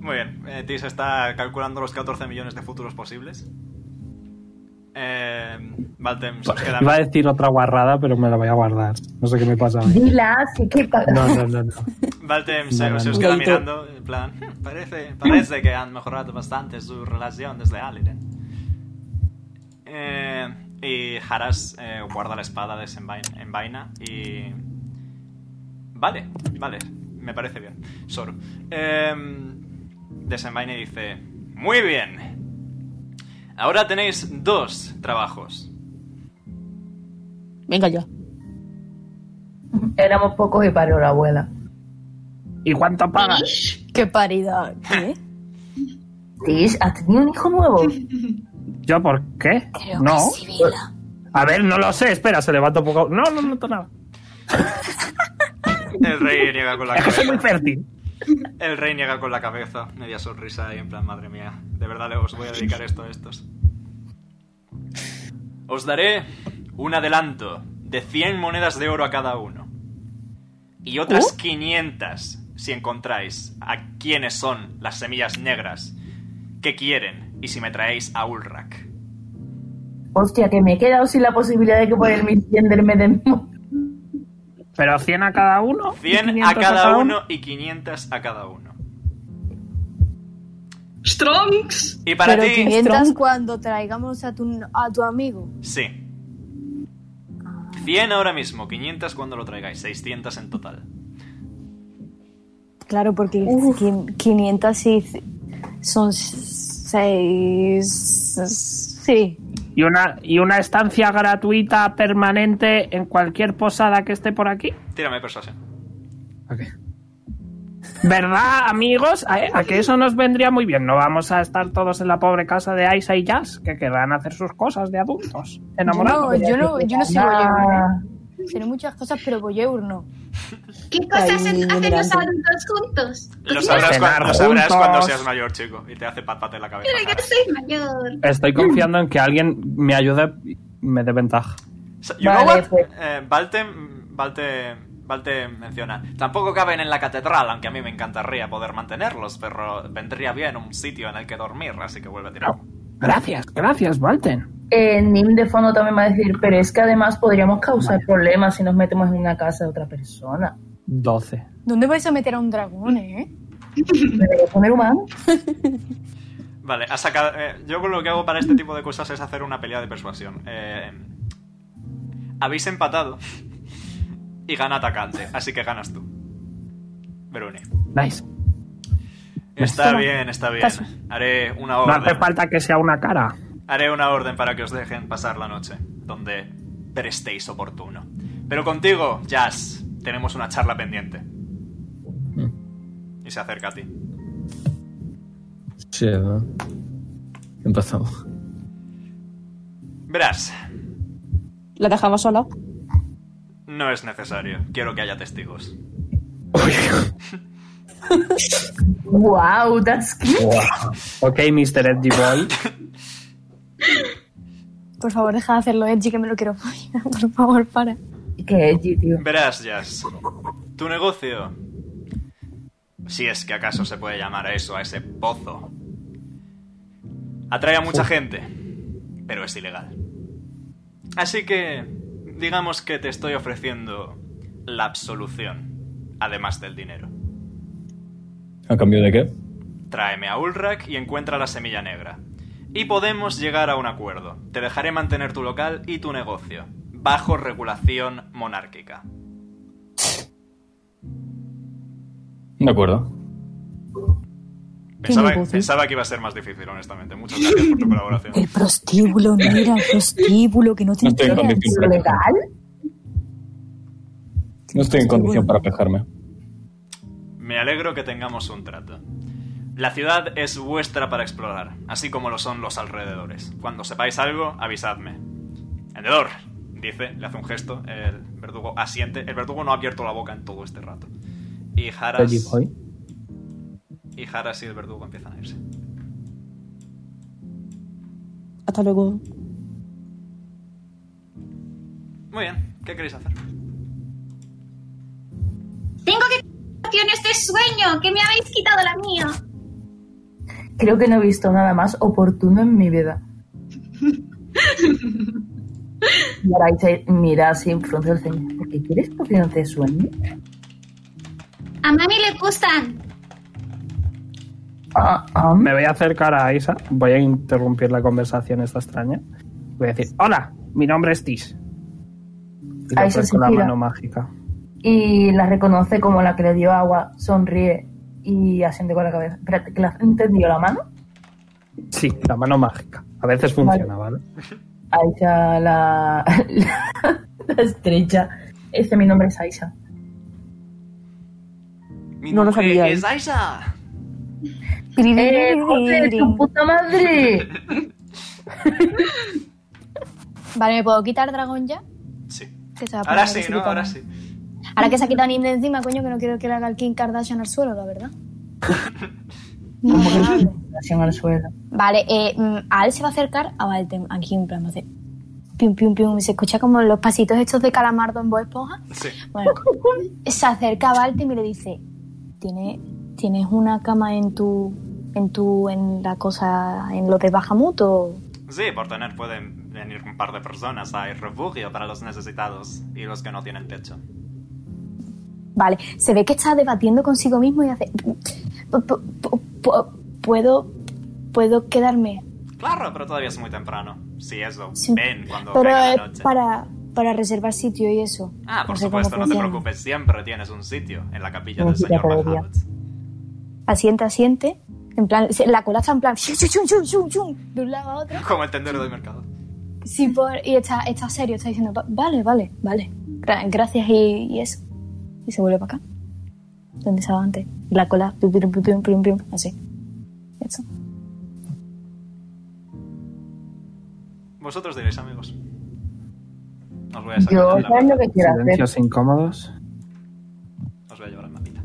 S4: Muy bien. eh, Tis está calculando los 14 millones de futuros posibles. Eh, Valtem, se os queda.
S2: Iba a decir otra guarrada, pero me la voy a guardar. No sé qué me pasa. hoy.
S9: Dila, sí que
S2: No, no, no. no.
S4: Valtem
S2: No,
S4: se,
S2: no,
S4: se os
S2: no.
S4: queda
S2: Gaito.
S4: mirando. En plan, "Hmm, parece, parece que han mejorado bastante su relación desde Aliren. Eh, y Haras eh, guarda la espada desenvain- en vaina y. Vale, vale, me parece bien. Soro. Eh, desenvaina y dice: Muy bien. Ahora tenéis dos trabajos.
S17: Venga ya.
S9: Éramos pocos y parió la abuela.
S2: ¿Y cuánto pagas?
S14: Qué paridad. ¿Qué?
S9: Tish, ¿has tenido un hijo nuevo?
S2: ¿Yo por qué? no. a ver, no lo sé. Espera, se levanta un poco. No, no noto nada.
S4: El rey niega con la
S2: Es que soy muy
S4: cabeza.
S2: fértil.
S4: El rey niega con la cabeza, media sonrisa y en plan, madre mía, de verdad le- os voy a dedicar esto a estos. Os daré un adelanto de 100 monedas de oro a cada uno. Y otras 500 si encontráis a quiénes son las semillas negras, qué quieren y si me traéis a Ulrak.
S9: Hostia, que me he quedado sin la posibilidad de que por el Misgender me den...
S2: Pero 100 a cada uno.
S4: 100 a
S2: 500
S4: cada uno y 500 a cada uno.
S7: ¡Strongs!
S4: Y para
S8: pero
S4: ti...
S8: 500 cuando traigamos a tu, a tu amigo.
S4: Sí. 100 ahora mismo, 500 cuando lo traigáis, 600 en total.
S8: Claro, porque quin- 500 y c- son 6... Sí.
S2: Y una, y una estancia gratuita permanente en cualquier posada que esté por aquí.
S4: Tírame persuasión.
S2: Ok. ¿Verdad, amigos? A, a que eso nos vendría muy bien. No vamos a estar todos en la pobre casa de Aisa y Jazz, que querrán hacer sus cosas de adultos, enamorados. Ah.
S18: Yo no, yo no, yo ¿eh? no soy
S14: Ah.
S18: voyeur. Seré muchas cosas, pero voyeur no.
S14: ¿Qué cosas
S18: Ahí,
S14: hacen los
S18: delante.
S14: adultos juntos?
S4: Lo sabrás,
S2: Cenar
S4: cuando, lo sabrás
S2: juntos.
S4: cuando seas mayor, chico. Y te hace pat pat en la cabeza.
S14: Pero yo soy mayor.
S2: Estoy confiando en que alguien me ayude y me dé ventaja.
S4: O sea, you know
S2: Vale,
S4: what?
S18: pues.
S4: Eh, Valte, Valte, Valte menciona. Tampoco caben en la catedral, aunque a mí me encantaría poder mantenerlos, pero vendría bien un sitio en el que dormir, así que vuelve a tirar.
S2: Gracias, gracias, Valten.
S9: Eh, Nim de fondo también va a decir, pero es que además podríamos causar problemas si nos metemos en una casa de otra persona.
S2: 12.
S18: ¿Dónde vais a meter a un dragón, eh?
S9: Pero poner humano.
S4: Vale, ha sacado. eh, yo lo que hago para este tipo de cosas es hacer una pelea de persuasión. Eh, habéis empatado y gana atacante, así que ganas tú. Verone.
S2: Nice.
S4: Está
S2: Bueno,
S4: bien, está bien.
S2: caso.
S4: Haré una
S2: No hace
S4: orden.
S2: falta que sea una cara.
S4: Haré una orden para que os dejen pasar la noche, donde prestéis oportuno. Pero contigo, Jazz, tenemos una charla pendiente.
S2: Mm.
S4: Y se acerca a ti.
S11: Sí, ¿no? Empezamos.
S4: Verás,
S12: ¿La dejamos sola?
S4: no es necesario. Quiero que haya testigos.
S9: Wow, that's cute.
S2: Ok, Mr. Edgy Boy.
S8: Por favor, deja de hacerlo, Edgy, que me lo quiero follar. Por favor, para.
S9: Qué edgy, tío.
S4: Verás, Jazz, tu negocio, si es que acaso se puede llamar a eso, a ese pozo, atrae a mucha gente, pero es ilegal. Así que, digamos que te estoy ofreciendo la absolución, además del dinero.
S11: ¿A cambio de qué?
S4: Tráeme a Ulrak y encuentra la semilla negra. Y podemos llegar a un acuerdo. Te dejaré mantener tu local y tu negocio, bajo regulación monárquica.
S11: De acuerdo.
S4: Pensaba,
S8: negocio?
S4: pensaba que iba a ser más difícil, honestamente. Muchas gracias por tu colaboración.
S8: El prostíbulo, mira, el prostíbulo, que no te
S11: No estoy en
S8: enteras.
S11: condiciones.
S9: ¿Legal?
S11: No estoy en condición para quejarme.
S4: Me alegro que tengamos un trato. La ciudad es vuestra para explorar, así como lo son los alrededores. Cuando sepáis algo, avisadme. Vendedor, dice, le hace un gesto, el verdugo asiente. El verdugo no ha abierto la boca en todo este rato. Y Haras,
S2: Edgy Boy.
S4: y Haras y el verdugo empiezan a irse.
S12: Hasta luego.
S4: Muy bien, ¿qué queréis hacer?
S14: Tengo que tener este sueño que me habéis quitado la mía.
S9: Creo que no he visto nada más oportuno en mi vida. Y ahora dice, mira sin frente del ceño. ¿Por qué quieres que no te sueño?
S14: A mami le gustan.
S9: Ah,
S2: Me voy a acercar a Isa. Voy a interrumpir la conversación esta extraña. Voy a decir, hola, mi nombre es Tis. Y le
S9: Aisa se
S2: ofrezco la
S9: gira.
S2: mano mágica.
S9: Y la reconoce como la que le dio agua, sonríe y asiente con la cabeza. Espérate, ¿que la has entendido la mano?
S2: Sí, la mano mágica. A veces funciona, ¿vale?
S9: Aisha la, la, estrecha. Este mi nombre es Aisha.
S12: No lo sabía. ¿eh?
S4: Aisha!
S9: Eh, joder, tu puta madre.
S8: Vale, ¿me puedo quitar dragón ya?
S4: Sí.
S8: Que se va a
S4: Ah, Ahora
S8: poner
S4: sí,
S8: que se
S4: ¿no?
S8: quita.
S4: Ahora sí.
S8: Ahora que se ha quitado Nim de encima, coño, que no quiero que le haga el Kim Kardashian al suelo, la verdad. No, vale.
S9: Nación al suelo.
S8: Vale, eh, mm, Al se va a acercar a Valtem, aquí en plan, hace pium, pium, pium, y se escucha como los pasitos estos de calamardo en voz esponja.
S4: Sí.
S8: Bueno, se acerca a Valtem y le dice, ¿Tiene, ¿tienes una cama en tu, en tu, en la cosa, en lo de Bahamut o...?
S4: Sí, por tener pueden venir un par de personas. Hay refugio para los necesitados y los que no tienen techo.
S8: Vale, se ve que está debatiendo consigo mismo y hace... "Pu- pu- pu- pu- ¿Puedo, puedo quedarme?
S4: Claro, pero todavía es muy temprano. Sí, eso.
S8: Sí.
S4: Ven cuando
S8: Pero
S4: caiga
S8: es
S4: la noche.
S8: para, para reservar sitio y eso.
S4: Ah, por
S8: No sé cómo
S4: supuesto, no te
S8: funciona.
S4: preocupes. Siempre tienes un sitio en la capilla
S8: Una
S4: del
S8: cita
S4: señor
S8: previa.
S4: Bahamut.
S8: Asiente, asiente. En plan, se- la cola está en plan... shum, shum, shum, shum, shum, de un lado a otro.
S4: Como el tendero del mercado.
S8: Sí,
S7: Mm.
S8: por- y está, está serio, está diciendo, "Va- vale, vale, vale. Gra- gracias y, y eso. Y se vuelve para acá.
S19: donde estaba antes. La cola, pim, pim, pim, pim, pim, pim, así. Eso.
S4: Vosotros diréis, amigos. Os voy a sacar
S9: Yo,
S4: de la
S9: ¿sabes
S4: mano.
S9: lo que quiero hacer?
S2: Silencios incómodos.
S4: Os voy a llevar al mapita.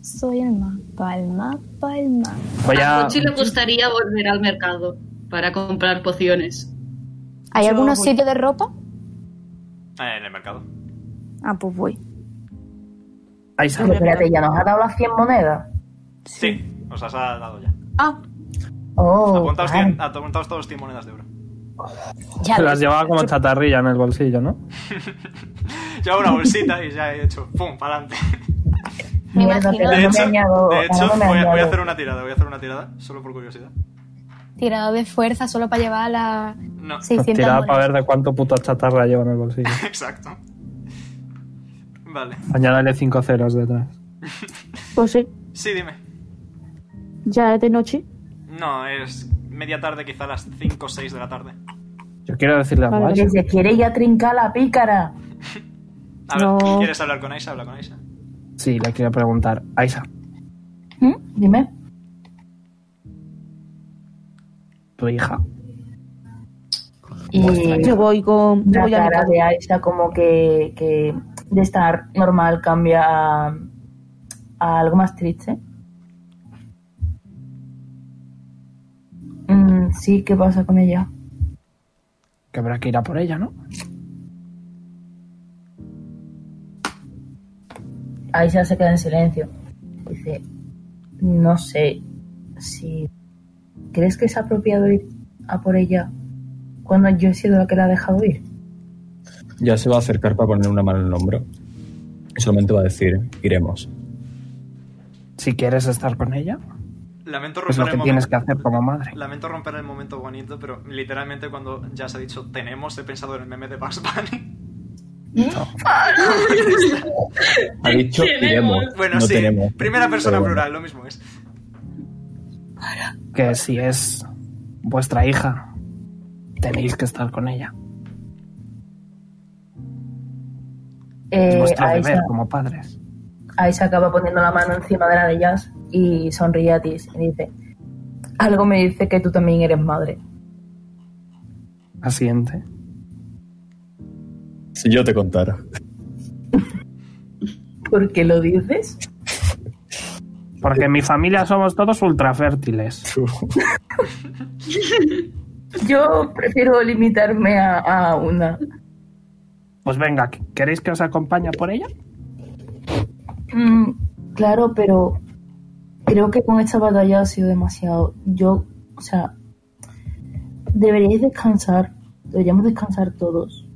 S19: Soy el mapa, el mapa, el mapa.
S4: Pues
S2: Voy a-
S7: A Pochi le gustaría volver al mercado para comprar pociones.
S19: ¿Hay
S7: Yo
S19: algunos
S7: voy.
S19: sitios de ropa?
S4: Eh, en el mercado.
S19: Ah, pues voy.
S2: Ahí
S9: Pero espérate, ya nos ha dado las 100 monedas.
S4: Sí, os has dado ya.
S19: Ah.
S9: Oh,
S4: Apuntaos,
S9: vale.
S4: cien- apuntaos todos 100 monedas de euro.
S2: Te las llevaba como chatarrilla en el bolsillo, ¿no?
S4: Yo hago una bolsita y ya he hecho ¡pum! para adelante.
S9: Mierda, pero
S4: De
S9: no me
S4: hecho,
S9: han dado-
S4: de hecho,
S9: no me
S4: voy,
S9: han
S4: a, voy a
S9: dado.
S4: hacer una tirada, voy a hacer una tirada, solo por curiosidad.
S19: Tirado de fuerza solo para llevar la
S4: No.
S19: 600
S2: Tirada
S19: monedas.
S2: para ver de cuánto puta chatarra lleva en el bolsillo.
S4: Exacto. Vale.
S2: Añádale 5 ceros detrás.
S12: Pues sí,
S4: Sí, dime.
S12: ya es de noche.
S4: No, es media tarde, quizá a las 5 o 6 de la tarde.
S2: Yo quiero decirle a Guay.
S9: Que se quiere ya trincar la pícara.
S4: A ver,
S2: No.
S4: ¿quieres hablar con Aisa? Habla con Aisa.
S2: Sí, le quiero preguntar. Aisa,
S9: ¿Mm? Dime.
S2: tu hija. Pues
S9: Y
S12: Eh, Yo voy con. Yo
S9: la
S12: voy a mi
S9: cara
S12: casa.
S9: de Aisha como que, que de estar normal cambia a, a algo más triste. Mm, sí, ¿qué pasa con ella?
S2: Que habrá que ir a por ella, ¿no?
S9: Aisha se queda en silencio. Dice, no sé si... ¿Crees que es apropiado ir a por ella cuando yo he sido la que la ha dejado ir?
S11: Ya se va a acercar para poner una mano en el hombro. Y solamente va a decir, iremos.
S2: Si quieres estar con ella,
S4: Lamento
S2: es lo
S4: romper
S2: que
S4: el
S2: tienes
S4: momento.
S2: que hacer como madre.
S4: Lamento romper el momento bonito, pero literalmente cuando ya se ha dicho tenemos, he pensado en el meme de Bugs Bunny.
S11: Ha dicho, iremos.
S4: Bueno,
S11: no
S4: sí.
S11: tenemos.
S4: Primera persona
S11: Pero bueno.
S4: plural, lo mismo es.
S2: Que si es vuestra hija, tenéis que estar con ella. Es
S9: Eh,
S2: vuestro
S9: Aisha-
S2: deber como padres.
S9: Ahí se acaba poniendo la mano encima de la de Jazz y sonríe a ti y dice, algo me dice que tú también eres madre.
S2: Asiente.
S11: Si yo te contara.
S9: ¿Por qué lo dices?
S2: Porque en mi familia somos todos ultra fértiles.
S9: Yo prefiero limitarme a, a una.
S2: Pues venga, ¿queréis que os acompañe por ella?
S9: Mm, claro, pero creo que con esta batalla ha sido demasiado. Yo, o sea, deberíais descansar, deberíamos descansar todos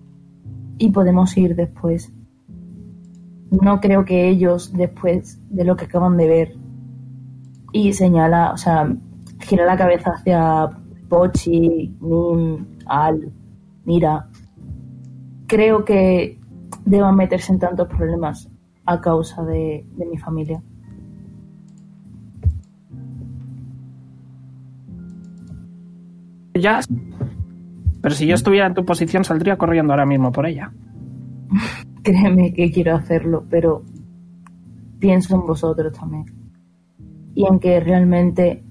S9: y podemos ir después. No creo que ellos, después de lo que acaban de ver, y señala, o sea, gira la cabeza hacia Pochi, Nim, Al, Mira. Creo que deban meterse en tantos problemas a causa de, de mi familia.
S2: Ya. Pero si yo estuviera en tu posición, saldría corriendo ahora mismo por ella.
S9: Créeme que quiero hacerlo, pero pienso en vosotros también. Y en que realmente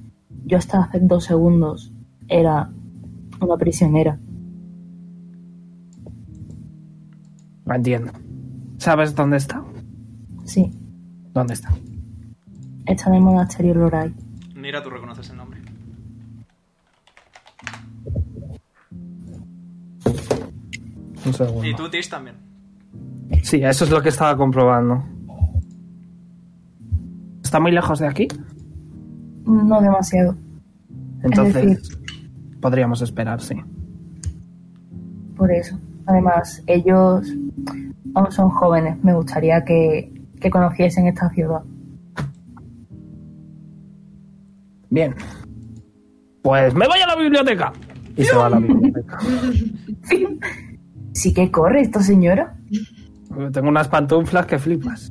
S9: yo hasta hace dos segundos era una prisionera.
S2: Lo entiendo. ¿Sabes dónde está?
S9: Sí,
S2: ¿Dónde está?
S9: está en el monasterio Loray.
S4: Mira, tú reconoces el nombre.
S2: Un segundo.
S4: Y tú, Tis, también.
S2: Sí, eso es lo que estaba comprobando. ¿Está muy lejos de aquí?
S9: No demasiado.
S2: Entonces,
S9: decir-
S2: podríamos esperar, sí.
S9: Por eso. Además, ellos aún son jóvenes. Me gustaría que, que conociesen esta ciudad.
S2: Bien. Pues me voy a la biblioteca. Y se va a la biblioteca.
S9: Sí que corre esta señora.
S2: Tengo unas pantuflas que flipas.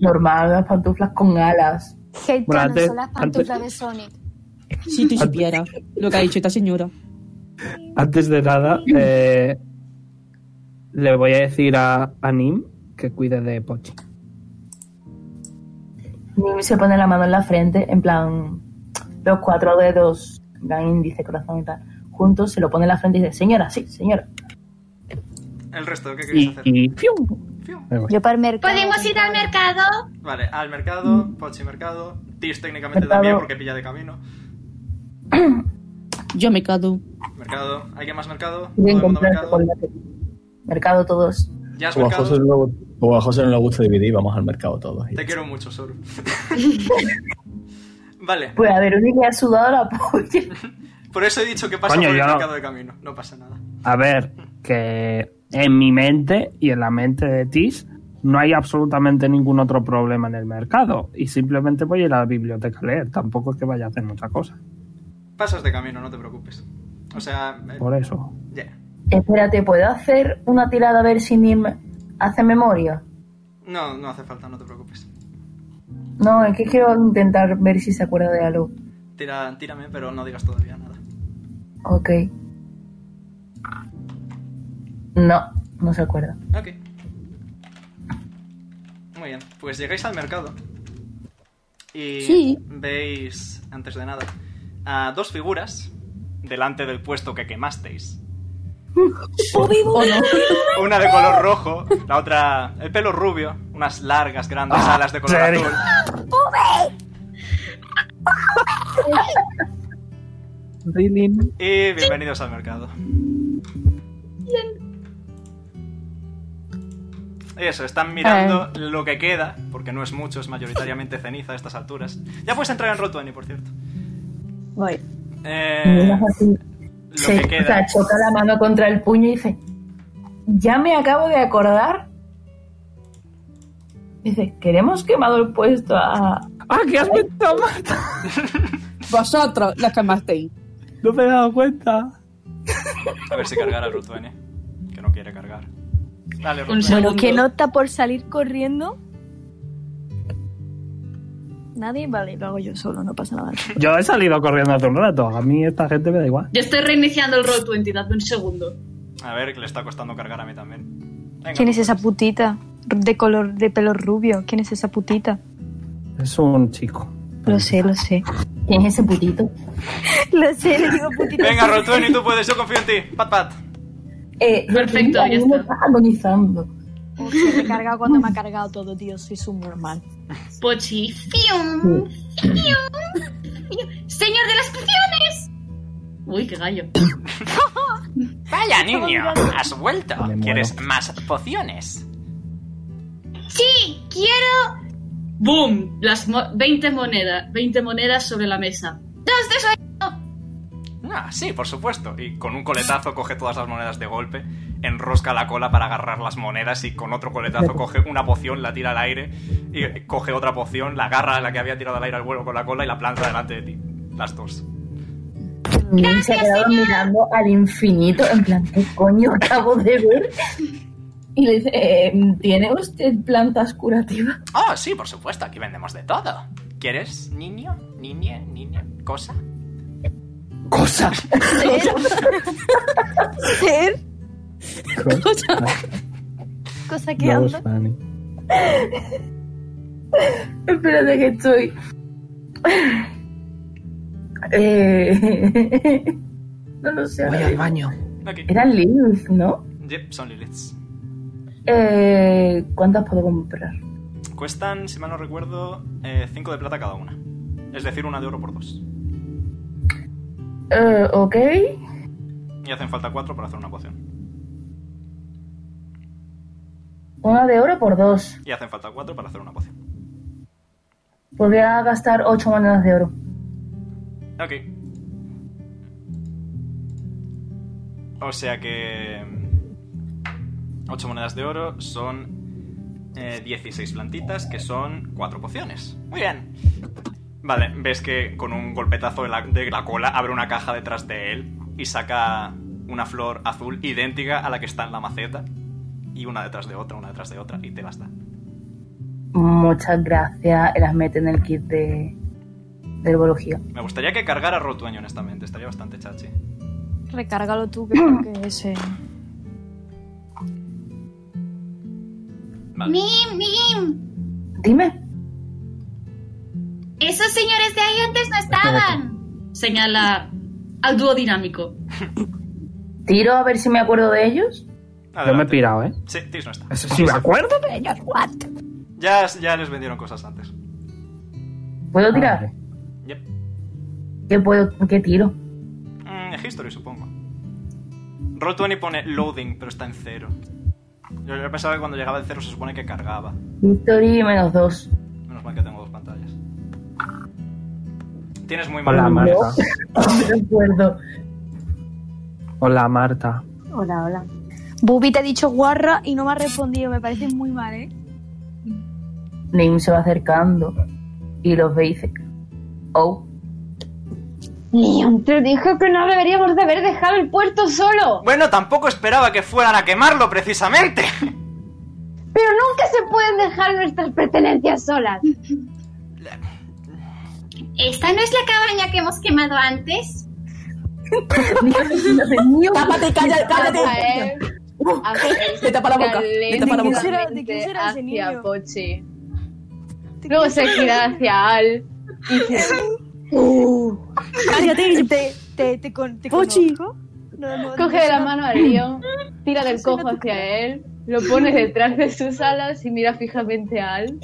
S9: Normal, las pantuflas con alas.
S19: Hate
S2: Bueno, antes-
S19: son las pantuflas de Sonic.
S12: Si tú supieras lo que ha dicho esta señora.
S2: Antes de nada, eh, le voy a decir a, a Nim que cuide de Pochi.
S9: Nim se pone la mano en la frente, en plan, los cuatro dedos, en plan índice, corazón y tal, juntos, se lo pone en la frente y dice, señora, sí, señora.
S4: El resto, ¿qué queréis
S2: Y,
S4: hacer?
S2: y
S4: ¡Fium!
S2: Me voy.
S19: Pues, Yo para el mercado.
S14: ¿Podemos ir al mercado?
S4: Vale, al mercado, Pochi mercado. Tish técnicamente
S9: Mercado.
S4: también porque pilla de camino.
S1: Yo me cago.
S4: Mercado, ¿alguien más mercado? ¿Todo
S9: Voy a
S4: el mundo
S9: encontrar
S4: mercado?
S9: mercado todos.
S4: ¿Ya has
S11: Como a José
S4: mercado?
S11: no, le- como a José no le gusta dividir, vamos al mercado todos.
S4: Te quiero mucho, Soru. vale,
S9: Pues a Verónica ha sudado la polla.
S4: por eso he dicho que pasa
S2: Coño,
S4: por el
S2: yo no-
S4: mercado de camino. No pasa nada.
S2: A ver, que en mi mente y en la mente de Tis no hay absolutamente ningún otro problema en el mercado. Y simplemente voy a ir a la biblioteca a leer. Tampoco es que vaya a hacer mucha cosa.
S4: Pasas de camino, no te preocupes. O sea, eh,
S2: Por eso.
S4: ya.
S9: Espérate, ¿puedo hacer una tirada a ver si Nim hace memoria?
S4: No, no hace falta, no te preocupes.
S9: No, es que quiero intentar ver si se acuerda de algo.
S4: Tira, tírame, pero no digas todavía nada.
S9: Ok. No, no se acuerda.
S4: Ok. Muy bien, pues llegáis al mercado. Y
S1: Sí.
S4: veis, antes de nada, a dos figuras delante del puesto que quemasteis. Una de color rojo, la otra el pelo rubio, unas largas, grandes alas de color
S2: ¿en serio?
S4: azul. Y bienvenidos al mercado. Eso, están mirando lo que queda, porque no es mucho, es mayoritariamente ceniza a estas alturas. Ya puedes entrar en Roll20, por cierto.
S1: Voy.
S4: Eh, lo
S9: se
S4: que
S9: o sea,
S4: queda.
S9: choca la mano contra el puño y dice, ya me acabo de acordar. Dice, queremos quemado el puesto a...
S2: ¡Ah, que has metido Marta!
S1: Vosotros los quemasteis.
S2: No me he dado cuenta.
S4: A ver si cargara Roll20, que no quiere cargar. Dale,
S7: Un
S4: Roll20.
S8: Bueno, ¿quién opta por salir corriendo? Nadie, vale, lo hago yo solo, no pasa nada.
S2: Yo he salido corriendo hace un rato. A mí esta gente me da igual.
S7: Yo estoy reiniciando el roll 20, dadme un segundo.
S4: A ver, que le está costando cargar a mí también. Venga,
S8: ¿Quién es esa putita de color de pelo rubio? ¿Quién es esa putita?
S2: Es un chico.
S8: Lo sé, lo sé.
S9: ¿Quién es ese putito?
S8: Lo sé, le digo putita.
S4: Venga, Roll20, tú puedes, yo confío en ti. Pat, pat.
S9: Eh,
S7: Perfecto,
S9: a mí
S7: ya está.
S9: me está agonizando.
S8: Hostia, "Oh, me he cargado cuando me ha cargado todo, tío. Soy subnormal.
S7: Pochi.
S14: ¡Fium! ¡Fium! ¡Fium! ¡Señor de las pociones!
S7: Uy, qué gallo.
S4: Vaya, niño, has vuelto. ¿Quieres más pociones?
S14: Sí, quiero
S7: ¡Boom! Las mo- 20 monedas. 20 monedas sobre la mesa.
S14: dos de eso.
S4: Ah, sí, por supuesto. Y con un coletazo coge todas las monedas de golpe, enrosca la cola para agarrar las monedas y con otro coletazo coge una poción, la tira al aire y coge otra poción, la agarra a la que había tirado al aire al vuelo con la cola y la planta delante de ti. Las dos.
S9: Nim se ha quedado mirando al infinito, en plan, ¿qué coño acabo de ver? Y le dice, eh, ¿tiene usted plantas curativas?
S4: Ah, sí, por supuesto, aquí vendemos de todo. ¿Quieres niño, niña, niña, cosa?
S2: ¡Cosa!
S8: ¿Ser?
S2: Cosa.
S8: Cosa que
S2: Dos,
S8: anda.
S2: Fanny.
S9: Espérate que estoy. Eh, no lo sé.
S2: Voy al baño.
S4: Ok.
S9: Eran Lilith, ¿no?
S4: Yep, son Liliths.
S9: Eh, ¿Cuántas puedo comprar?
S4: Cuestan, si mal no recuerdo, 5 de plata cada una. Es decir, una de oro por dos.
S9: Eh, ok.
S4: Y hacen falta cuatro para hacer una poción.
S9: Una de oro por dos.
S4: Y hacen falta cuatro para hacer una poción.
S9: Podría gastar ocho monedas de oro.
S4: Ok. O sea que. 8 monedas de oro son eh, 16 plantitas, que son 4 pociones. Muy bien. Vale, ves que con un golpetazo de la, de la cola abre una caja detrás de él y saca una flor azul idéntica a la que está en la maceta. Y una detrás de otra, una detrás de otra, y te las da.
S9: Muchas gracias. Las mete en el kit de, de herbología.
S4: Me gustaría que cargara Rotueño, honestamente. Estaría bastante chachi.
S8: Recárgalo tú, que creo que ese.
S4: Vale.
S14: Mim, Mim,
S9: Dime.
S14: esos señores de ahí antes no estaban.
S7: Señala al dúo dinámico.
S9: Tiro a ver si me acuerdo de ellos.
S2: Yo me he pirado, ¿eh?
S4: Sí, Tis no está.
S2: Eso sí, me acuerdo.
S9: de ellos? What?
S4: Ya, ya les vendieron cosas antes.
S2: Ah,
S9: ¿Puedo tirar?
S4: Yep.
S9: ¿Qué puedo? ¿Qué tiro?
S4: Mm, history, supongo. Roll20 pone loading, pero está en cero. Yo, yo pensaba que cuando llegaba el cero se supone que cargaba.
S9: Victory menos dos.
S4: Menos mal que tengo dos pantallas. Tienes muy
S2: Hola,
S4: mala memoria.
S2: Marta. Hola, Marta.
S8: Hola, hola. Bubi te ha dicho guarra y no me ha respondido. Me parece muy mal, ¿eh?
S9: Nim se va acercando y los ve y dice, oh,
S20: Leon, te dije que no deberíamos de haber dejado el puerto solo.
S4: Bueno, tampoco esperaba que fueran a quemarlo precisamente.
S20: Pero nunca se pueden dejar nuestras pertenencias solas.
S14: ¿Esta no es la cabaña que hemos quemado antes?
S20: Tápate, cállate,
S10: cállate.
S20: A ver,
S10: Le tapa la boca, le tapa la boca.
S20: ¿De quién será ese
S10: Hacia
S20: niño?
S10: Pochi. Luego se gira hacia Al. Y dice,
S8: Cállate, Uh. te, te, te, con, te
S10: Pochi.
S8: conozco. No, no,
S10: coge
S8: no,
S10: de la
S8: no.
S10: mano a Leon, tira del cojo hacia él, lo pone detrás de sus alas y mira fijamente a Al.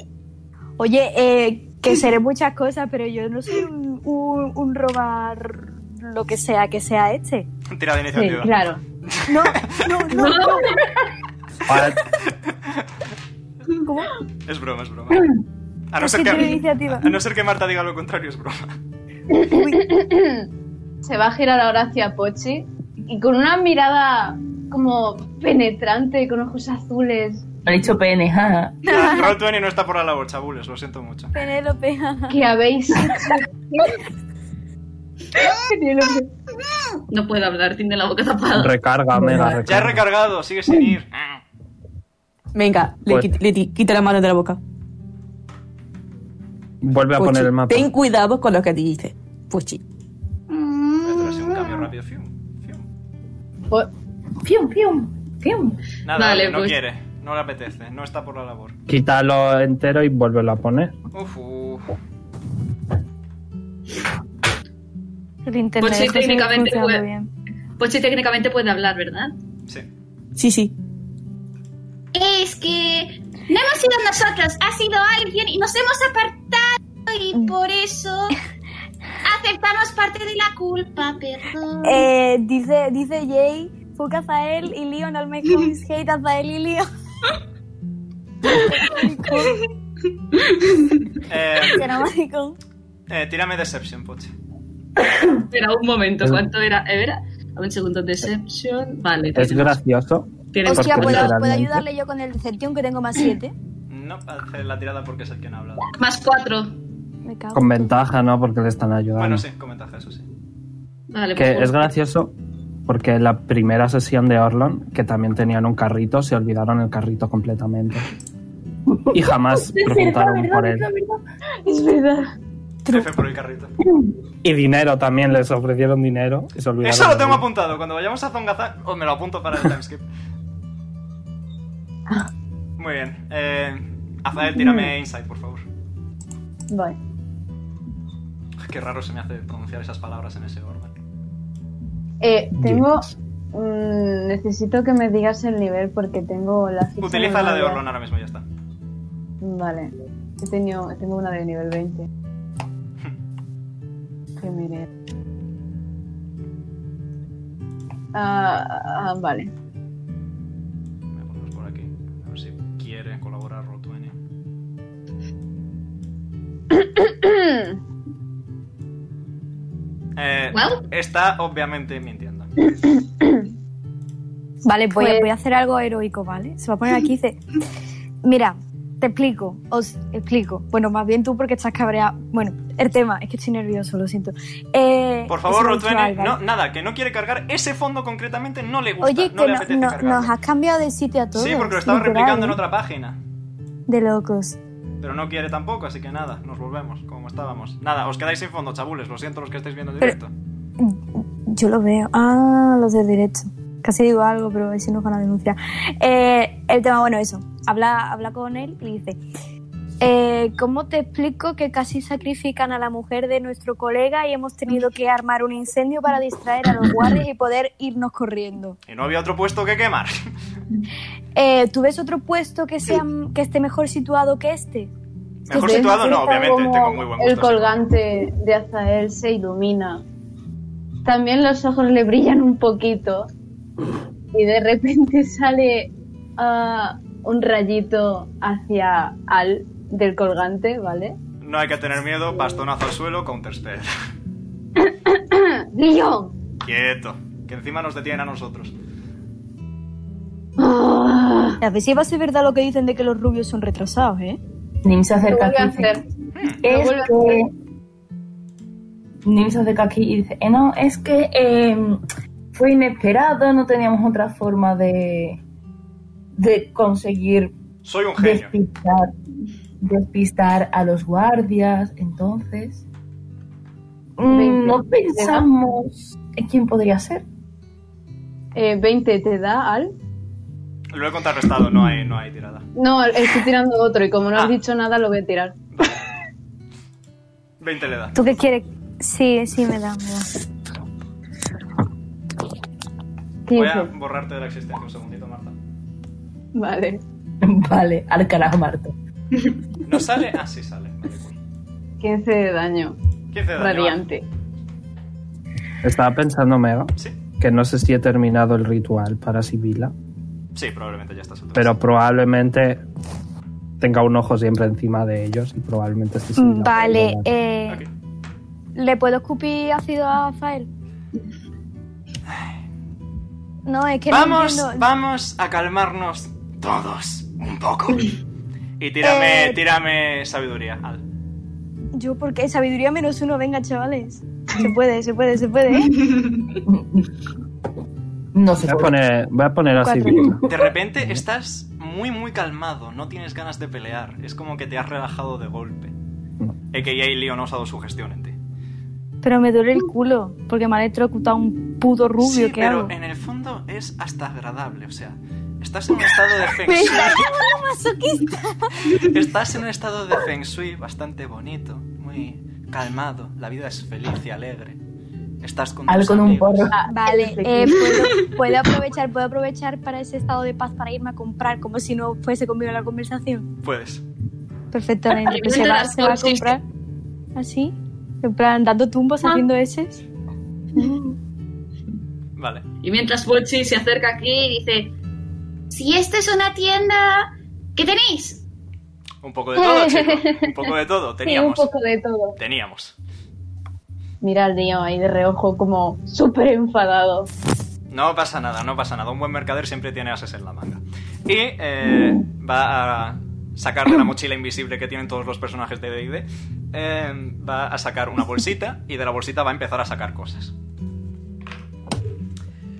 S8: Oye, eh, que seré muchas cosas, pero yo no soy un, un, un robar lo que sea que sea este.
S4: Tira de iniciativa.
S8: No, no, no. ¿Cómo?
S4: Es broma, es broma. A no,
S8: Es
S4: ser
S8: que
S4: que,
S8: tiene iniciativa.
S4: a no ser que Marta diga lo contrario, es broma.
S10: se va a girar ahora hacia Pochi y con una mirada como penetrante, con ojos azules.
S9: ha dicho pene, jaja.
S4: Ya, Roll20 no está por la labor, chabules, lo siento mucho.
S8: Penélope.
S10: ¿Qué habéis
S7: No puedo hablar, tiene la boca tapada.
S2: Recarga, mega,
S4: Ya he
S2: recarga.
S4: recargado, sigue sin ir.
S12: Venga, le,
S2: Pues-
S12: quit- le ti- quita la mano de la boca.
S2: Vuelve a
S8: Pues
S12: Pochi,
S2: poner el mapa.
S12: Ten cuidado con lo que te dice. Pochi.
S8: Mm.
S4: Esto ha sido un cambio rápido. fium.
S9: Fium, fium, fium.
S4: Nada,
S9: Vale,
S4: oye, no
S9: pues.
S4: quiere, no le apetece, no está por la labor.
S2: Quítalo entero y vuélvelo a poner.
S4: Uf, uf.
S8: El internet
S7: Pochi
S8: de José
S7: Pues técnicamente
S8: funciona
S7: puede-
S8: bien.
S7: Pochi técnicamente puede hablar, ¿verdad?
S4: Sí.
S12: Sí, sí.
S14: Es que no hemos sido nosotros, ha sido alguien y nos hemos apartado y por eso aceptamos parte de la culpa, perdón.
S8: Eh, dice, dice Jay, fuck Azael y Leon, al make movies hate Azael y Leon.
S4: Eh,
S8: Será maricón.
S4: eh, tírame Deception, Pochi.
S7: Espera un momento, ¿cuánto era? Eh, Era un segundo, Deception. Vale,
S2: Es gracioso.
S7: Tiene-
S8: Hostia, pues,
S2: porque
S8: ¿puedo, ¿puedo
S2: literalmente-
S8: ayudarle yo con el Deception que tengo más 7?
S4: No, hace la tirada porque es el quien ha hablado.
S7: Más cuatro.
S8: Me cago.
S2: Con ventaja, ¿no? Porque le están ayudando.
S4: Bueno, sí, con ventaja, eso sí.
S7: Vale,
S2: que
S7: pues,
S2: es gracioso porque en la primera sesión de Orlon, que también tenían un carrito, se olvidaron el carrito completamente. Y jamás preguntaron por él.
S10: Es verdad.
S4: F por el carrito.
S2: Y dinero también, les ofrecieron dinero y se olvidaron.
S4: Eso lo
S2: de
S4: tengo
S2: él.
S4: apuntado. Cuando vayamos a Zongazan, o me lo apunto para el timeskip.
S8: Ah.
S4: Muy bien. Eh, Azael,
S8: Mm.
S4: tírame Insight, por favor.
S10: Vale.
S4: Ay, Qué raro se me hace pronunciar esas palabras en ese orden.
S10: Eh, tengo... mm, necesito que me digas el nivel porque tengo la ficha
S4: Utiliza la de
S10: memoria.
S4: Orlon ahora mismo, ya está.
S10: Vale. He tenido- tengo una de nivel 20. Que miré. Ah, ah, vale.
S4: Voy a ponerlos por aquí. A ver si quiere colaborar Rotuene. Eh,
S8: Well.
S4: Está obviamente mintiendo.
S8: Vale, voy, a-
S10: Pues-
S8: voy a hacer algo heroico, ¿vale? Se va a poner aquí y dice, mira, te explico, os explico. Bueno, más bien tú porque estás cabreado. Bueno, el tema, es que estoy nervioso, lo siento. Eh,
S4: Por
S8: eso
S4: favor,
S8: lo he dicho
S4: Rotuene,
S8: Álvaro.
S4: no, nada, que no quiere cargar. Ese fondo concretamente no le gusta.
S8: Oye,
S4: no
S8: que
S4: le
S8: no-
S4: apetece
S8: no-
S4: cargarlo.
S8: nos has cambiado de sitio a todos.
S4: Sí, porque lo estaba
S8: literal,
S4: replicando en
S8: ¿eh?
S4: otra página.
S8: De locos.
S4: Pero no quiere tampoco, así que nada, nos volvemos como estábamos. Nada, os quedáis sin fondo, chabules. Lo siento los que estáis viendo en
S8: Pero-
S4: directo.
S8: Yo lo veo. Ah, los de derecho. Casi digo algo, pero a ver si nos van a denunciar. Eh, El tema, bueno, eso. Habla, habla con él y le dice: eh, ¿Cómo te explico que casi sacrifican a la mujer de nuestro colega y hemos tenido que armar un incendio para distraer a los guardias y poder irnos corriendo?
S4: Y no había otro puesto que quemar.
S8: Eh, ¿Tú ves otro puesto que, sea, que esté mejor situado que este?
S4: Mejor situado no, obviamente, tengo muy buen gusto.
S10: El colgante de Azael se ilumina. También los ojos le brillan un poquito. Y de repente sale ah, un rayito hacia Al del colgante, ¿vale?
S4: No hay que tener miedo, bastonazo al suelo, counter spell.
S10: ¡Leon!
S4: Quieto, que encima nos detienen a nosotros.
S8: A ver si va a ser verdad lo que dicen de que los rubios son retrasados, ¿eh?
S3: Nim se acerca
S10: Lo vuelve a
S3: aquí.
S10: hacer. Lo
S3: Es
S10: vuelve a
S3: que. Nim se acerca aquí y dice: eh, No, es que eh, fue inesperado, no teníamos otra forma de. de conseguir.
S4: Soy un genio.
S3: Despistar, despistar a los guardias, entonces. mm,
S10: Veinte.
S3: no pensamos en quién podría ser.
S10: Eh, 20 te da, Al.
S4: Lo he contrarrestado, no hay, no hay tirada.
S10: No, estoy tirando otro y
S8: Ah.
S10: como no has dicho nada lo voy a tirar.
S4: 20 le da.
S8: ¿Tú qué quieres? Sí, sí, me da, me da.
S4: Voy a borrarte de la existencia un segundito, Marta.
S10: Vale.
S3: Vale, al carajo, Marta.
S4: ¿No sale? Ah, sí sale. Vale, cool.
S10: 15 de daño.
S4: 15 de daño,
S10: Radiante.
S2: Estaba pensando, Mega, que no sé si he terminado el ritual para Sibila,
S4: Sí, probablemente ya estás.
S2: pero probablemente tenga un ojo siempre encima de ellos y probablemente sí. Sibila.
S8: Vale, eh, ¿le puedo escupir ácido a Fael? No, es que no
S4: Vamos,
S8: entiendo.
S4: vamos a calmarnos todos un poco. Y tírame,
S8: Eh.
S4: tírame sabiduría. Al.
S8: Yo, porque sabiduría menos uno, venga, chavales. Se puede, se puede, se puede. ¿eh?
S3: No
S2: voy, a poner, voy a poner a
S8: Cuatro.
S2: Sibila.
S4: De repente estás muy, muy calmado. No tienes ganas de pelear. Es como que te has relajado de golpe. AKA Leo no ha usado su gestión en ti.
S8: Pero me duele el culo, porque me ha electrocutado un puto rubio,
S4: sí,
S8: ¿qué
S4: pero
S8: hago?
S4: en el fondo es hasta agradable. O sea, estás en un estado de feng
S8: Me
S4: shui.
S8: está llamando masoquista.
S4: Estás en un estado de feng shui bastante bonito, muy calmado. La vida es feliz y alegre. Estás con
S3: Al
S4: tus
S3: con un
S4: amigos.
S3: porro.
S8: Vale, eh, ¿puedo, puedo aprovechar, puedo aprovechar para ese estado de paz para irme a comprar, como si no fuese conmigo la conversación.
S4: Puedes.
S8: Perfectamente. que se va, se va a comprar así, en plan, dando tumbos, haciendo ese.
S4: Vale.
S7: Y mientras Pochi se acerca aquí y dice,
S14: Si esta es una tienda... ¿Qué tenéis?
S4: Un poco de todo, chicos. Un poco de todo. Teníamos.
S10: Sí, un poco de todo.
S4: Teníamos.
S10: Mira al niño ahí de reojo como súper enfadado.
S4: No pasa nada, no pasa nada. Un buen mercader siempre tiene ases en la manga. Y eh, va a sacar de la mochila invisible que tienen todos los personajes de D&D. eh, va a sacar una bolsita y de la bolsita va a empezar a sacar cosas.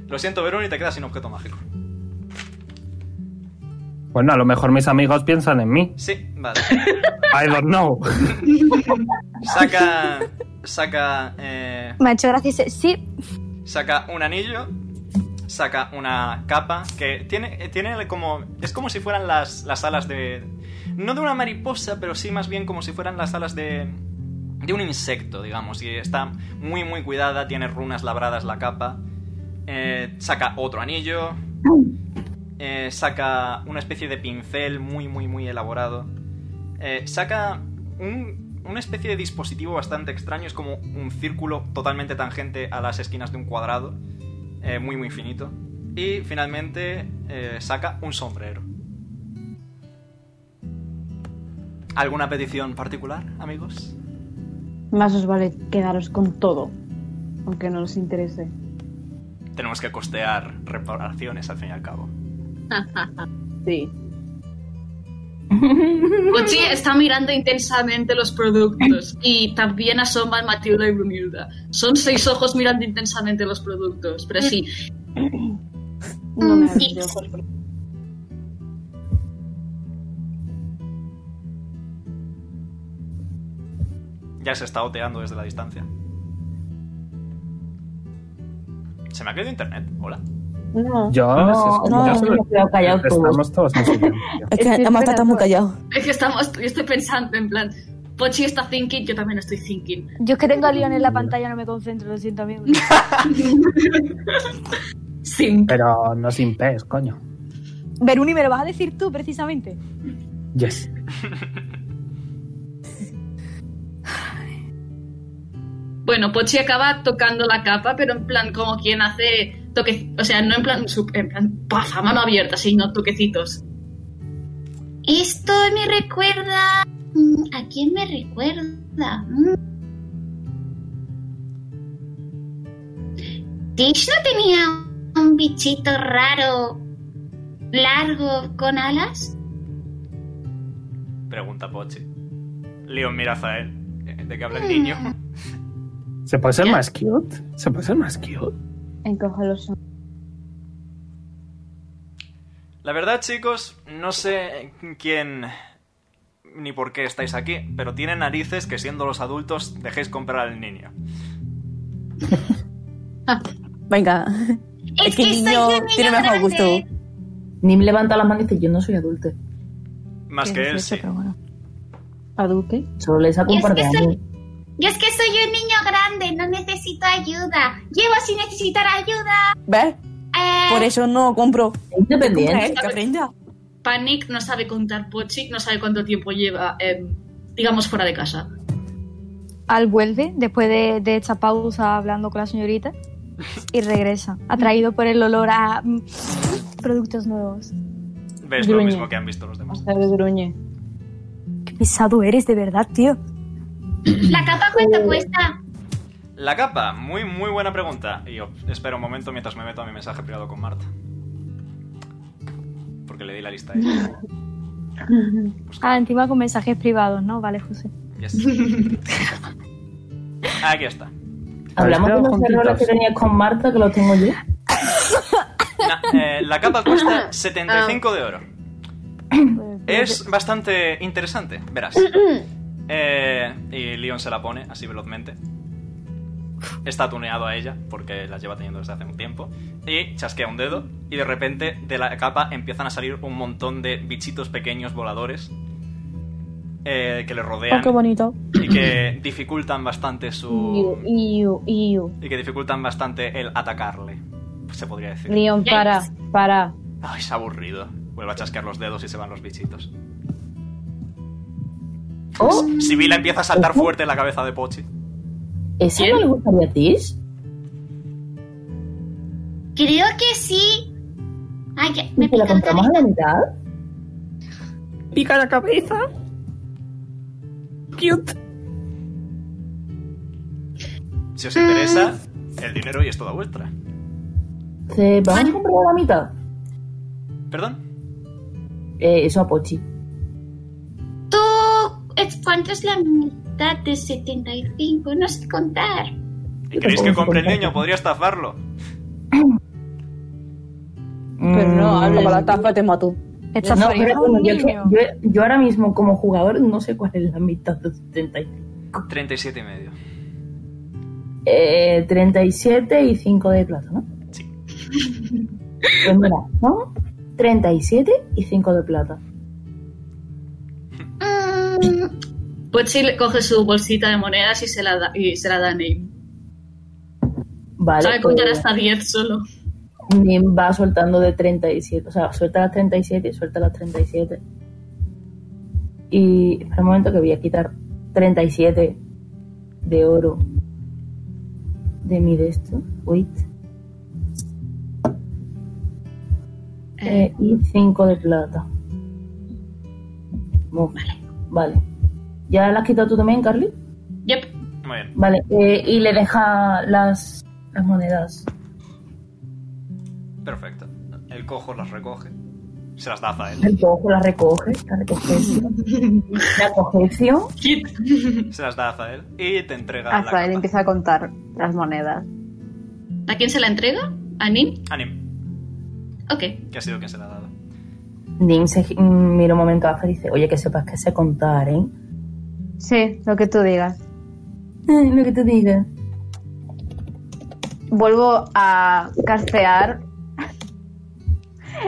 S4: Lo siento, Verón, y te quedas sin objeto mágico.
S2: Bueno, a lo mejor mis amigos piensan en mí.
S4: Sí, vale.
S2: I don't know.
S4: Saca. Saca. eh,
S8: Me ha hecho gracia ese- Sí,
S4: saca un anillo, saca una capa que tiene, eh, tiene como... Es como si fueran las, las alas de... No de una mariposa, pero sí más bien como si fueran las alas de... De un insecto, digamos. Y está muy, muy cuidada, tiene runas labradas la capa. Eh, saca otro anillo. Eh, saca una especie de pincel muy, muy, muy elaborado. Eh, saca un- una especie de dispositivo bastante extraño. Es como un círculo totalmente tangente a las esquinas de un cuadrado. eh, muy, muy finito. Y finalmente eh, saca un sombrero. ¿Alguna petición particular, amigos?
S10: Más os vale quedaros con todo, aunque no os interese.
S4: Tenemos que costear reparaciones al fin y al cabo.
S10: sí.
S7: Pochi está mirando intensamente los productos y también asoman Matilda y Brunilda. Son seis ojos mirando intensamente los productos, pero sí.
S10: No
S14: Mm,
S10: me hagas
S7: Y-
S10: de ojos, por-
S4: Ya se está oteando desde la distancia. Se me ha caído internet. Hola.
S2: No. Yo,
S9: No,
S2: les escucho,
S9: no,
S2: yo solo-
S9: hemos quedado callados todos.
S2: Estamos todos muy silenciosos.
S12: Es que
S7: Estoy
S12: además está muy callado.
S7: Es que estamos, yo estoy pensando en plan, Pochi está thinking, yo también estoy thinking.
S8: Yo es que tengo a Leon en la pantalla, no me concentro, lo siento, amigo.
S2: Pero no sin pez, coño.
S8: Veruni, me lo vas a decir tú, precisamente.
S2: Yes.
S7: Bueno, Pochi acaba tocando la capa, pero en plan como quien hace toque, o sea, no en plan, sup- en plan, paf, a mano abierta, sino toquecitos.
S14: Esto me recuerda. mm, ¿A quién me recuerda? Mm. ¿Tish no tenía un bichito raro, largo, con alas?
S4: Pregunta Pochi. Leon mira a Zael. ¿De qué habla el niño?
S2: ¿Se puede ser más cute? ¿Se puede ser más cute?
S21: Encojo los
S4: La verdad, chicos, no sé quién ni por qué estáis aquí, pero tiene narices que siendo los adultos dejéis comprar al niño.
S22: Ah.
S12: Venga.
S14: Es,
S12: que el niño tiene mejor gusto.
S9: Nim levanta las manos y dice, yo no soy adulto.
S4: Más que él, sí.
S9: ¿Adulte? Solo le saco un
S14: Es
S9: par de
S14: que soy-
S9: años.
S14: Yo es que soy un niño grande, no necesito ayuda. Llevo sin necesitar ayuda. Eh,
S12: ¿Ves? Por eso no compro.
S7: Independiente.
S12: Que aprenda.
S7: Panic no sabe contar Pochi, no sabe cuánto tiempo lleva, eh, digamos, fuera de casa.
S8: Al vuelve después de, de esta pausa hablando con la señorita y regresa, atraído por el olor a mm, productos nuevos.
S4: ¿Ves lo
S8: Gruñe.
S4: mismo que han visto los demás?
S8: gruñe. Qué pesado eres, de verdad, tío.
S14: ¿La capa cuánto cuesta?
S4: La capa, muy muy buena pregunta. Y os- espera un momento mientras me meto a mi mensaje privado con Marta. Porque le di la lista a ella.
S8: Ah, encima con mensajes privados, ¿no? Vale, José.
S4: Yes. Aquí está.
S9: Hablamos de
S4: Habéis
S9: los
S4: quedado
S9: errores que
S4: juntitos.
S9: tenías con Marta, que los tengo yo.
S4: Na- eh, la capa
S9: Ah.
S4: cuesta 75 de oro.
S9: Pues,
S4: Es bastante interesante, verás.
S12: Mm.
S4: Eh, y Leon se la pone así velozmente. Está tuneado a ella porque la lleva teniendo desde hace un tiempo. Y chasquea un dedo y de repente de la capa empiezan a salir un montón de bichitos pequeños voladores eh, que le rodean
S12: Oh, qué bonito.
S4: y que dificultan bastante su...
S10: Iu, iu.
S4: Y que dificultan bastante el atacarle, se podría decir.
S10: Leon, para, para.
S4: Ay, es aburrido. Vuelve a chasquear los dedos y se van los bichitos.
S9: Oh.
S4: Sibila empieza a saltar fuerte en la cabeza de Pochi.
S9: ¿Esa no le gustaría a Tish?
S14: Creo que sí. Ay, que- me
S9: ¿Te la
S14: pica la
S9: compramos a la mitad?
S12: Pica la cabeza. Cute.
S4: Si os interesa, el dinero y es toda vuestra.
S9: Dice, vamos a comprar Ah, la mitad.
S4: ¿Perdón?
S9: Eh, eso a Pochi.
S14: ¿Tú es- cuánto es la mitad de 75? No sé contar.
S4: ¿Y queréis que compre el niño? Podría estafarlo.
S12: Pero no, habla con la tapa te mato.
S9: Mm. no, pero bueno, yo, que- yo, yo ahora mismo como jugador no sé cuál es la mitad de 70 y-
S4: 37 y medio.
S9: eh, 37 y 5 de plata, ¿no?
S4: Sí.
S9: Pues mira, ¿no? 37 y 5 de plata.
S7: Mm. Pochi le coge su bolsita de monedas y se la da, y se la da a Name.
S9: Vale.
S7: sabe contar
S9: pues,
S7: hasta 10 solo.
S9: Nim va soltando de 37, o sea, suelta las 37, suelta las 37. Y espera un momento que voy a quitar 37 de oro de mi de esto. Wait. Eh, y 5 de plata. Vale. Vale. ¿Ya la has quitado tú también, Carly?
S7: Yep.
S4: Muy bien.
S9: Vale. eh, y le deja las, las monedas.
S4: Perfecto. El cojo las recoge. Se las da a Zael.
S9: El cojo la recoge, la recoge. la cogeción.
S4: Se las da a Zael. Y te entrega la
S10: Hasta él
S4: capa.
S10: empieza a contar las monedas.
S7: ¿A quién se la entrega? ¿A Nim?
S4: Anim,
S7: Ok.
S4: que ha sido quien se la ha dado.
S9: Nim se gi- mm, mira un momento abajo y dice, oye, que sepas que sé contar, ¿eh?
S10: Sí, lo que tú digas.
S9: Ay, Lo que tú digas.
S10: Vuelvo a castear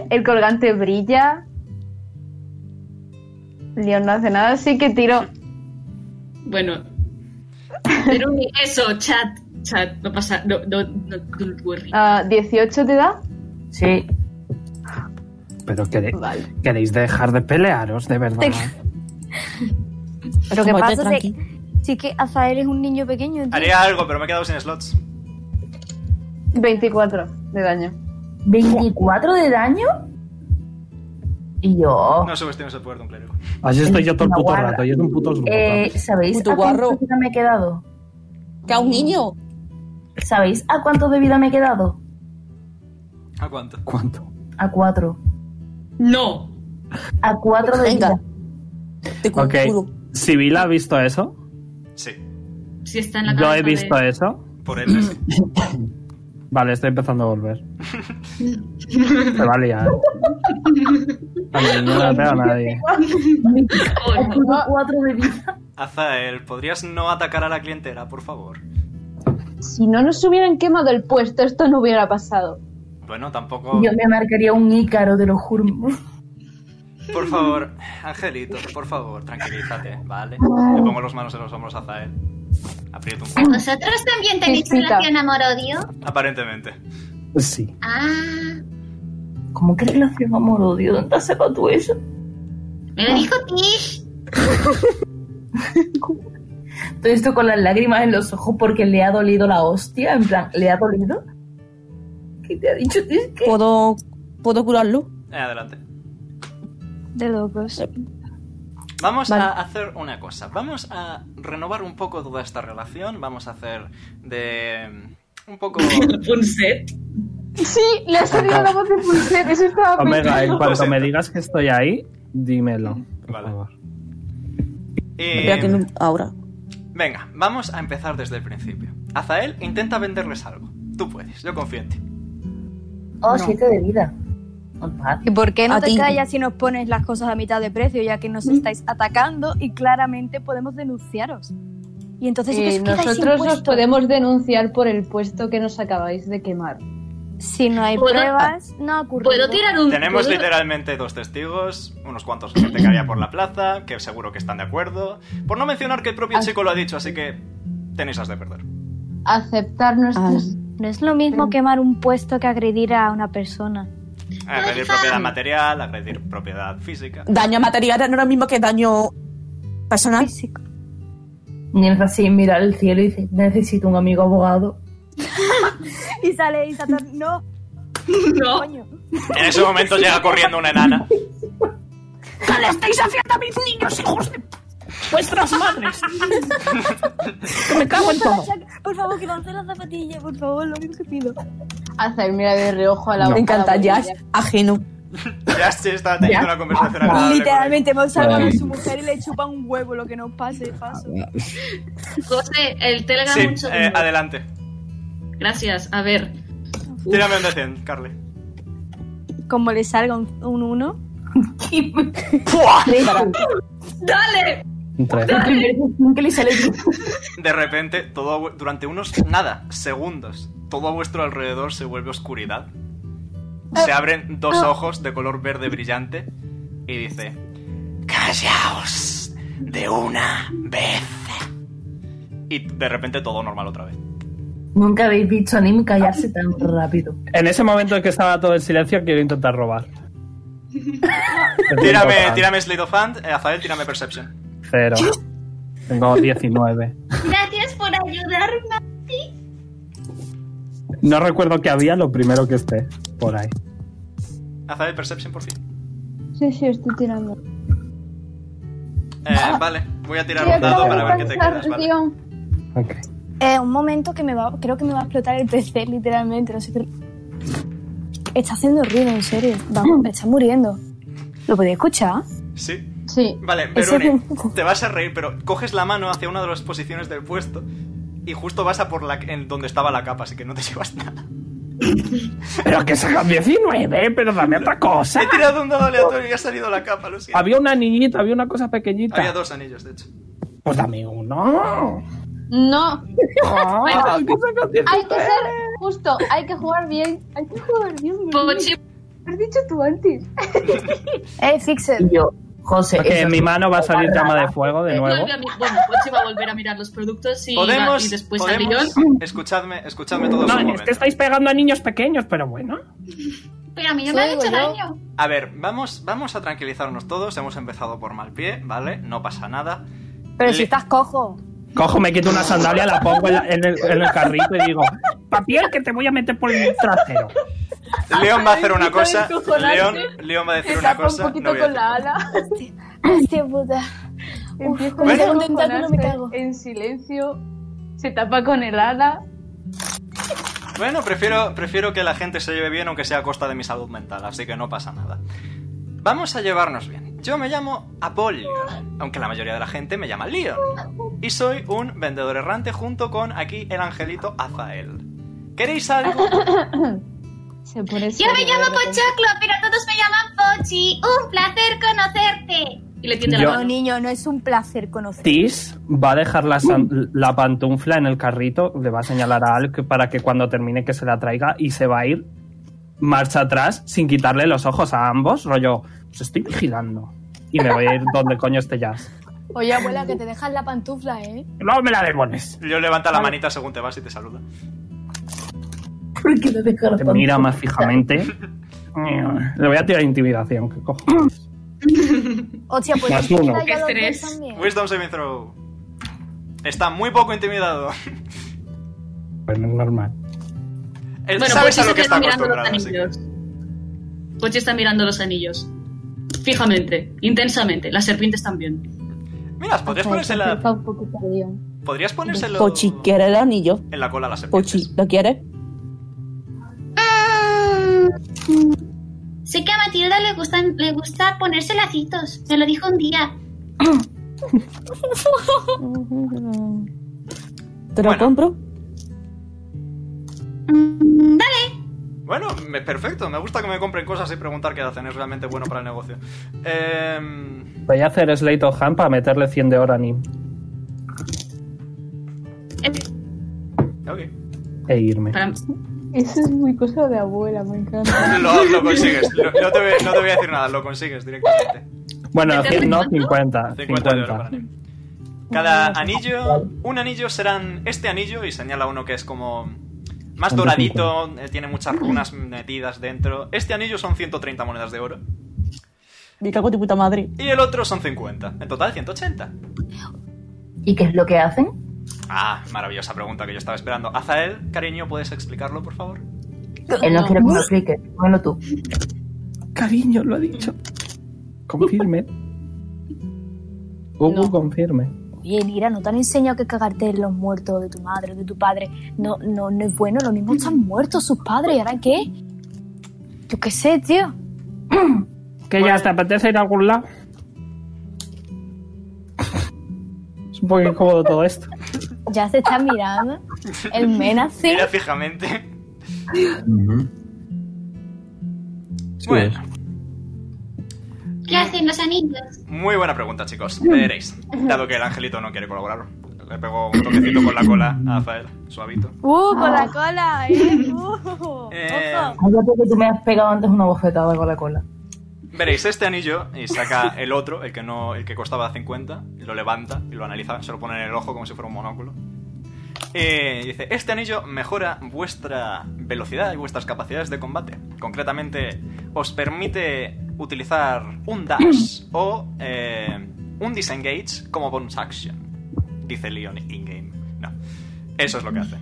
S10: El colgante brilla. Leon no hace nada, así que tiro.
S7: Bueno. Pero ni eso, chat. Chat, no pasa. No, no, no, don't worry.
S10: Ah, ¿18 te da?
S3: Sí.
S2: Pero quere- queréis dejar de pelearos, de verdad.
S8: Pero
S4: Vete
S8: que pasa es
S4: tranqui.
S8: que, sí que Azael es un niño pequeño. tío.
S4: Haría algo, pero me he quedado sin slots.
S10: 24 de daño.
S9: ¿24 de daño? Y yo.
S4: No subestimes el poder de un clérigo.
S2: Así estoy yo todo el
S9: Una
S2: puto
S9: guarda.
S2: rato, yo es un puto slobo,
S9: Eh,
S2: vamos.
S9: ¿Sabéis
S2: Puto
S9: a
S2: guarro.
S9: cuánto de vida me he quedado? ¿Que a un niño? ¿Sabéis a cuánto de vida me he quedado?
S4: ¿A cuánto?
S2: ¿Cuánto?
S9: A cuatro.
S7: No.
S9: A cuatro de vida.
S2: Ok. ¿Sibila ha visto eso?
S4: Sí.
S7: Si está en la
S2: Yo
S7: cabeza
S2: he
S7: de-
S2: visto eso.
S4: Por él.
S2: Vale, estoy empezando a volver. Se va a liar. A mí no me pega a nadie.
S9: A cuatro de vida.
S4: Azael, ¿podrías no atacar a la clientela, por favor?
S10: Si no nos hubieran quemado el puesto, esto no hubiera pasado.
S4: Bueno, tampoco.
S9: Yo me marcaría un ícaro, te lo juro.
S4: Por favor, Angelito, por favor, tranquilízate, ¿vale? Le pongo las manos en los hombros a Azael. Aprieto un poco.
S14: ¿Vosotros también tenéis
S9: Chiquita.
S14: relación amor-odio?
S4: Aparentemente.
S2: Sí.
S14: Ah,
S9: ¿Cómo que relación amor-odio? ¿Dónde has sacado tú eso?
S14: me lo dijo Tish.
S9: Todo esto con las lágrimas en los ojos porque le ha dolido la hostia. En plan, ¿le ha dolido? ¿Qué te ha dicho?
S12: ¿Puedo, ¿Puedo curarlo? Eh,
S4: Eh, adelante.
S8: De locos.
S4: Vamos
S12: Vale.
S4: a hacer una cosa. Vamos a renovar un poco toda esta relación. Vamos a hacer de. mm, Un poco.
S7: Un set.
S10: Sí, le ha salido la voz de Pulset, eso estaba
S2: Omega, en
S10: pensando.
S2: cuanto me digas que estoy ahí, dímelo. Por favor.
S4: Eh,
S12: Espera que no- ahora.
S4: Venga, vamos a empezar desde el principio. Azael, intenta venderles algo. Tú puedes, yo confío en ti.
S9: Oh, siete de vida. Oh,
S8: ¿Y por qué no
S9: A
S8: te
S9: ti.
S8: callas si nos pones las cosas a mitad de precio, ya que nos estáis atacando y claramente podemos denunciaros? Y entonces sí que
S10: Eh,
S8: os quedáis sin
S10: nosotros nos
S8: puesto.
S10: podemos denunciar por el puesto que nos acabáis de quemar.
S8: Si no hay
S10: ¿Puedo-
S8: pruebas, no ha ocurrido.
S10: ¿Puedo tirar
S4: Tenemos literalmente dos testigos, unos cuantos gente que había por la plaza, que seguro que están de acuerdo. Por no mencionar que el propio chico lo ha dicho, así que tenéis las de perder.
S8: aceptar nuestros... Ah. No es lo mismo quemar un puesto que agredir a una persona.
S4: Agredir propiedad material, agredir propiedad física.
S12: Daño material no es lo mismo que daño personal.
S9: Y él así mira al cielo y dice, necesito un amigo abogado.
S8: Y sale y Satán, no.
S7: No.
S8: Coño.
S4: En ese momento llega corriendo una enana.
S22: ¡Le estáis haciendo a mis niños, hijos de vuestras madres! Que me cago en todo.
S8: Por favor, que lance la zapatilla, por favor, lo único que pido.
S10: Hacer mira de reojo a la
S12: Me
S10: a la
S12: encanta
S10: botella.
S12: Jazz, ajeno.
S4: Ya se está teniendo una conversación agradable.
S8: Literalmente hemos salvado a
S4: Ay.
S8: su mujer y le chupa un huevo lo que nos pase de paso.
S7: José, el Telegram.
S4: Sí,
S7: un segundo.
S4: eh, adelante.
S7: Gracias. A ver.
S4: Tírame un de 100, Carly.
S8: Como le salga un un uno.
S7: ¡Dale!
S2: Un tres.
S9: que le sale
S4: De repente, todo a vu- durante unos nada, segundos, todo a vuestro alrededor se vuelve oscuridad.
S8: Ah.
S4: Se abren dos ojos de color verde brillante y dice: ¡Callaos! De una vez. Y de repente todo normal otra vez.
S9: Nunca habéis visto a Nim callarse tan rápido.
S2: En ese momento en que estaba todo en silencio, quiero intentar robar.
S4: Tírame, tírame Slate of Hand, eh, Azael, tírame Perception.
S2: Cero. Tengo 19.
S14: Gracias por ayudarme.
S2: No recuerdo que había lo primero que esté por ahí.
S4: Azael, Perception por fin.
S10: Sí, sí, estoy tirando.
S4: Eh, vale, voy a tirar
S8: Yo
S4: un dado
S8: Ah. acabo de
S4: para ver qué te
S8: pensar,
S4: quedas, vale.
S8: tío. Eh, un momento que me va, creo que me va a explotar el PC literalmente, no sé qué. Está haciendo ruido, en serio. Vamos, me está muriendo. ¿Lo podéis escuchar?
S4: Sí.
S10: Sí.
S4: Vale,
S8: Ese
S4: Verone, te vas a reír, pero coges la mano hacia una de las posiciones del puesto y justo vas a por la en donde estaba la capa, así que no te llevas nada.
S2: Pero que sacan 19, pero dame otra cosa.
S4: He tirado un dado aleatorio y ha salido la capa, lo siento.
S2: Había una niñita, había una cosa pequeñita.
S4: Había dos anillos, de hecho.
S2: Pues dame uno.
S10: No.
S2: Ah, que sacan
S10: Hay que
S2: 19.
S10: ser justo, hay que jugar bien, hay que jugar bien.
S7: Pochi
S20: Lo has dicho tú antes.
S19: eh, Fixer.
S3: Yo, José.
S2: Porque
S3: eso
S2: en mi
S3: sí.
S2: mano va a salir llama de fuego de nuevo.
S7: Vuelve Eh, a mi- bueno, Pochi va a volver a mirar los productos y, va-
S4: Podemos,
S7: y después al
S4: podemos,
S7: guión.
S4: escuchadme, escuchadme todos
S2: No,
S4: un
S2: es que
S4: momento.
S2: estáis pegando a niños pequeños, pero bueno.
S14: Pero a mí no me ha
S19: Sí,
S14: hecho
S19: digo yo.
S14: daño.
S4: A ver, vamos, vamos a tranquilizarnos todos. Hemos empezado por mal pie, ¿vale? No pasa nada.
S19: Pero
S4: Le-
S19: si estás cojo.
S2: Cojo, me quito una sandalia, la pongo en, la- en el, en el carrito y digo, papiel que te voy a meter por el trasero.
S4: León va a hacer una
S2: Ay,
S4: cosa.
S2: quito descojonarse.
S4: León, León va a decir una cosa. no voy a decir.
S10: ala.
S19: Hostia puta.
S10: Empieza
S19: me
S10: a
S19: cago en tentáculo, me
S10: descojonarse en silencio. Se tapa con el ala.
S4: Bueno, prefiero, prefiero que la gente se lleve bien, aunque sea a costa de mi salud mental, así que no pasa nada. Vamos a llevarnos bien. Yo me llamo Apolion, aunque la mayoría de la gente me llama Leon. Y soy un vendedor errante junto con aquí el angelito Azael. ¿Queréis algo?
S10: Se pone
S19: Pues
S14: Yo me llamo Pochoclo, pero todos me llaman Pochi. Un placer conocerte.
S7: Y le
S2: tiende la Yo-
S19: No,
S2: mano.
S19: niño, no es un placer conocer.
S2: Tis va a dejar la, san- la pantufla en el carrito, le va a señalar a Al que- para que cuando termine que se la traiga y se va a ir marcha atrás sin quitarle los ojos a ambos, rollo, os estoy vigilando. Y me voy a ir donde coño esté Jazz.
S19: Oye, abuela, que te dejas la pantufla, ¿eh?
S2: Luego me la devones.
S4: León levanta la manita según te vas y te saluda.
S2: Te mira más fijamente. Le voy a tirar intimidación, que cojo.
S19: Hostia, pues
S2: Más
S19: la
S2: uno.
S19: pantufla ya los
S7: Estrés.
S19: ves también.
S4: Wisdom saving throw. Está muy poco intimidado.
S2: Bueno, Pues es normal.
S4: Él
S7: Bueno, pues
S4: sabes
S7: Pochi
S4: a
S7: se
S4: lo que
S7: queda
S4: está
S7: mirando los
S4: acostumbrado. así que-
S7: anillos. Pochi está mirando los anillos. Fijamente, intensamente. Las serpientes también.
S4: Miras, podrías ponérsela,
S10: Un poquito de guión.
S4: podrías ponérselo
S12: Pochi, ¿quiere el anillo?
S4: en la cola a la serpiente.
S12: Pochi, ¿lo quiere?
S14: Mm. Sé que a Matilda le, gustan, le gusta ponerse lacitos. Me lo dijo un día.
S12: ¿Te lo
S4: Bueno.
S12: compro?
S14: Mm, Dale.
S4: Bueno, me- perfecto. Me gusta que me compren cosas y preguntar qué hacen. Es realmente bueno para el negocio. Em,
S2: Voy a hacer Slate of Hand para meterle 100 de oro a Nim
S4: ok.
S2: e irme.
S10: Eso es muy cosa de abuela, me encanta.
S4: Lo, lo consigues. Lo- no, te voy, no te voy a decir nada. Lo consigues directamente.
S2: Bueno,
S4: ¿Meterle
S2: 100, no, 50.
S4: 50 de oro
S2: 50.
S4: para Nim. Cada anillo, un anillo serán este anillo y señala uno que es como más
S2: Son de
S4: doradito, eh, tiene muchas runas metidas dentro. Este anillo son 130 monedas de oro
S12: Me cago en tu puta madre.
S4: y el otro son 50. En total 180.
S3: ¿Y qué es lo que hacen?
S4: Ah, maravillosa pregunta que yo estaba esperando. Azael, cariño, ¿puedes explicarlo, por favor?
S3: Él no,
S9: No.
S3: quiere que me lo explique. Póngalo tú.
S2: Cariño, lo ha dicho. Confirme. Hugo, confirme.
S19: Oye, mira, ¿no te han enseñado que cagarte en los muertos de tu madre o de tu padre no, no, no es bueno? Lo mismo están muertos sus padres, ¿y ahora qué? Yo qué sé, tío.
S2: Que ya te apetece ir a algún lado. Es un poco incómodo todo esto.
S19: Ya se está mirando. El men así.
S4: Mira fijamente.
S6: Sí,
S4: Bueno,
S14: ¿Qué hacen los anillos?
S4: muy buena pregunta, chicos. Veréis. Dado que el angelito no quiere colaborar, le pego un toquecito con la cola a Azael, suavito.
S19: ¡Uh, con la cola! ¿eh? Uh.
S4: Eh,
S3: Acuérdate que tú me has pegado antes una bofetada con la cola.
S4: Veréis este anillo y saca el otro, el que no, el que costaba 50, y lo levanta y lo analiza, se lo pone en el ojo como si fuera un monóculo. Eh, Y dice, este anillo mejora vuestra velocidad y vuestras capacidades de combate. Concretamente, os permite utilizar un dash o eh, un disengage como bonus action. Dice Leon in-game. No. Eso es lo que hace.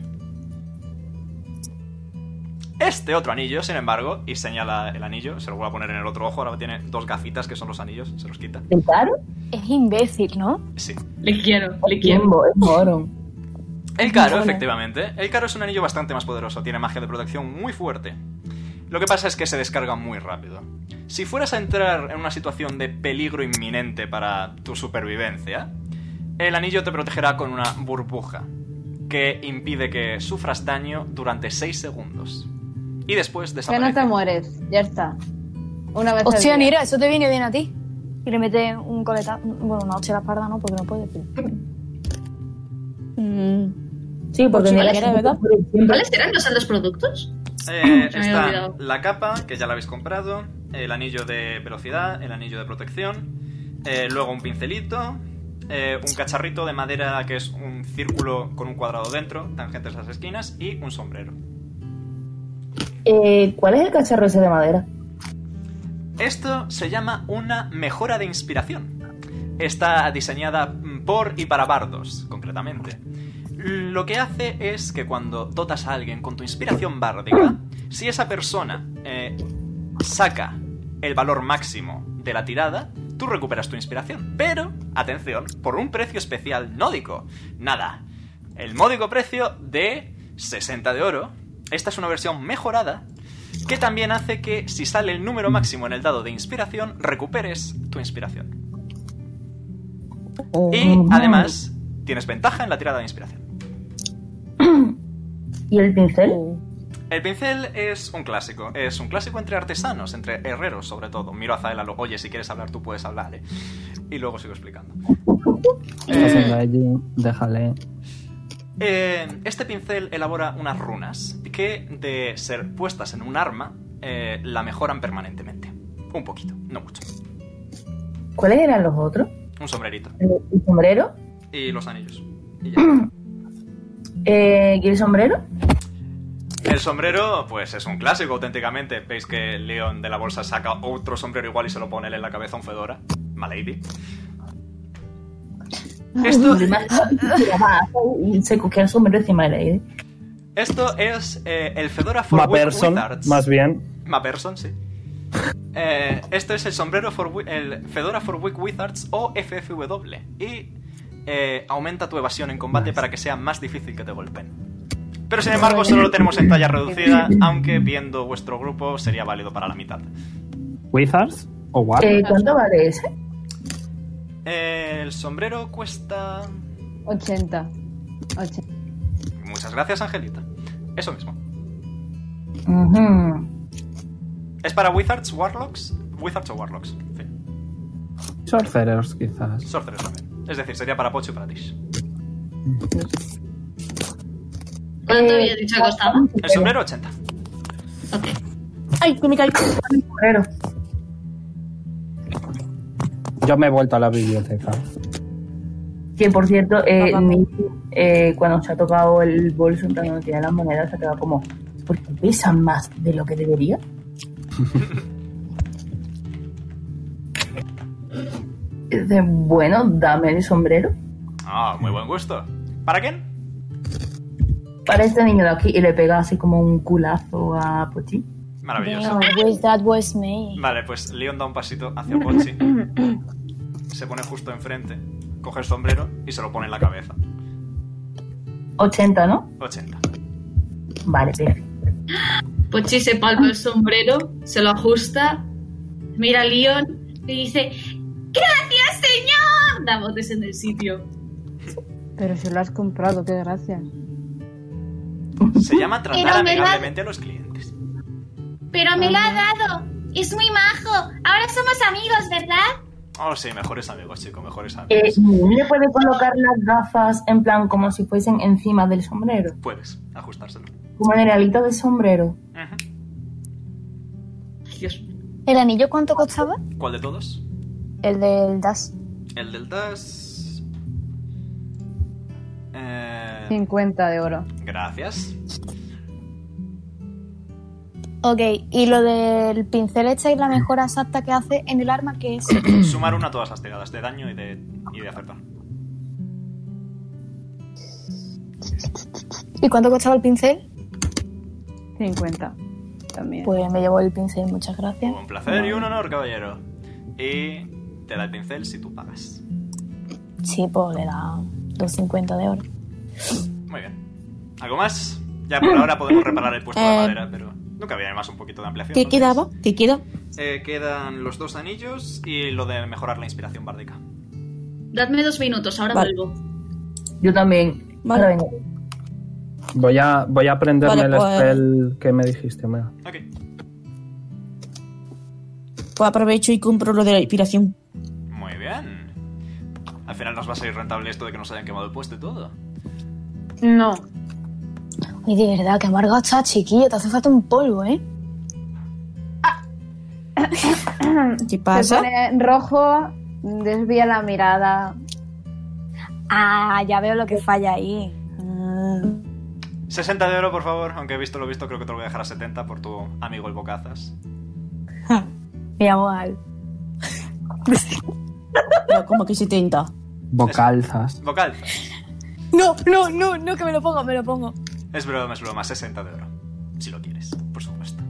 S4: Este otro anillo, sin embargo, y señala el anillo, se lo voy a poner en el otro ojo, ahora tiene dos gafitas que son los anillos, se los quita.
S3: claro?
S19: Es imbécil, ¿no?
S4: Sí.
S7: Le quiero, le quiero.
S3: Tiempo, es moro.
S4: El caro,
S3: Bueno.
S4: efectivamente. El caro es un anillo bastante más poderoso, tiene magia de protección muy fuerte. Lo que pasa es que se descarga muy rápido. Si fueras a entrar en una situación de peligro inminente para tu supervivencia, el anillo te protegerá con una burbuja que impide que sufras daño durante 6 segundos. Y después
S10: Ya no
S4: desaparece.
S10: te mueres, ya está. Una vez
S19: Hostia,
S10: al día.
S19: mira, eso te viene bien a ti. Y le mete un coleta. Bueno, una hostia a la espalda, ¿no? Porque no puede. Pero...
S12: Sí, porque
S19: Pochi,
S12: ni la
S19: ¿vale?
S12: quiere, ¿verdad?
S7: ¿Cuáles serán los otros productos?
S4: Eh,
S7: Se me había
S4: está
S7: olvidado.
S4: la capa, que ya la habéis comprado, el anillo de velocidad, el anillo de protección, eh, luego un pincelito, eh, un cacharrito de madera que es un círculo con un cuadrado dentro, tangentes a las esquinas, y un sombrero.
S9: Eh, ¿Cuál es el cacharro ese de madera?
S4: Esto se llama una mejora de inspiración. Está diseñada por y para bardos, concretamente. Lo que hace es que cuando dotas a alguien con tu inspiración bárdica, si esa persona eh, saca el valor máximo de la tirada, tú recuperas tu inspiración. Pero, atención, por un precio especial nódico. Nada, el módico precio de 60 de oro. Esta es una versión mejorada que también hace que si sale el número máximo en el dado de inspiración, recuperes tu inspiración.
S2: Oh,
S4: Y además, tienes ventaja en la tirada de inspiración.
S9: ¿Y el pincel?
S4: El pincel es un clásico, es un clásico entre artesanos, entre herreros sobre todo. Miro a Zaelalo, oye, si quieres hablar tú puedes hablar, ¿eh? Y luego sigo explicando.
S2: ¿Qué estás haciendo allí? Déjale.
S4: Eh, este pincel elabora unas runas que, de ser puestas en un arma, eh, la mejoran permanentemente. Un poquito, no mucho.
S9: ¿Cuáles eran los otros?
S4: Un sombrerito.
S9: ¿El, el sombrero?
S4: Y los anillos.
S9: Eh, ¿Y el sombrero?
S4: El sombrero, pues es un clásico auténticamente. Veis que Leon de la bolsa saca otro sombrero igual y se lo pone él en la cabeza a un Fedora. Malady. Esto-
S9: Y se cogía el sombrero encima de la idea.
S4: Esto es eh, el Fedora for
S2: Ma
S4: Wi-
S2: person,
S4: Wizards.
S2: más bien.
S4: Ma person, sí. Eh, esto es el sombrero for wi- el Fedora for Weak Wizards o FFW. Y eh, aumenta tu evasión en combate para que sea más difícil que te golpeen. Pero sin embargo, solo lo tenemos en talla reducida, aunque viendo vuestro grupo sería válido para la mitad.
S2: ¿Wizards? ¿O what?
S9: Eh, ¿Cuánto vale ese?
S4: Eh, el sombrero cuesta.
S20: 80. 80.
S4: Muchas gracias, Angelita. Eso mismo.
S9: Eh, Ujú.
S4: ¿Es para Wizards, Warlocks? Wizards o Warlocks. en fin.
S2: Sorcerers, quizás.
S4: Sorcerers también. Es decir, sería para Pocho y para Tish.
S7: ¿Cuánto había dicho que costaba?
S4: El sombrero 80.
S1: Ay, que me caigo.
S2: Yo me he vuelto a la biblioteca.
S9: Que por cierto, eh, ni- eh, cuando se ha tocado el bolso, en plan donde tiene las monedas, se ha quedado como, ¿por qué pesan más de lo que debería? Y dice, bueno, dame el sombrero
S4: Ah, muy buen gusto. ¿Para quién?
S9: para este niño de aquí y le pega así como un culazo a Pochi.
S4: Maravilloso.
S5: Damn, wish that was me.
S4: Vale, pues Leon da un pasito hacia Pochi. Se pone justo enfrente. Coge el sombrero y se lo pone en la cabeza.
S9: 80, ¿no?
S4: 80.
S9: Vale, perfecto.
S7: Pochi se palpa el sombrero, se lo ajusta, mira a Leon y dice: ¡Gracias, señor! Da botes en el sitio.
S20: Pero si lo has comprado, qué gracia.
S4: Se llama tratar
S14: Pero me da-
S4: amigablemente a los clientes.
S14: Pero me lo ha dado. Es muy majo. Ahora somos amigos, ¿verdad?
S4: Oh, sí, mejores amigos, chico, mejores
S9: Eh,
S4: amigos.
S9: ¿Le puede colocar las gafas en plan como si fuesen encima del sombrero?
S14: Eh.
S4: Puedes ajustárselo.
S9: Como en el alito del sombrero.
S7: Dios.
S19: ¿El anillo cuánto costaba?
S4: ¿Cuál de todos?
S19: El del Dash.
S4: El del DAS. Eh,
S20: 50 de oro.
S4: Gracias.
S19: Ok, y lo del pincel esta y la mejora exacta que hace en el arma, que es.
S1: Mm.
S4: Sumar una a todas las tiradas de daño y de, y de acertar.
S19: ¿Y cuánto costaba el pincel?
S20: 50. También.
S19: Pues me llevo el pincel, muchas gracias.
S4: Un placer y un honor, caballero. Y te da el pincel si tú pagas.
S19: Sí, pues le da 250 de oro.
S4: Muy bien. ¿Algo más? Ya por ahora podemos reparar el puesto de
S1: Mm. Eh,
S4: madera, pero nunca había más un poquito de ampliación.
S1: ¿Qué
S4: ¿no?
S1: quedaba? ¿Qué queda?
S4: Eh, quedan los dos anillos y lo de mejorar la inspiración bárdica.
S7: Dadme dos minutos, ahora
S2: Vale.
S7: vuelvo.
S9: Yo también. Ahora vengo.
S2: Voy a, voy a aprenderme
S1: Vale, pues-
S2: el spell que me dijiste, mira.
S1: Pues aprovecho y compro lo de la inspiración.
S4: Muy bien. Al final nos va a salir rentable esto de que nos hayan quemado el puesto y todo.
S20: No.
S8: Y de verdad, que amargado estás, chiquillo. Te hace falta un polvo, ¿eh?
S12: ¿Qué pasa?
S10: Ah. Se pone rojo, desvía la mirada.
S8: Ah, ya veo lo que falla ahí.
S12: Ah.
S4: 60 de oro, por favor. Aunque he visto lo visto, creo que te lo voy a dejar a 70 por tu amigo el Bocazas.
S8: Me llamo Al.
S12: Pero como que 70.
S2: Bocalzas.
S4: Vocal.
S8: No, no, no, no, que me lo pongo, me lo pongo.
S4: Es broma, es broma. 60 de oro. Si lo quieres, por supuesto.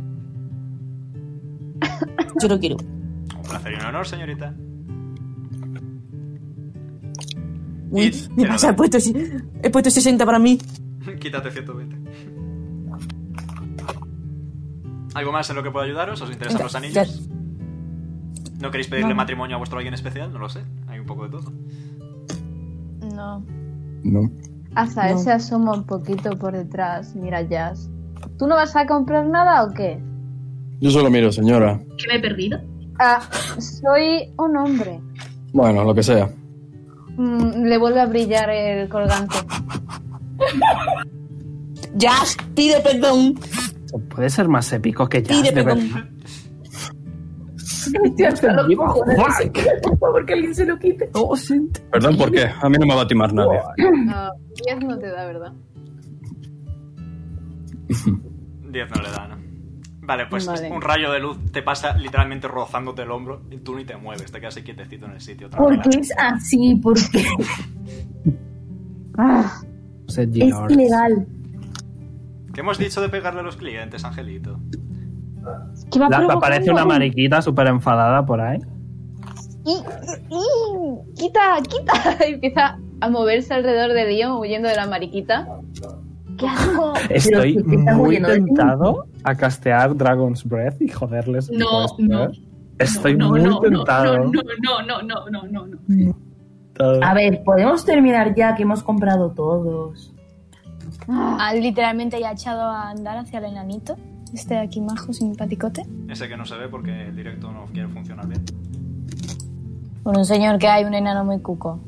S12: Yo lo quiero.
S4: Un placer y un honor, señorita.
S12: Uy, me pasa, he puesto, he puesto 60 para mí.
S4: Quítate 120. ¿Algo más en lo que pueda ayudaros? ¿Os interesan los anillos? ¿No queréis pedirle
S8: No.
S4: matrimonio a vuestro alguien especial? No lo sé. Hay un poco de todo.
S10: No.
S11: No.
S10: Hasta él
S11: No.
S10: se asoma un poquito por detrás. Mira, Jazz. ¿Tú no vas a comprar nada o qué?
S11: Yo solo miro, señora.
S10: ¿Que me he perdido? Ah, soy un hombre.
S11: Bueno, lo que sea.
S10: Mm, le vuelve a brillar el colgante.
S12: Jazz, pide perdón.
S2: Puede ser más épico que ya.
S12: Pide
S2: de
S12: perdón.
S2: verdad.
S9: Estoy hasta los cojones, Por favor, que alguien se lo quite.
S8: Oh,
S11: Perdón, ¿por qué? A mí no me va a timar nadie.
S10: No, 10 no te da, ¿verdad?
S4: 10 no le da, ¿no? Vale, pues
S10: Vale.
S4: un rayo de luz te pasa literalmente rozándote el hombro y tú ni te mueves, te quedas ahí quietecito en el sitio. otra
S9: ¿Por
S4: vez.
S9: qué es así? ¿Por qué? Ah,
S2: José
S9: es
S2: Girard.
S9: ilegal.
S4: ¿Qué hemos dicho de pegarle a los clientes, Angelito?
S2: La- aparece una mariquita súper enfadada por ahí.
S10: Y, y- quita, quita. Empieza a moverse alrededor de Dion huyendo de la mariquita. ¡Qué asco!
S2: Estoy
S10: Pero, ¿qué estás
S2: muy
S10: huyendo de mí?
S2: tentado a castear Dragon's Breath y joderles.
S7: No,
S2: todo esto,
S7: no.
S2: ¿eh? Estoy
S7: No,
S2: muy
S7: no, no,
S2: tentado.
S7: no, no, no, no, no, no, no.
S2: Tentado.
S9: A ver, podemos terminar ya que hemos comprado todos.
S8: Al literalmente ya ha echado a andar hacia el enanito. Este de aquí majo, simpaticote.
S4: Ese que no se ve porque el directo no quiere funcionar bien.
S8: Con un señor que hay, un enano muy cuco.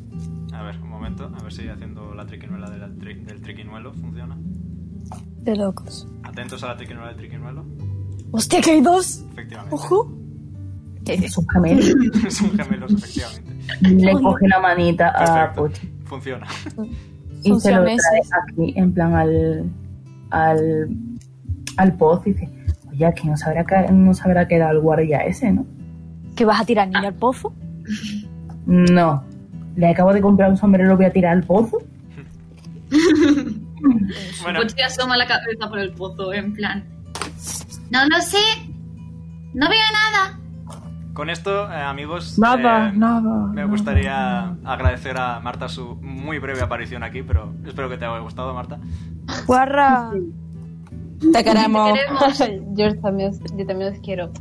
S4: A ver, un momento, a ver si haciendo la triquinuela de la tri- del triquinuelo funciona.
S8: De locos.
S4: Atentos a la triquinuela del triquinuelo.
S8: Hostia, que hay dos.
S4: Efectivamente.
S8: Ojo.
S9: Es un gemelo.
S4: Son gemelos, efectivamente.
S9: Le coge la manita
S2: Ah,
S9: a
S4: Perfecto.
S9: Pochi
S4: Funciona.
S9: y
S4: Son
S9: se lo trae
S4: siameses.
S9: aquí, en plan al, al, al pozo y dice, oye, aquí nos habrá, ca- nos habrá quedado el guardia ese, ¿no?
S8: ¿Que vas a tirar niño al pozo?
S9: No. Le acabo de comprar un sombrero, lo voy a tirar al pozo.
S7: Pochi Pues asoma la cabeza por el pozo, en plan.
S14: No lo sé. No veo nada.
S4: Con esto, eh, amigos.
S2: Nada,
S4: eh,
S2: nada.
S4: Me gustaría agradecer a Marta su muy breve aparición aquí, pero espero que te haya gustado, Marta.
S8: Guarra.
S12: Te queremos.
S10: yo, también, os- yo también os quiero.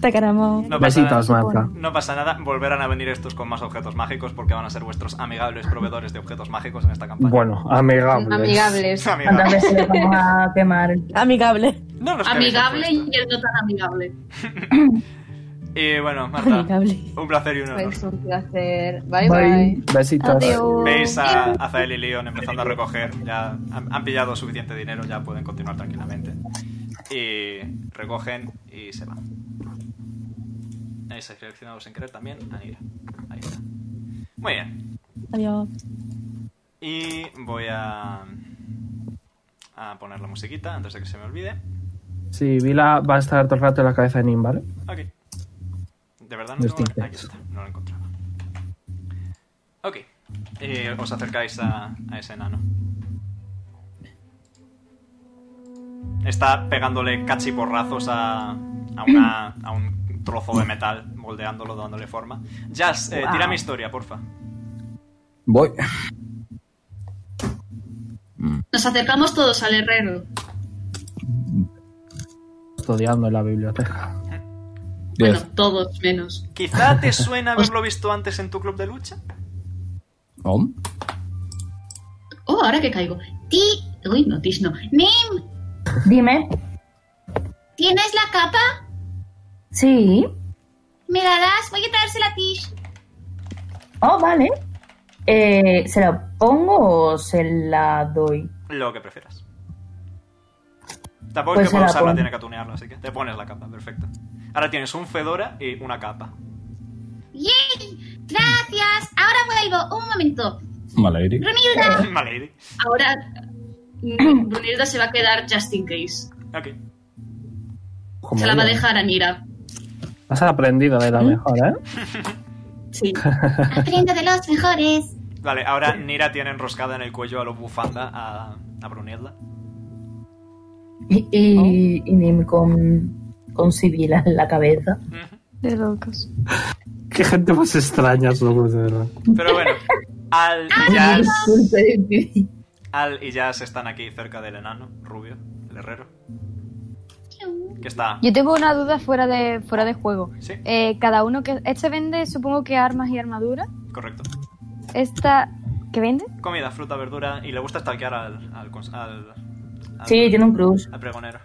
S8: Te queremos.
S4: No pasa
S2: Besitos,
S4: nada.
S2: Marta.
S4: No pasa nada, volverán a venir estos con más objetos mágicos porque van a ser vuestros amigables proveedores de objetos mágicos en esta campaña.
S2: Bueno, amigable.
S9: ¿Cuántas veces le vamos a quemar?
S12: Amigable.
S4: No nos queréis
S7: Amigable y el no tan amigable.
S4: Y bueno, Marta,
S12: Amigable.
S4: un placer y un honor.
S10: Pues un placer. Bye bye.
S2: Besitos.
S10: Adiós.
S4: Veis a Azael y Leon empezando a recoger. Ya han, han pillado suficiente dinero, ya pueden continuar tranquilamente. Y recogen y se van. Ahí se ha seleccionado sin querer también a Nira. Ahí está. Muy bien.
S8: Adiós.
S4: Y voy a, a poner la musiquita antes de que se me olvide.
S2: Sí, Vila va a estar todo el rato en la cabeza de Nim, ¿vale?
S4: Ok. De verdad no
S2: Los
S4: tengo-
S2: tintes.
S4: Aquí está, no lo encontraba. Ok. Eh, os acercáis a, a ese enano. Está pegándole cachiporrazos a, a, una- a un trozo de metal, moldeándolo, dándole forma. Jazz, eh,
S11: Wow.
S4: tira mi historia, porfa.
S11: Voy.
S7: Nos acercamos todos al herrero.
S2: Estudiando en la biblioteca.
S7: Bueno, todos menos.
S4: Quizá te suena haberlo visto antes en tu club de lucha.
S7: Oh, ahora que caigo. Ti. Uy, no, Tish no.
S14: Nim,
S9: Dime.
S14: ¿tienes la capa?
S9: Sí.
S14: ¿Me la das? Voy a traérsela a Tish.
S9: Oh, vale. Eh, ¿Se la pongo o se la doy?
S4: Lo que prefieras. Tampoco
S9: Pues
S4: es
S9: se
S4: que pueda
S9: la
S4: usarla,
S9: pone.
S4: tiene que tunearla, así que te pones la capa, perfecto. Ahora tienes un Fedora y una capa.
S14: ¡Yay! ¡Gracias! Ahora vuelvo. Un momento.
S11: Malady.
S14: Brunilda.
S4: Malady.
S7: Ahora mm, Brunilda se va a quedar just in case.
S4: Ok.
S2: Como
S7: Se la va a
S2: yo.
S7: dejar a Nira.
S2: Has aprendido de la mejor, ¿eh?
S7: Sí.
S14: Aprendo de los mejores.
S4: Vale, ahora Nira tiene enroscada en el cuello a los bufanda a, a Brunilda.
S9: Y,
S8: Oh.
S9: y, y Nim con, con Sibila en la cabeza.
S8: De locos.
S2: Qué gente más extraña somos, de verdad.
S4: Pero bueno, Al y Jazz, Al y Jazz están aquí cerca del enano, rubio, el herrero. Que está.
S8: Yo tengo una duda fuera de, fuera de juego.
S4: Sí.
S8: Eh, cada uno que. Este vende, supongo que armas y armadura.
S4: Correcto.
S8: Esta. ¿Qué vende?
S4: Comida, fruta, verdura y le gusta stalkear al. al, cons- al- al-
S8: Sí, tiene un cruz.
S4: Al pregonero.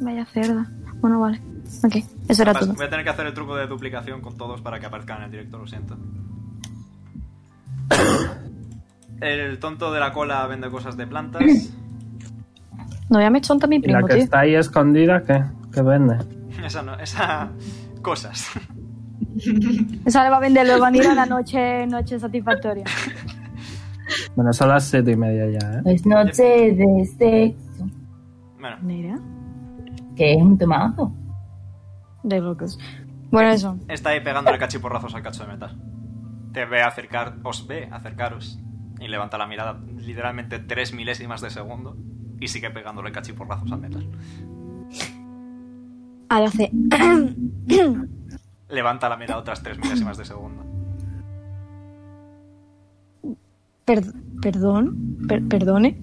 S8: Vaya cerda. Bueno, vale. Ok, eso era
S4: Vas-
S8: todo.
S4: Voy a tener que hacer el truco de duplicación con todos para que aparezcan en el directo, lo siento. El tonto de la cola vende cosas de plantas.
S8: No ya me chonta mi
S2: Y la
S8: primo,
S2: que
S8: tío.
S2: está ahí escondida, ¿qué, ¿Qué vende?
S4: Esa no, esa. cosas.
S8: Esa le va a vender luego a Nira la noche, noche satisfactoria.
S2: Bueno, son las siete y media ya, ¿eh?
S9: Es noche de sexo.
S4: Bueno.
S8: Mira.
S9: Que es un temazo.
S8: De locos. Bueno, eso.
S4: Está ahí pegándole cachiporrazos al cacho de metal. Te ve acercar, os ve acercaros y levanta la mirada literalmente tres milésimas de segundo y sigue pegándole cachiporrazos al metal.
S8: Ahora hace.
S4: Levanta la mirada otras tres milésimas de segundo.
S8: Per- perdón. Per- perdone.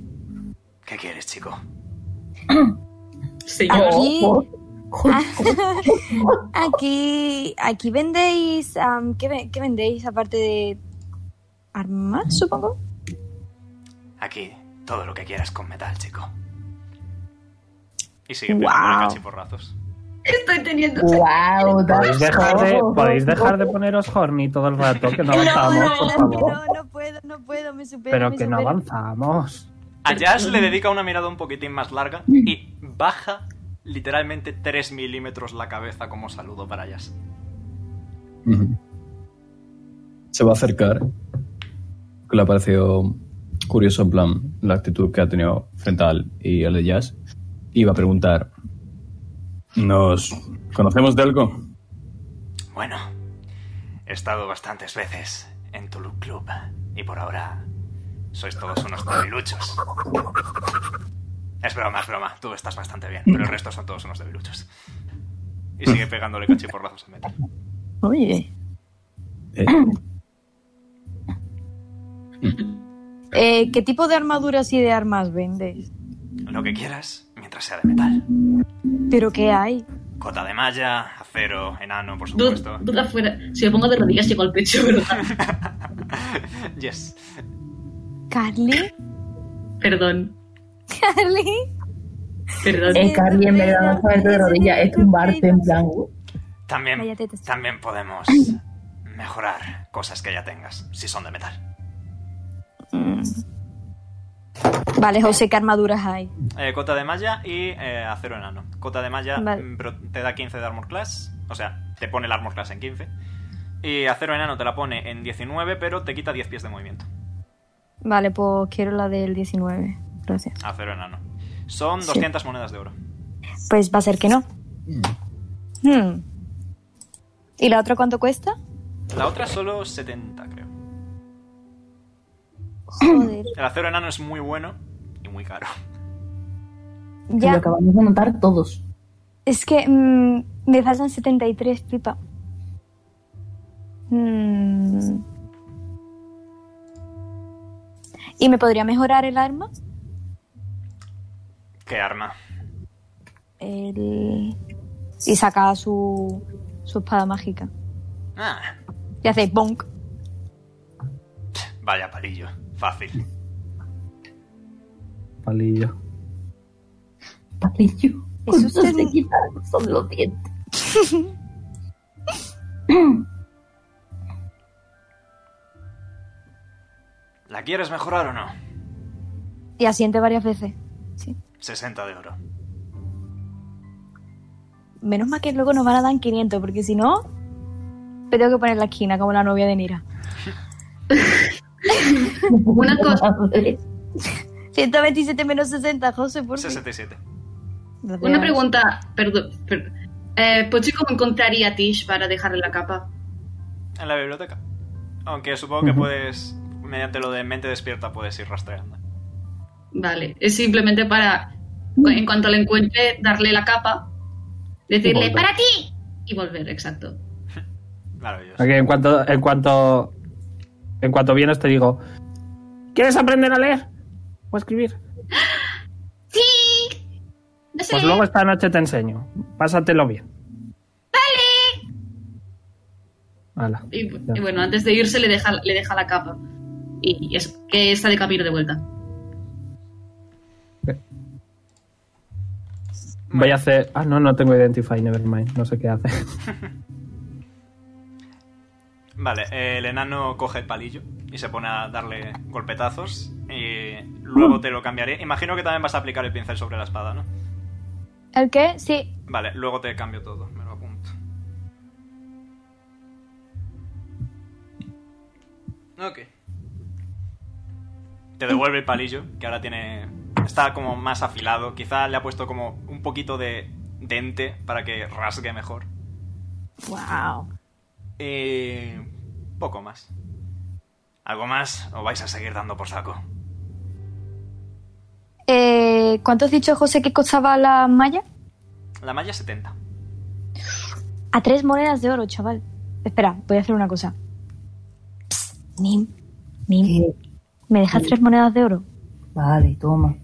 S4: ¿Qué quieres, chico?
S8: Aquí, Ah. aquí, aquí vendéis, am, ¿qué, ve- qué vendéis aparte de armas, supongo?
S4: Aquí, todo lo que quieras con metal, chico. Y sigue pegándole
S2: Wow.
S4: cachiporrazos.
S7: Estoy teniendo.
S9: ¡Wow!
S2: Eh, ¿Podéis dejar, de, podéis dejar de poneros horny todo el rato, que no avanzamos, por favor.
S8: puedo, no puedo, me supero.
S2: Pero que no avanzamos.
S4: A Jazz le dedica una mirada un poquitín más larga y baja literalmente 3 milímetros la cabeza como saludo para Jazz.
S11: Ujú. Se va a acercar. Que le ha parecido curioso, en plan, la actitud que ha tenido frente al y al de Jazz. Y va a preguntar: ¿Nos conocemos de algo?
S4: Bueno, he estado bastantes veces en tu club y por ahora sois todos unos debiluchos. Es broma, es broma. Tú estás bastante bien, pero el resto son todos unos debiluchos. Y sigue pegándole cachiporrazos a metal.
S8: Oye.
S11: Eh,
S8: Eh, ¿Qué tipo de armaduras y de armas vendéis?
S4: Lo que quieras, mientras sea de metal.
S8: ¿Pero qué hay?
S4: Cota de malla, acero, enano, por
S7: Duda,
S4: supuesto.
S7: duda fuera. Si me pongo de rodillas, llego al pecho, ¿verdad?
S4: Yes.
S8: ¿Carly?
S7: Perdón.
S8: ¿Carly?
S7: Perdón.
S9: Es Carly, en verdad, no ponerte de rodillas, es tumbarte en plan. uh,
S4: También, también podemos mejorar cosas que ya tengas, si son de metal.
S8: Vale, José, ¿qué armaduras hay?
S4: Eh, cota de malla y eh, acero enano. Cota de malla
S8: Vale.
S4: mm, pero te da 15 de armor class, o sea, te pone el armor class en 15. Y acero enano te la pone en 19, pero te quita 10 pies de movimiento.
S8: Vale, pues quiero la del 19. Gracias.
S4: Acero enano. Son
S8: Sí.
S4: 200 monedas de oro.
S8: Pues va a ser que no. Hmm. ¿Y la otra cuánto cuesta?
S4: La otra solo 70, creo.
S8: Joder.
S4: El acero enano es muy bueno y muy caro.
S9: que Lo acabamos de notar todos.
S8: Es que mm, me faltan 73, pipa. Mm. ¿Y me podría mejorar el arma?
S4: ¿Qué arma?
S8: El- Y saca su, su espada mágica.
S4: Ah,
S8: Y hace bonk.
S4: vaya palillo. Fácil.
S2: Palillo.
S9: Papillo.
S8: Eso
S9: Eso
S8: es-
S9: se quita son los dientes.
S4: ¿La quieres mejorar o no?
S8: Y asiente varias veces.
S4: 60 de oro.
S8: Menos mal que luego nos van a dar 500, porque si no, te tengo que poner en la esquina como la novia de Nira.
S7: Una cosa.
S8: 127 menos 60, José, por favor.
S4: 67.
S7: Una pregunta, perdón. perdón. Eh, Pochi, ¿cómo encontraría a Tish para dejarle la capa?
S4: En la biblioteca. Aunque supongo que puedes, mediante lo de mente despierta, puedes ir rastreando.
S7: Vale, es simplemente para, en cuanto la encuentre, darle la capa, decirle
S4: volver.
S7: para ti y volver, exacto.
S4: Maravilloso.
S2: Ok, en cuanto, en cuanto, en cuanto vienes te digo, ¿quieres aprender a leer o a escribir?
S14: Sí. No sé.
S2: Pues luego esta noche te enseño. Pásatelo bien.
S14: Vale.
S2: Hala.
S7: Y, y bueno, antes de irse le deja, le deja la capa. Y, y es que está de camino de vuelta.
S2: Voy a hacer. Ah, no, no tengo Identify, nevermind. No sé qué hace.
S4: Vale, eh, el enano coge el palillo y se pone a darle golpetazos y luego te lo cambiaré. Imagino que también vas a aplicar el pincel sobre la espada, ¿no?
S8: ¿El qué? Sí.
S4: Vale, luego te cambio todo, me lo apunto. Ok. Te devuelve el palillo, que ahora tiene... Está como más afilado. Quizá le ha puesto como un poquito de dente para que rasgue mejor.
S1: Wow.
S4: Y... Eh, Poco más. ¿Algo más o vais a seguir dando por saco?
S8: Eh, ¿Cuánto has dicho, José, que costaba la malla?
S4: La malla 70.
S8: A tres monedas de oro, chaval. Espera, voy a hacer una cosa. Psst, Nim, Nim.
S9: Eh,
S8: ¿Me dejas tres monedas de oro?
S3: Vale, toma.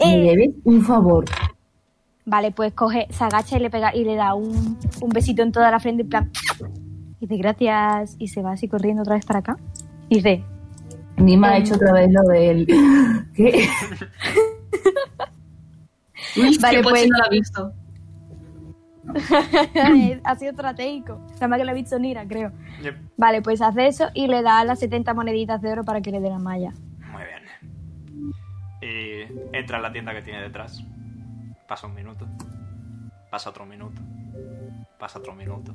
S3: Me debes un favor.
S8: Vale, pues coge, se agacha y le pega y le da un, un besito en toda la frente en plan. Y dice gracias. Y se va así corriendo otra vez para acá. Y Em. dice,
S9: Ni me ha hecho otra vez lo del. ¿Qué?
S8: Vale,
S7: que Pochi
S8: pues-
S7: no la ha visto.
S8: ha sido estratégico. Nada más que lo ha visto Nira, creo. Vale, pues hace eso y le da las 70 moneditas de oro para que le dé la malla.
S4: Muy bien. Y entra en la tienda que tiene detrás. Pasa un minuto. Pasa otro minuto. Pasa otro minuto.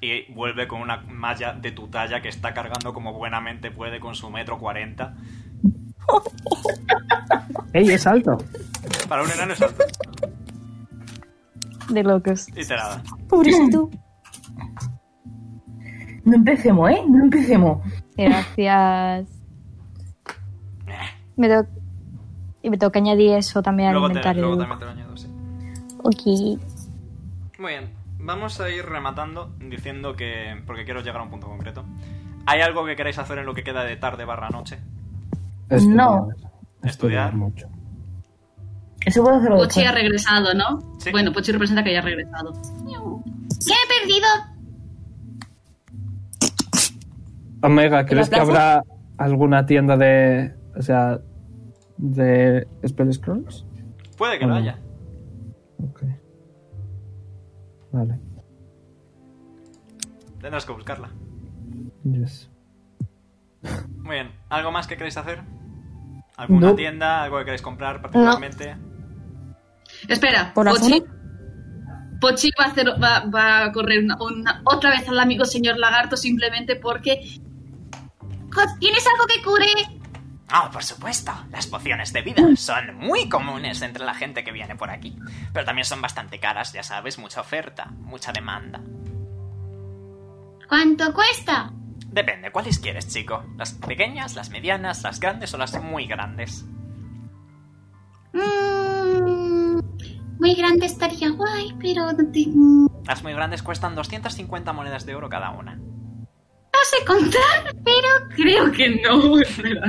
S4: Y vuelve con una malla de tu talla que está cargando como buenamente puede con su metro cuarenta.
S2: ¡Ey, es alto!
S4: Para un enano es alto.
S8: De locos.
S4: Y te la da.
S8: Pobrecito.
S9: No empecemos, ¿eh? No empecemos.
S4: Oh.
S8: Gracias. Me tengo- Y me tengo que añadir eso también al
S4: Luego, te-
S8: inventario.
S4: luego
S8: digo.
S4: también te lo añado, sí.
S8: Ok.
S4: Muy bien, vamos a ir rematando diciendo que. Porque quiero llegar a un punto concreto. ¿Hay algo que queráis hacer en lo que queda de tarde barra noche?
S9: No.
S4: Estudiar.
S2: mucho.
S9: Eso puedo hacerlo
S7: Pochi
S9: después.
S7: ha regresado, ¿no? Bueno, Pochi representa que ya ha regresado.
S14: ¿Qué he perdido?
S2: Omega, ¿crees que
S14: plaza?
S2: habrá alguna tienda de. O sea. de Spell Scrolls?
S4: Puede que lo
S2: Ah.
S4: haya.
S2: Vale.
S4: Tendrás que buscarla.
S2: Yes.
S4: Muy bien, ¿algo más que queréis hacer? ¿Alguna
S2: No.
S4: tienda? ¿Algo que queréis comprar particularmente?
S7: Espera,
S4: ¿Por la
S7: Pochi, Pochi va a, hacer, va, va a correr una- una- otra vez al amigo señor lagarto simplemente porque
S14: Jo- ¿Tienes algo que cure?
S4: Ah, por supuesto. Las pociones de vida son muy comunes entre la gente que viene por aquí. Pero también son bastante caras, ya sabes, mucha oferta, mucha demanda.
S14: ¿Cuánto cuesta?
S4: Depende, ¿cuáles quieres, chico? ¿Las pequeñas, las medianas, las grandes o las muy grandes?
S14: Mm, muy grande estaría guay, pero no te- mm,
S4: Las muy grandes cuestan 250 monedas de oro cada una.
S14: No sé contar, pero creo
S7: creo que no. espera.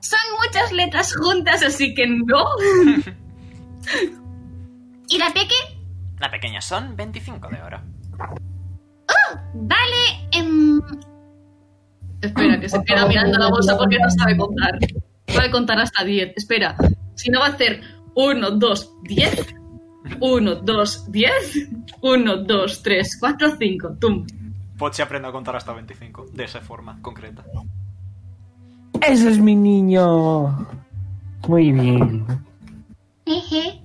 S14: son muchas letras.
S7: Estás juntas, así que no.
S14: ¿Y la peque?
S4: La pequeña son 25 de oro.
S14: ¡Oh! Vale. em,
S7: Espera, que se queda mirando la bolsa porque no sabe contar. Puede contar hasta 10. Espera, si no va a hacer 1, 2, 10. 1, 2, 10. 1, 2, 3, 4, 5. Tum.
S4: Pochi aprende a contar hasta 25, de esa forma concreta.
S2: ¡Ese es mi niño! Muy bien.
S14: Jeje.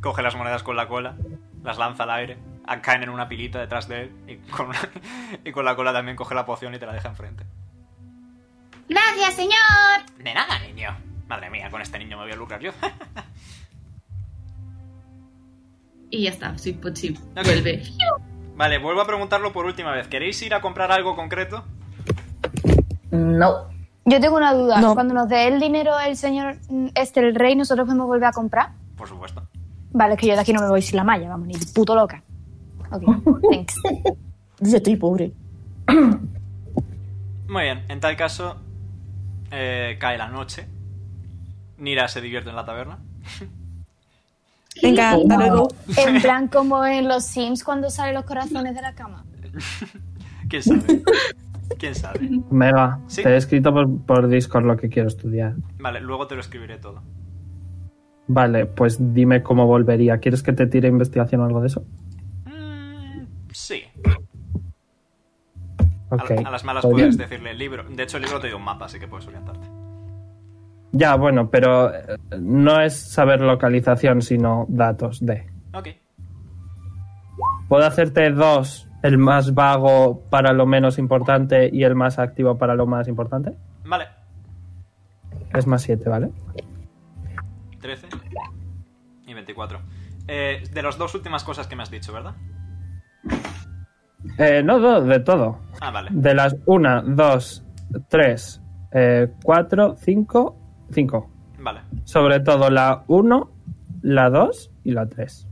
S4: Coge las monedas con la cola, las lanza al aire, a- caen en una pilita detrás de él y con, y con la cola también coge la poción y te la deja enfrente.
S14: Gracias, señor.
S4: De nada, niño. Madre mía, con este niño me voy a lucrar yo.
S7: Y ya está, soy Pochi. Vuelve.
S4: Vale, vuelvo a preguntarlo por última vez. ¿Queréis ir a comprar algo concreto?
S9: No.
S8: Yo tengo una duda. Cuando nos dé el dinero el señor mm, este, el rey, ¿nosotros podemos volver a comprar?
S4: Por supuesto.
S8: Vale, es que yo de aquí no me voy sin la malla, vamos, ni puto loca. Ok, thanks.
S1: Yo ya estoy pobre.
S4: Muy bien, en tal caso, eh, cae la noche. Nira se divierte en la taberna.
S1: Venga, hasta luego.
S8: En plan como en los Sims cuando salen los corazones de la cama.
S4: ¿Quién sabe? ¿Quién sabe?
S2: Mega,
S4: Sí.
S2: te he escrito por, por Discord lo que quiero estudiar.
S4: Vale, luego te lo escribiré todo.
S2: Vale, pues dime cómo volvería. ¿Quieres que te tire investigación o algo de eso?
S4: Sí, a,
S2: Ok.
S4: a las malas
S2: Pues
S4: puedes
S2: bien.
S4: decirle el libro. De hecho, el libro te dio un mapa, así que puedes orientarte.
S2: Ya, bueno, pero eh, no es saber localización, sino datos de.
S4: Ok.
S2: Puedo hacerte dos, el más vago para lo menos importante y el más activo para lo más importante.
S4: Vale,
S2: Es más siete, ¿vale?
S4: 13 y 24. Eh, de las dos últimas cosas que me has dicho, ¿verdad?
S2: Eh, no, do- de todo.
S4: Ah, vale.
S2: De las 1, 2, 3, eh, 4, 5, 5.
S4: Vale.
S2: Sobre todo la 1, la 2 y la 3.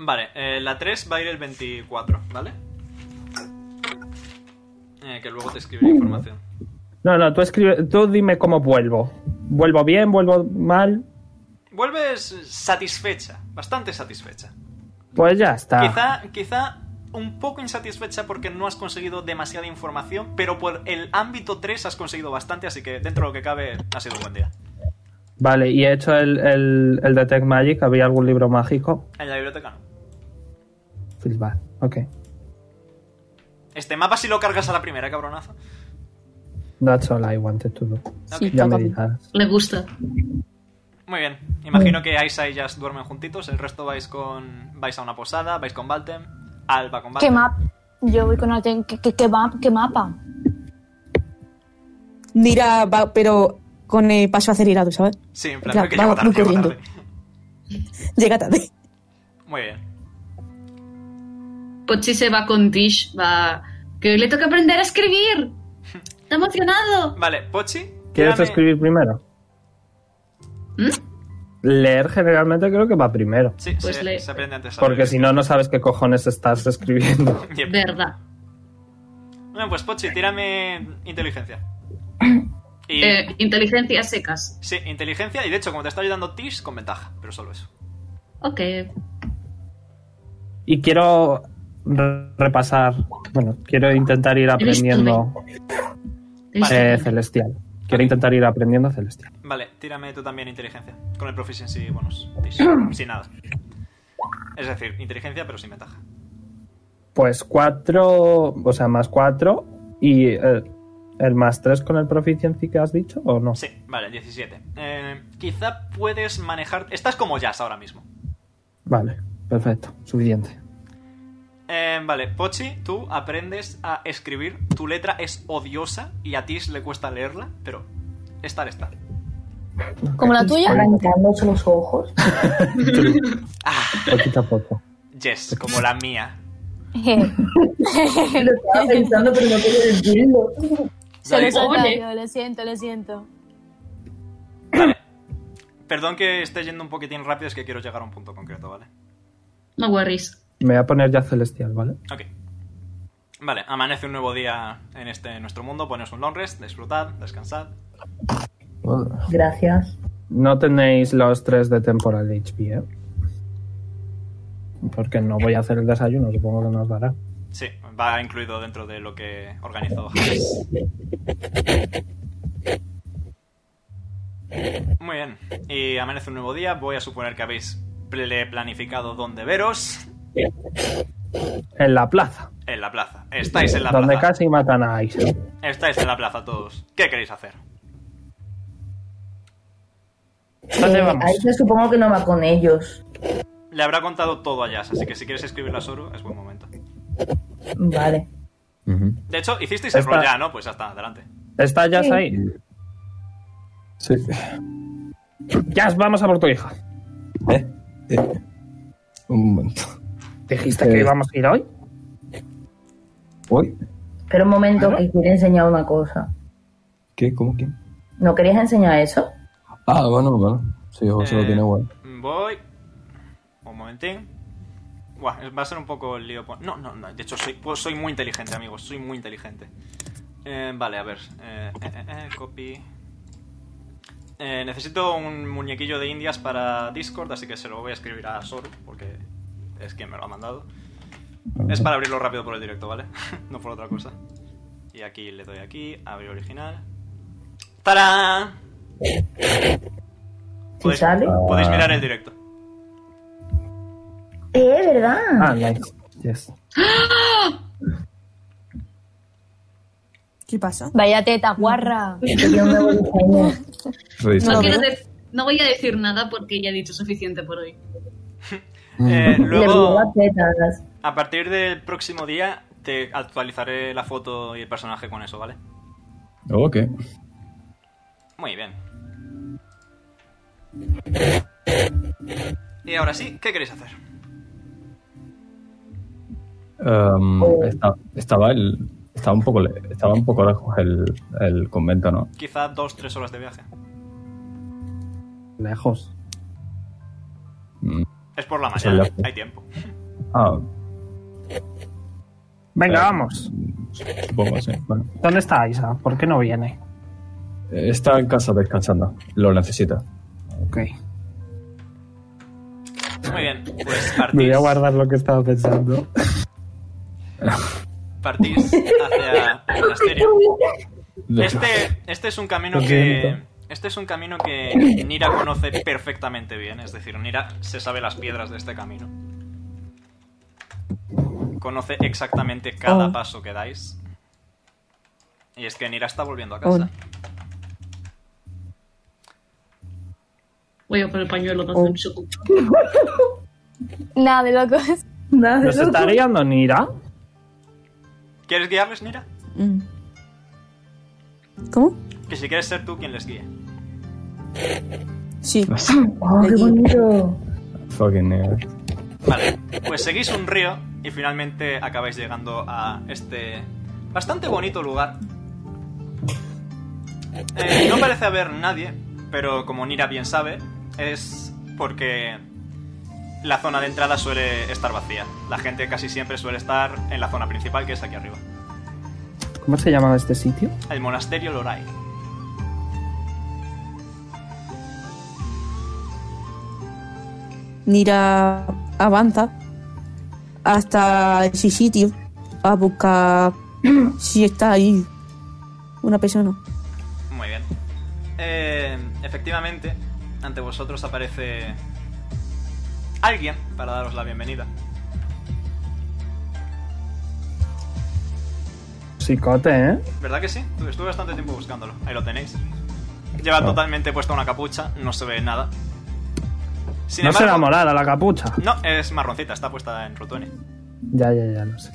S4: Vale, eh, la 3 va a ir el 24, ¿vale? Eh, que luego te escribiré información.
S2: No, no, tú, escribe, tú dime cómo vuelvo. ¿Vuelvo bien? ¿Vuelvo mal?
S4: Vuelves satisfecha, bastante satisfecha.
S2: Pues ya está.
S4: Quizá, quizá un poco insatisfecha porque no has conseguido demasiada información, pero por el ámbito 3 has conseguido bastante, así que dentro de lo que cabe ha sido un buen día.
S2: Vale, y he hecho el, el, el Detect Magic. ¿Había algún libro mágico?
S4: En la biblioteca no.
S2: Filbar. Ok.
S4: Este mapa si lo cargas a la primera, cabronazo.
S2: That's all I wanted to do.
S4: Sí,
S2: ya me
S4: toca.
S2: dirás.
S7: Le gusta.
S4: Muy bien. Imagino que Aisa y Jazz duermen juntitos, el resto vais con. vais a una posada, vais con Valtem, Alba con
S19: ¿Qué
S4: Valtem.
S19: map? Yo voy con alguien. ¿Qué, qué, qué map- qué mapa?
S12: Mira, va- pero con el paso acelerado, ¿sabes?
S4: Sí, en plan,
S12: Claro,
S4: que llego
S12: va
S4: tarde,
S12: muy
S4: llego
S12: corriendo.
S4: tarde.
S12: Llega tarde.
S4: Muy bien.
S7: Pochi Pues se va con Tish, va. Que hoy le toca aprender a escribir. Está emocionado.
S4: Vale, Pochi.
S2: ¿Quieres
S4: tírame-
S2: escribir primero? Leer generalmente creo que va primero.
S4: ¿Mm? Sí, se, se aprende antes. a
S2: Porque
S4: leer.
S2: si no, no sabes qué cojones estás escribiendo.
S4: Yep.
S7: Verdad.
S4: Bueno, pues Pochi, tírame inteligencia. Y-
S7: Eh, inteligencia secas.
S4: Sí, inteligencia, y de hecho, como te está ayudando Tish, con ventaja, pero solo eso.
S7: Ok.
S2: Y quiero re- repasar. Bueno, quiero intentar ir aprendiendo eh, celestial. Quiero intentar ir aprendiendo celestial.
S4: Vale, tírame tú también inteligencia. Con el proficiency bonus. Tish. sin nada. Es decir, inteligencia, pero sin ventaja.
S2: Pues 4, o sea, más 4 y eh, el más 3 con el proficiency que has dicho, ¿o no?
S4: Sí, vale, 17. Eh, quizá puedes manejar. Estás como Jazz ahora mismo.
S2: Vale, perfecto, suficiente.
S4: Eh, vale, Pochi, tú aprendes a escribir. Tu letra es odiosa y a Tish le cuesta leerla, pero estar está.
S9: ¿Como
S4: la tuya?
S9: Arrancándose los ojos.
S2: Poquito a poco.
S4: Yes, como la mía.
S9: Lo estaba pensando, pero no quería decirlo.
S19: Se
S4: Dale.
S19: lo salta
S4: Ole.
S19: yo, lo siento, lo siento.
S4: Perdón que esté yendo un poquitín rápido, es que quiero llegar a un punto concreto, ¿vale?
S7: No worries.
S2: Me voy a poner ya celestial, ¿vale?
S4: Ok. Vale, amanece un nuevo día en este en nuestro mundo. Poneos un long rest, disfrutad, descansad.
S9: Gracias.
S2: No tenéis los 3 de temporal HP, ¿eh? Porque no voy a hacer el desayuno, supongo que nos dará.
S4: Sí, va incluido dentro de lo que organizó James. Muy bien, y amanece un nuevo día. Voy a suponer que habéis ple- planificado dónde veros.
S2: En la plaza.
S4: En la plaza. Estáis en la
S2: Donde
S4: plaza.
S2: casi matan a Aisha.
S4: Estáis en la plaza todos. ¿Qué queréis hacer?
S2: ¿Dónde
S9: Eh,
S2: vamos?
S9: Aisha supongo que no va con ellos.
S4: Le habrá contado todo a Jazz, así que si quieres escribirle a Zoro, es buen momento.
S9: Vale.
S4: De hecho, hicisteis
S2: Está-
S4: el rol ya, ¿no? Pues ya está, adelante.
S2: ¿Está Jazz
S4: Sí.
S2: ahí?
S11: Sí.
S2: Jazz, vamos a por tu hija. ¿Eh?
S11: Un momento.
S2: ¿Dijiste
S11: Eh.
S2: que íbamos a ir hoy?
S11: ¿Hoy?
S9: Pero un momento, que quería enseñar una cosa.
S11: ¿Qué? ¿Cómo quién?
S9: ¿No querías enseñar eso?
S11: Ah, bueno, bueno. Sí, José lo tiene guay.
S4: Voy. Un momentín. Buah, va a ser un poco el lío. pon- No, no, no. De hecho, soy, pues, soy muy inteligente, amigos. Soy muy inteligente. Eh, vale, a ver. Eh, eh, eh, eh, copy. Eh, necesito un muñequillo de indias para Discord, así que se lo voy a escribir a Sor, porque es quien me lo ha mandado. Es para abrirlo rápido por el directo, ¿vale? no por otra cosa. Y aquí le doy aquí, abrir original. ¡Tarán!
S9: Si sale.
S4: Podéis Pues, mirar el directo.
S9: Eh, ¿verdad?
S2: Ah, nice. Yes.
S19: ¿Qué pasa?
S8: Vaya teta, guarra.
S7: No,
S12: Pues
S11: Rediseño.
S7: quiero de- no voy a decir nada porque ya he dicho suficiente por hoy.
S4: Eh,
S9: Le
S4: luego,
S9: las tetas.
S4: a partir del próximo día, te actualizaré la foto y el personaje con eso, ¿vale?
S11: Oh, Ok.
S4: Muy bien. Y ahora sí, ¿qué queréis hacer?
S11: Um, está- estaba el. Estaba un poco, le- estaba un poco lejos el, el convento, ¿no?
S4: Quizá dos, tres horas de viaje.
S2: Lejos.
S4: Es por la
S11: Eso
S4: mañana,
S11: ya fue.
S4: hay tiempo.
S11: Mm. Ah,
S2: Venga, vamos.
S11: supongo, sí. Bueno.
S2: ¿Dónde está Isa? ¿Por qué no viene?
S11: Eh, Está en casa descansando. Lo necesita.
S2: Ok.
S4: Muy bien, pues
S2: Me
S4: partís,
S2: voy a guardar lo que estaba pensando.
S4: partís hacia el monasterio. Este, este es un camino
S2: Lo
S4: que.
S2: siento.
S4: Este es un camino que Nira conoce perfectamente bien. Es decir, Nira se sabe las piedras de este camino. Conoce exactamente cada
S2: Oh.
S4: paso que dais. Y es que Nira está volviendo a
S2: Oh.
S4: casa.
S7: Voy a por el pañuelo de
S19: Oh.
S7: Zuko.
S19: Nada de locos. Nada
S2: ¿Nos está guiando Nira?
S4: ¿Quieres guiarles, Nira?
S19: Mm. ¿Cómo?
S4: Que si quieres ser tú quien les guíe.
S19: Sí.
S9: Oh, qué bonito.
S11: Ah, Fucking nigga.
S4: Vale, pues seguís un río y finalmente acabáis llegando a este bastante bonito lugar. Eh, no parece haber nadie, pero como Nira bien sabe, es porque la zona de entrada suele estar vacía. La gente casi siempre suele estar en la zona principal, que es aquí arriba.
S2: ¿Cómo se llama este sitio?
S4: El monasterio Lorai.
S12: Nira avanza hasta ese sitio a buscar si está ahí una persona.
S4: Muy bien. Eh, efectivamente, ante vosotros aparece alguien para daros la bienvenida.
S2: Psicote, ¿eh?
S4: ¿Verdad que sí? Tu- Estuve bastante tiempo buscándolo. Ahí lo tenéis. Lleva totalmente puesta una capucha, no se ve nada. Sin
S2: no
S4: embargo-
S2: será morada la capucha.
S4: No, es marroncita, está puesta en rotuene.
S2: Ya, ya, ya, no sé.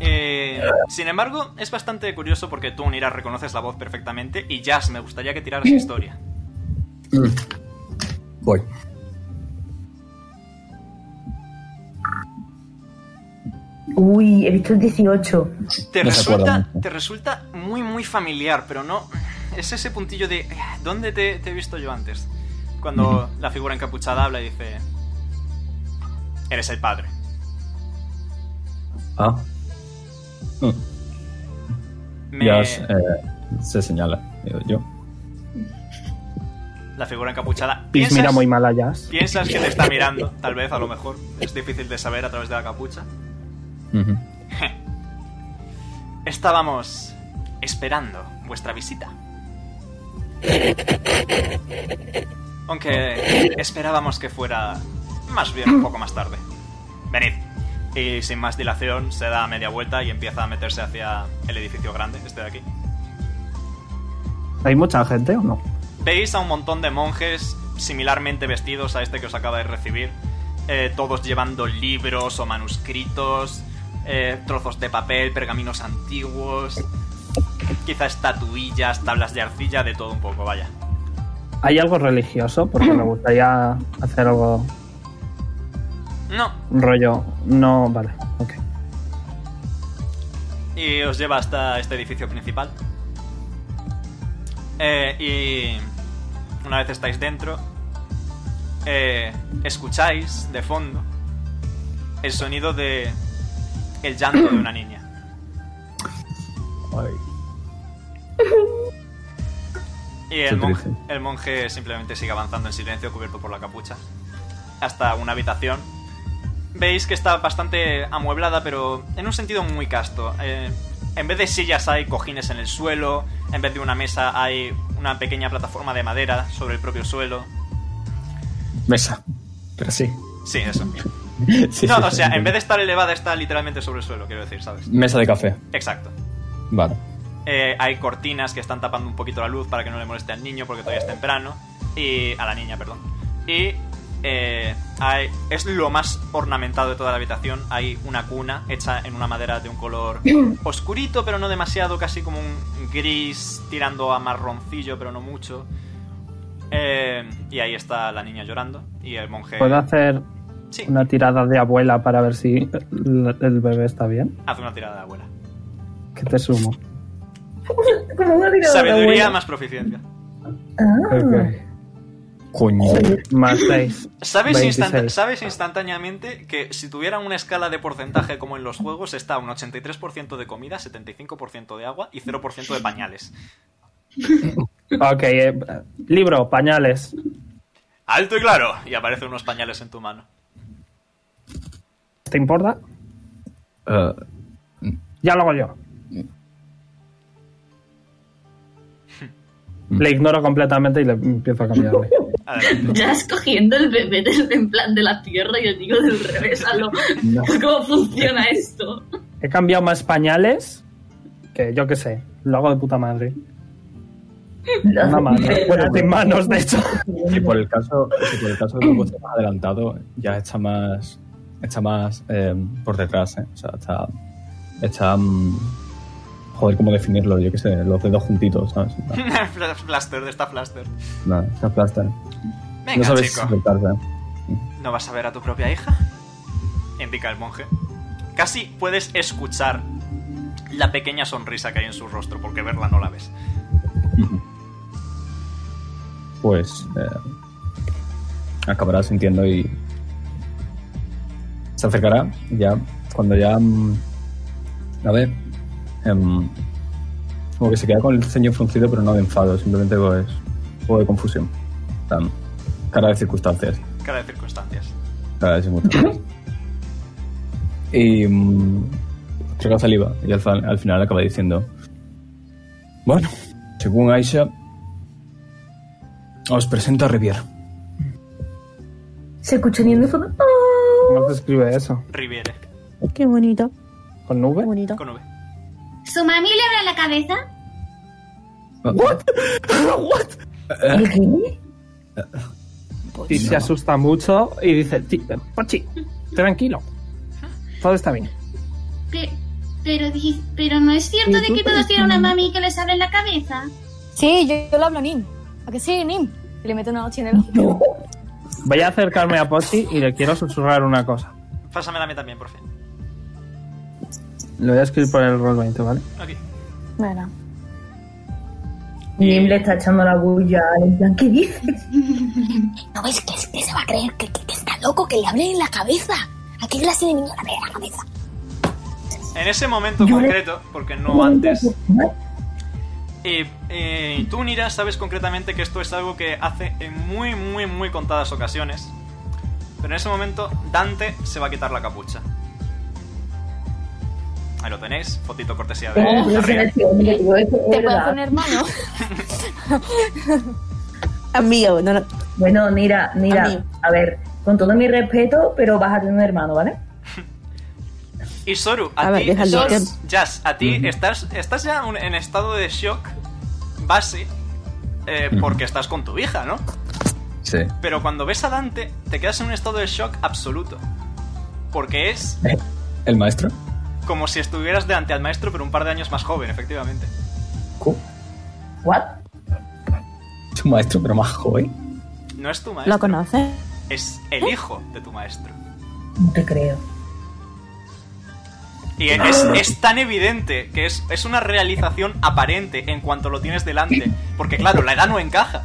S4: Eh, sin embargo, es bastante curioso porque tú, Nira, reconoces la voz perfectamente y Jazz, me gustaría que tiraras historia.
S11: Voy.
S9: Uy, he visto el 18.
S4: Te
S9: No se acuerda
S4: resulta,
S9: mucho.
S4: te resulta muy, muy familiar, pero no... Es ese puntillo de... eh, ¿Dónde te, te he visto yo antes? Cuando la figura encapuchada habla y dice... Eres el padre.
S11: Ah.
S4: Me-
S11: Ya eh, se señala. Digo, yo.
S4: La figura encapuchada.
S2: Piz
S4: ¿Piensas-
S2: mira muy mal a Jazz.
S4: Piensas que te está mirando, tal vez, a lo mejor. Es difícil de saber a través de la capucha.
S11: Ujú.
S4: Estábamos esperando vuestra visita. Aunque esperábamos que fuera más bien un poco más tarde. Venid. Y sin más dilación se da media vuelta y empieza a meterse hacia el edificio grande, este de aquí.
S2: ¿Hay mucha gente o no?
S4: Veis a un montón de monjes similarmente vestidos a este que os acaba de recibir. Eh, todos llevando libros o manuscritos, eh, trozos de papel, pergaminos antiguos, quizá estatuillas, tablas de arcilla, de todo un poco, vaya.
S2: ¿Hay algo religioso? Porque me gustaría hacer algo
S4: No,
S2: un rollo. No, vale, ok.
S4: y os lleva hasta este edificio principal. Eh, y una vez estáis dentro, eh, escucháis de fondo el sonido de el llanto de una niña. Y
S11: Qué
S4: el monje,
S11: triste.
S4: el monje simplemente sigue avanzando en silencio, cubierto por la capucha, hasta una habitación. Veis que está bastante amueblada, pero en un sentido muy casto. Eh, en vez de sillas hay cojines en el suelo, en vez de una mesa hay una pequeña plataforma de madera sobre el propio suelo.
S11: Mesa. Pero sí.
S4: Sí, eso.
S11: Sí,
S4: no,
S11: sí,
S4: o
S11: sí.
S4: sea, en vez de estar elevada está literalmente sobre el suelo, quiero decir, ¿sabes?
S11: Mesa de café.
S4: Exacto.
S11: Vale.
S4: Eh, hay cortinas que están tapando un poquito la luz para que no le moleste al niño porque todavía es temprano. Y. a la niña, perdón. Y. eh, hay- es lo más ornamentado de toda la habitación. Hay una cuna hecha en una madera de un color oscurito, pero no demasiado, casi como un gris tirando a marroncillo, pero no mucho. Eh, y ahí está la niña llorando. Y el monje.
S2: ¿Puedo hacer una tirada de abuela para ver si el, el bebé está bien?
S4: Hace una tirada de abuela.
S2: ¿Qué te sumo?
S9: Como una tirada de
S4: Sabiduría
S9: abuela.
S4: más proficiencia.
S9: Ah.
S11: Coño.
S2: Más 6.
S4: ¿Sabes, instantá- sabes instantáneamente que si tuvieran una escala de porcentaje como en los juegos, está un 83% de comida, 75% de agua y 0% de pañales?
S2: Ok, eh, libro, pañales.
S4: Alto y claro, y aparecen unos pañales en tu mano.
S2: ¿Te importa? Ya lo hago yo. Le ignoro completamente y le empiezo a cambiarle.
S7: Ya escogiendo el bebé del, en plan de la tierra y el digo del revés a lo- ¿Cómo funciona esto?
S2: He cambiado más pañales que yo qué sé. Lo hago de puta madre. Una mano. Bueno, de manos, de hecho.
S11: Si por el caso, si por el caso de que está más adelantado, ya está más. Está más eh, por detrás, ¿eh? O sea, está. Está. mm, joder, ¿cómo definirlo? Yo qué sé, los dedos juntitos, ¿sabes?
S4: Flaster, de esta Flaster.
S11: Nada, está aplastan.
S4: Venga,
S11: No sabes
S4: chico.
S11: soltarse.
S4: ¿No vas a ver a tu propia hija? Indica el monje. Casi puedes escuchar la pequeña sonrisa que hay en su rostro, porque verla no la ves.
S11: Pues. eh, acabará sintiendo y. Se acercará, ya. Cuando ya. mm, a ver. em, como que se queda con el ceño fruncido, pero no de enfado, simplemente pues. Un poco de confusión. Tan, cara de circunstancias.
S4: Cara de circunstancias.
S11: Cara de circunstancias. y. mm, traga saliva, y al, fa- al final acaba diciendo. Bueno, según Aisha. Os presento a Rivier.
S9: Se escucha ni en el fondo.
S2: ¿Cómo se escribe eso?
S4: Riviere.
S1: Qué bonito.
S2: ¿Con nube?
S1: bonito.
S4: Con V.
S14: ¿Su mami le abre la cabeza?
S11: ¿What?
S2: ¿What? Y se asusta mucho y dice, "Ti- eh, Pochi, tranquilo. Todo está bien.
S14: Pe- Pero, di- pero no es cierto de que todos tienen una mami que les abre la cabeza.
S19: Sí, yo, yo le hablo a Nim. ¿A que sí, Nim? Y le meto una hostia en el ojo.
S2: Voy a acercarme a Pochi y le quiero susurrar una cosa.
S4: Pásamela a mí también, por fin.
S2: Lo voy a escribir por el roll 20, ¿vale?
S19: Bueno.
S9: Nim le está echando la bulla. En plan, ¿qué dices?
S19: ¿No ves que, es- que se va a creer que, que- que está loco, que le hable en la cabeza? ¿A qué clase de niño le hable en la cabeza?
S4: En ese momento concreto, porque no antes. Y, eh, tú, Nira, sabes concretamente que esto es algo que hace en muy, muy, muy contadas ocasiones. Pero en ese momento, Dante se va a quitar la capucha. Ahí lo tenéis, fotito cortesía de.
S9: Tengo
S4: de
S9: curiosidad
S4: Riel.
S9: este hombre, digo, es
S19: ¿Eh? ¿Te puedo
S9: verdad.
S19: poner mano?
S1: Amigo, no, no.
S9: Bueno, mira,
S1: Amigo.
S9: mira, a ver, con todo mi respeto, pero vas a tener un hermano, ¿vale?
S4: Y Soru, a,
S9: A ver,
S4: ti.
S9: déjalo
S4: Soru,
S9: que-
S4: Jazz, a ti estás, estás ya un- en estado de shock base eh, porque estás con tu hija, ¿no?
S11: Sí.
S4: Pero cuando ves a Dante, te quedas en un estado de shock absoluto. Porque es
S11: ¿El maestro?
S4: como si estuvieras delante al maestro, pero un par de años más joven, efectivamente.
S3: ¿What?
S11: Es un maestro, pero más joven.
S4: No es tu maestro.
S12: ¿Lo conoces?
S4: Es el hijo de tu maestro.
S3: No te creo.
S4: Y es, es tan evidente que es, es una realización aparente en cuanto lo tienes delante. Porque claro, la edad no encaja.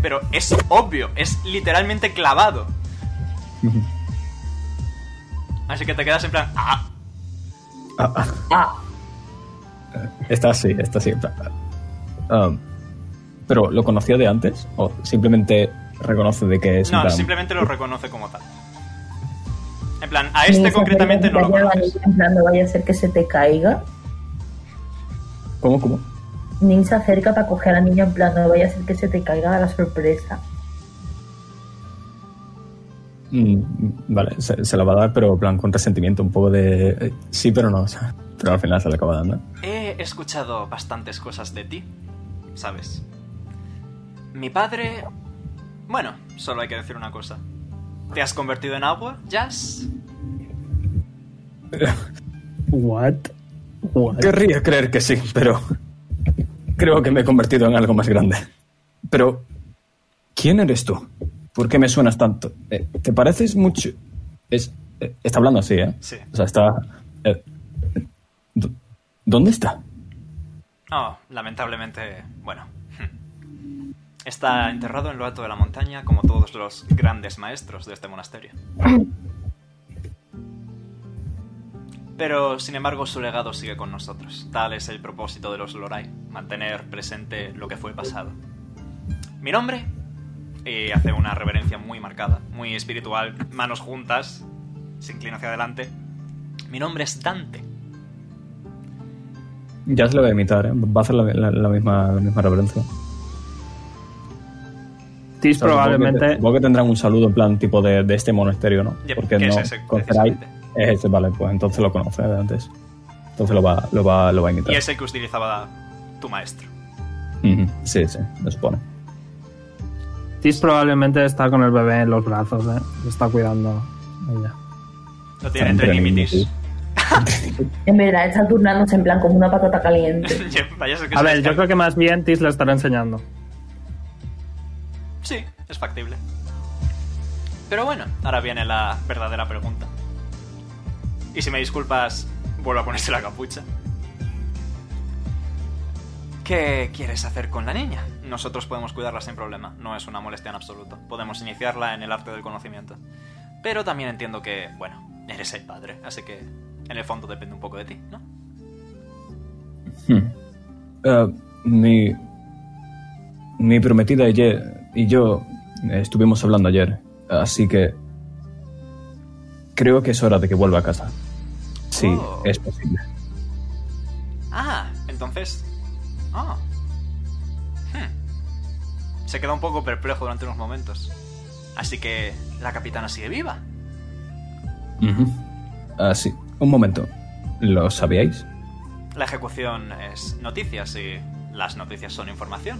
S4: Pero es obvio, es literalmente clavado. Así que te quedas en plan... "Ah".
S11: Ah, ah. Está así, está así. Um, pero, ¿lo conocía de antes? ¿O simplemente reconoce de que es en
S4: No,
S11: plan-
S4: simplemente lo reconoce como tal. En plan, a este concretamente no lo conoces.
S9: En plan, no vaya a ser que se te caiga.
S11: ¿Cómo, cómo?
S9: Nin se acerca para coger a la niña en plan, no vaya a ser que se te caiga la sorpresa.
S11: Mm, vale, se, se la va a dar, pero en plan con resentimiento, un poco de... eh, Sí, pero no. o sea, Pero al final se la acaba dando.
S4: He escuchado bastantes cosas de ti, ¿sabes? Mi padre... Bueno, solo hay que decir una cosa. ¿Te has convertido en agua, Jazz?
S2: What? What?
S11: Querría creer que sí, pero creo que me he convertido en algo más grande. Pero, ¿quién eres tú? ¿Por qué me suenas tanto? Eh, ¿Te pareces mucho? Es, eh, está hablando así, ¿eh?
S4: Sí.
S11: O sea, está... eh, ¿dó- ¿Dónde está?
S4: Oh, lamentablemente... Bueno. Está enterrado en lo alto de la montaña como todos los grandes maestros de este monasterio. Pero, sin embargo, su legado sigue con nosotros. Tal es el propósito de los Lorai, mantener presente lo que fue pasado. Mi nombre, y hace una reverencia muy marcada, muy espiritual, manos juntas, se inclina hacia adelante. Mi nombre es Dante.
S11: Ya se lo voy a imitar, ¿eh? Va a hacer la, la- la misma, la misma reverencia. O
S2: Tis
S11: sea, supongo que-
S2: probablemente-
S11: Supongo que tendrán un saludo en plan tipo de, de este monasterio, ¿no?
S4: Yep,
S11: Porque
S4: que es
S11: no
S4: ese,
S11: conoceráis- Es ese, vale, pues entonces lo conoce de antes. Entonces lo va, lo va, lo va a imitar.
S4: Y es el que utilizaba tu maestro.
S11: Ujú, Sí, sí, lo supone.
S2: Tis probablemente está con el bebé en los brazos, ¿eh? Lo está cuidando ella.
S4: Lo tiene entre límites.
S9: En verdad, está turnándose en plan como una patata caliente.
S4: Yep, vaya ser que
S2: A
S4: se
S2: ver,
S4: les ca-
S2: yo creo que más bien Tis le estará enseñando.
S4: Sí, es factible. Pero bueno, ahora viene la verdadera pregunta. Y si me disculpas, vuelvo a ponerse la capucha. ¿Qué quieres hacer con la niña? Nosotros podemos cuidarla sin problema, no es una molestia en absoluto. Podemos iniciarla en el arte del conocimiento. Pero también entiendo que, bueno, eres el padre, así que en el fondo depende un poco de ti, ¿no?
S11: Hmm. Eh, mi, mi prometida y ye- y yo eh, estuvimos hablando ayer, así que creo que es hora de que vuelva a casa. Sí, es posible.
S4: Ah, entonces. Ah. Hmm. Se queda un poco perplejo durante unos momentos. Así que la capitana sigue viva.
S11: Ujú. Así, Ah, un momento. ¿Lo sabíais?
S4: La ejecución es noticias y las noticias son información.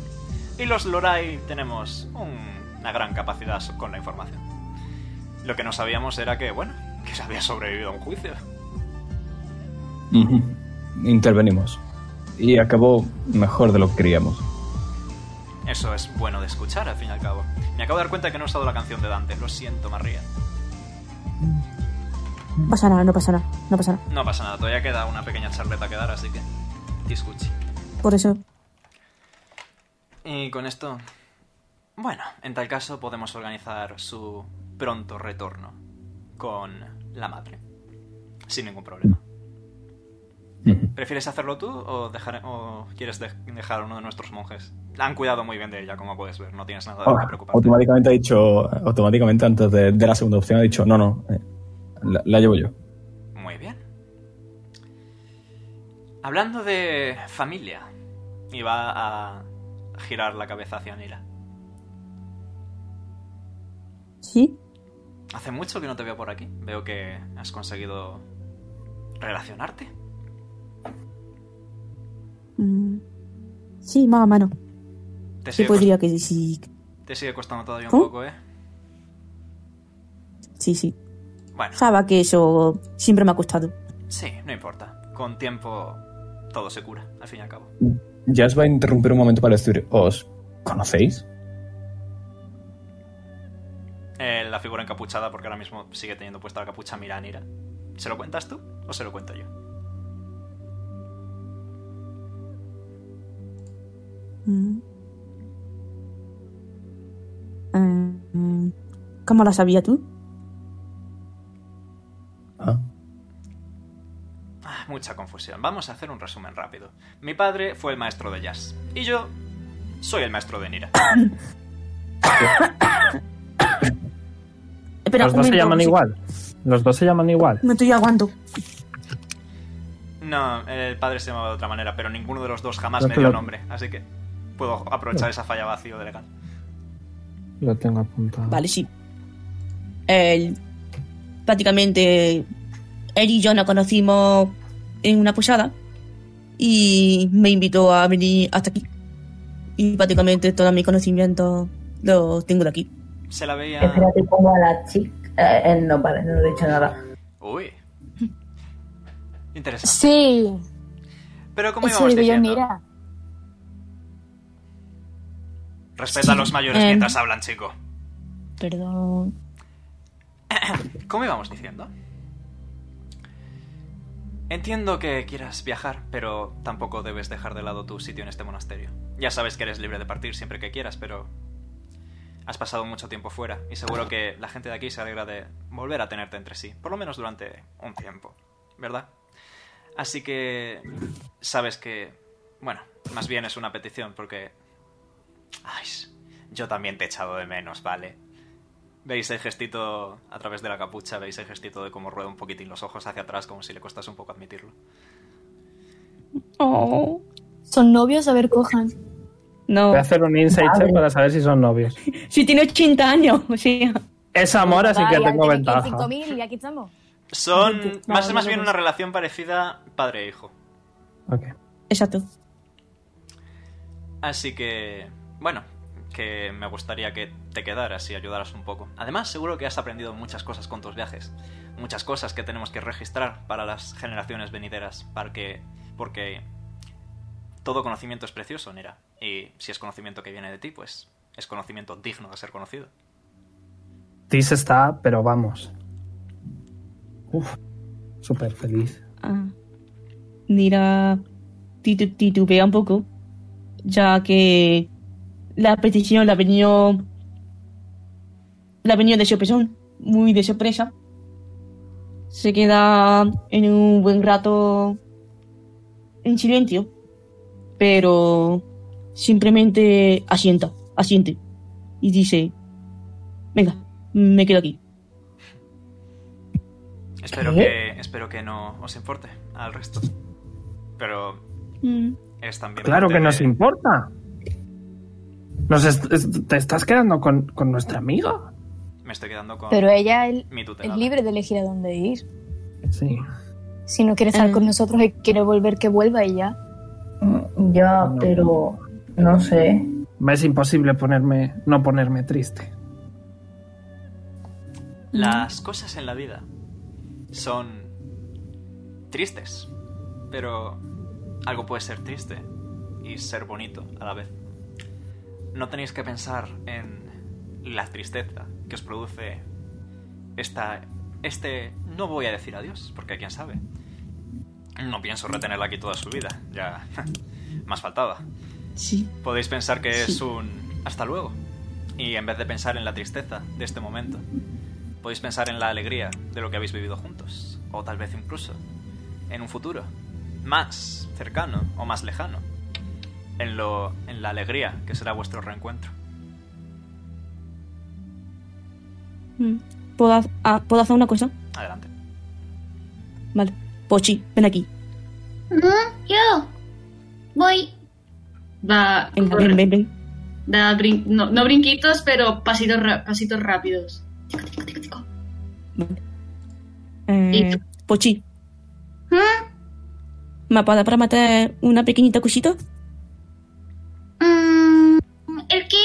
S4: Y los Lorai tenemos un- una gran capacidad so- con la información. Lo que no sabíamos era que, bueno, que se había sobrevivido a un juicio.
S11: Ujú. Intervenimos. Y acabó mejor de lo que queríamos.
S4: Eso es bueno de escuchar, al fin y al cabo. Me acabo de dar cuenta que no he usado la canción de Dante. Lo siento, María.
S12: No pasa nada, no pasa nada, no pasa nada.
S4: No pasa nada, todavía queda una pequeña charleta que dar, así que te escuche.
S12: Por eso.
S4: Y con esto... Bueno, en tal caso podemos organizar su pronto retorno con la madre. Sin ningún problema. ¿Prefieres hacerlo tú o, dejar, o quieres de- dejar a uno de nuestros monjes? La han cuidado muy bien de ella, como puedes ver. No tienes nada de
S11: Ah,
S4: qué preocuparte.
S11: automáticamente ha dicho, automáticamente antes de, de la segunda opción ha dicho, no, no, eh, la, la llevo yo.
S4: Muy bien. Hablando de familia, y va a girar la cabeza hacia Nila.
S12: ¿Sí?
S4: Hace mucho que no te veo por aquí. Veo que has conseguido relacionarte.
S12: Mm. Sí, más a mano.
S4: Te
S12: Sí,
S4: sigue
S12: podría que sí, sí.
S4: Te sigue costando todavía un poco, ¿eh?
S12: Sí, sí.
S4: Bueno.
S12: Sabía que eso siempre me ha costado.
S4: Sí, no importa. Con tiempo todo se cura, al fin y al cabo.
S11: Jazz va a interrumpir un momento para decir, ¿os conocéis?
S4: Eh, la figura encapuchada, porque ahora mismo sigue teniendo puesta la capucha Miranira. ¿Se lo cuentas tú o se lo cuento yo?
S12: Mm. Mm. ¿Cómo la sabías tú?
S4: Ah, Mucha confusión. Vamos a hacer un resumen rápido. Mi padre fue el maestro de jazz. Y yo soy el maestro de Nira.
S12: Espera,
S2: Los dos se
S12: un momento,
S2: llaman
S12: sí.
S2: igual. Los dos se llaman igual.
S12: Me estoy aguando.
S4: No, el padre se llamaba de otra manera, pero ninguno de los dos jamás
S2: Creo
S4: me
S2: que
S4: dio
S2: lo-
S4: nombre. Así que puedo aprovechar esa falla vacío de legal.
S2: Lo tengo apuntado.
S12: Vale, sí. Él, prácticamente, él y yo nos conocimos en una posada y me invitó a venir hasta aquí. Y prácticamente todos mis conocimientos los tengo de aquí.
S4: Se la veía.
S9: Espérate, pongo a la chica. Eh, eh, no, vale, no le he dicho nada.
S4: Uy. Interesante.
S5: Sí.
S4: Pero como
S5: Eso
S4: íbamos
S5: digo yo,
S4: diciendo,
S5: mira.
S4: respeta a los mayores
S12: Em.
S4: mientras hablan, chico.
S12: Perdón.
S4: Como íbamos diciendo. Entiendo que quieras viajar, pero tampoco debes dejar de lado tu sitio en este monasterio. Ya sabes que eres libre de partir siempre que quieras, pero has pasado mucho tiempo fuera y seguro que la gente de aquí se alegra de volver a tenerte entre sí, por lo menos durante un tiempo, ¿verdad? Así que sabes que, bueno, más bien es una petición porque... Ay, yo también te he echado de menos, ¿vale? Veis el gestito a través de la capucha, veis el gestito de cómo rueda un poquitín los ojos hacia atrás, como si le costase un poco admitirlo.
S5: Son novios, a ver, cojan.
S12: No.
S2: Voy a hacer un insight
S5: Vale.
S2: check para saber si son novios.
S12: Si tiene 80 años, o sea.
S2: Es amor, así que
S5: Vaya,
S2: tengo
S5: tiene
S2: ventaja.
S5: 15.000 y aquí estamos.
S4: Son más,
S5: no,
S4: más
S5: no,
S4: bien
S5: no.
S4: una relación parecida padre e hijo.
S12: Exacto.
S4: Así que, bueno, que me gustaría que te quedaras y ayudaras un poco. Además, seguro que has aprendido muchas cosas con tus viajes. Muchas cosas que tenemos que registrar para las generaciones venideras, para que- porque todo conocimiento es precioso, Nira. Y si es conocimiento que viene de ti, pues es conocimiento digno de ser conocido.
S2: Tis está, pero vamos. Uf, súper feliz.
S12: Ah. Mira, titu- titubea un poco, ya que la petición la ha venido, la ha venido de sorpresón, muy de sorpresa. Se queda en un buen rato en silencio, pero simplemente asienta, asiente y dice, venga, me quedo aquí.
S4: Espero que, espero que no os importe al resto. Pero es también.
S2: Claro
S4: parte
S2: que
S4: de-
S2: nos importa. Nos est- est- ¿Te estás quedando con, con nuestra amiga?
S4: Me estoy quedando con.
S5: Pero ella el-
S4: Mi tutelada.
S5: es libre de elegir a dónde ir.
S2: Sí.
S5: Si no quiere estar
S12: Mm.
S5: con nosotros y quiere volver, que vuelva y ya.
S9: Mm, Ya, pero no sé.
S2: Me es imposible ponerme, no ponerme triste.
S4: Las cosas en la vida son tristes, pero algo puede ser triste y ser bonito a la vez. No tenéis que pensar en la tristeza que os produce esta este no voy a decir adiós, porque quién sabe. No pienso retenerla aquí toda su vida, ya más faltaba.
S12: Sí.
S4: Podéis pensar que es
S12: Sí.
S4: un hasta luego. Y en vez de pensar en la tristeza de este momento, podéis pensar en la alegría de lo que habéis vivido juntos. O tal vez incluso en un futuro más cercano o más lejano. En, lo, en la alegría que será vuestro reencuentro.
S12: Mm. ¿Puedo, ha- ah, ¿Puedo hacer una cosa?
S4: Adelante.
S12: Vale. Pochi, ven aquí.
S14: Mm, Yo voy.
S7: Da,
S12: Venga, ven, ven, ven.
S7: da brin- no, no brinquitos, pero pasitos, ra- pasitos rápidos.
S12: Eh, Pochi,
S14: Mm,
S12: ¿mapada para matar una pequeñita cosita?
S14: mm, ¿El qué?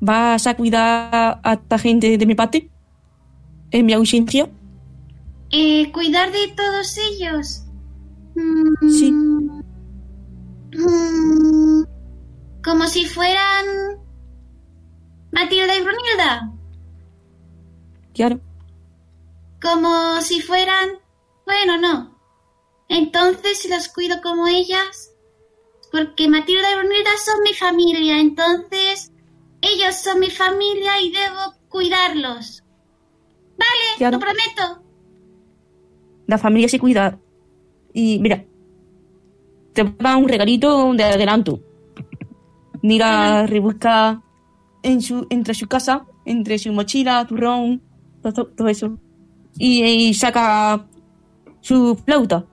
S12: ¿Vas a cuidar a esta gente de mi parte? ¿En mi ausencia?
S14: Eh, cuidar de todos ellos.
S12: Sí.
S14: Mm, Como si fueran Matilda y Brunilda.
S12: Claro.
S14: Como si fueran... Bueno, no. Entonces, si los cuido como ellas, porque Matilda y Brunilda son mi familia, entonces ellos son mi familia y debo cuidarlos. Vale,
S12: Claro.
S14: lo prometo.
S12: La familia se cuida. Y mira, te va a dar un regalito de adelanto. Mira, rebusca en su, entre su casa, entre su mochila, turrón, to- to- todo, eso. Y, y saca su flauta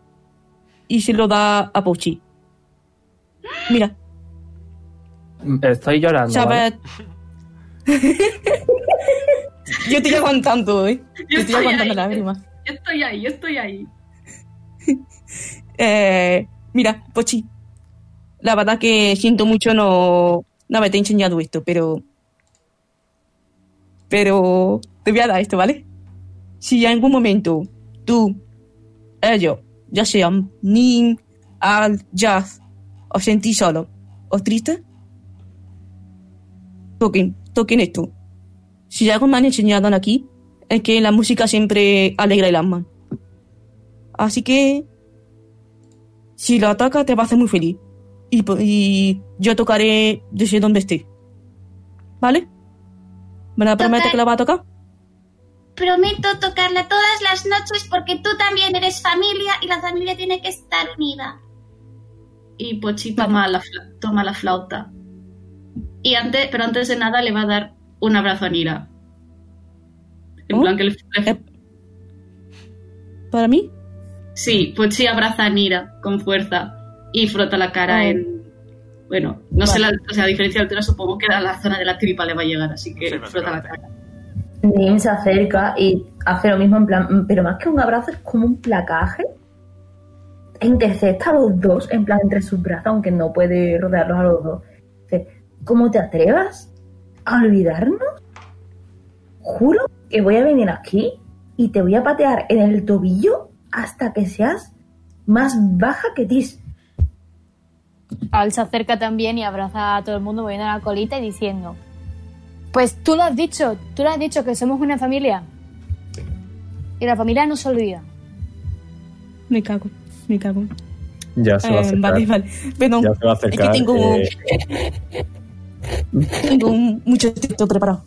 S12: y se lo da a Pochi. Mira,
S2: Estoy llorando. Ah, ¿vale?
S12: sabes. Yo estoy aguantando, ¿eh? Yo estoy
S7: estoy
S12: aguantando
S7: ahí.
S12: las lágrimas.
S7: Yo estoy ahí, yo estoy ahí.
S12: Eh, mira, Pochi, la verdad que siento mucho no, no haberte enseñado esto, pero. Pero te voy a dar esto, ¿vale? Si en algún momento tú, ellos, ya sean Nin, Al, Jazz, os sentís solo o triste, toquen, toquen esto. Si algo me han enseñado aquí, es que la música siempre alegra el alma. Así que si lo ataca, te va a hacer muy feliz. Y, po- y yo tocaré desde donde esté. ¿Vale? ¿Me la promete que la va a tocar?
S14: Prometo tocarla todas las noches porque tú también eres familia y la familia tiene que estar unida.
S7: Y Pochi toma la, fla- toma la flauta. Y antes, pero antes de nada le va a dar un abrazo a Nira. En plan que le- le-
S12: Oh, eh, ¿Para mí?
S7: Sí, Pochi abraza a Nira con fuerza y frota la cara
S12: Oh.
S7: en... Bueno, no sé la o sea, a diferencia de altura, supongo que a la zona de la tripa le va a llegar, así que frota la cara.
S9: Nim se acerca y hace lo mismo en plan, "Mm, pero más que un abrazo es como un placaje. Intercepta a los dos, en plan entre sus brazos, aunque no puede rodearlos a los dos. Dice, ¿cómo te atrevas a olvidarnos? Juro que voy a venir aquí y te voy a patear en el tobillo hasta que seas más baja que Tis.
S19: Al se acerca también y abraza a todo el mundo moviendo la colita y diciendo, pues tú lo has dicho, tú lo has dicho que somos una familia. Y la familia no se olvida.
S12: Me cago, me cago.
S11: Ya se va a
S12: Eh,
S11: acercar.
S12: vale, vale. Perdón.
S11: Ya se va a
S12: es
S11: acercar.
S12: que tengo,
S11: eh,
S12: tengo un- mucho texto preparado.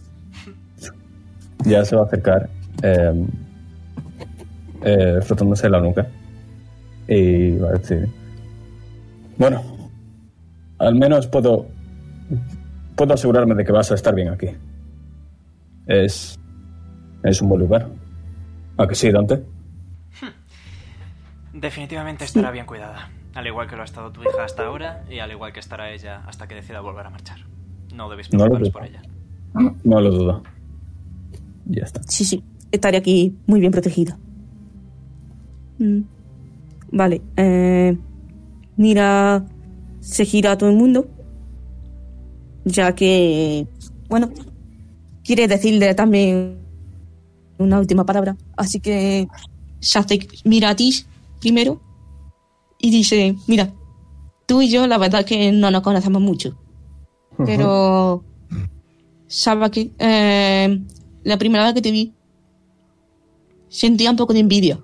S11: ya se va a acercar. eh, eh, frotándose la nuca. Y va a decir. Bueno, al menos puedo. Puedo asegurarme de que vas a estar bien aquí. Es. Es un buen lugar. ¿A que sí, Dante?
S4: Definitivamente estará bien cuidada. Al igual que lo ha estado tu hija hasta ahora y al igual que estará ella hasta que decida volver a marchar. No debéis
S11: No lo
S4: preocuparos
S11: dudo.
S4: por ella.
S11: No lo dudo. Ya está.
S12: Sí, sí, estaré aquí muy bien protegida. Mm. Vale, eh, mira, se gira a todo el mundo, ya que, bueno, quiere decirle también una última palabra, así que se hace- mira a ti primero y dice, mira, tú y yo la verdad que no nos conocemos mucho, pero sabes que eh, la primera vez que te vi sentía un poco de envidia.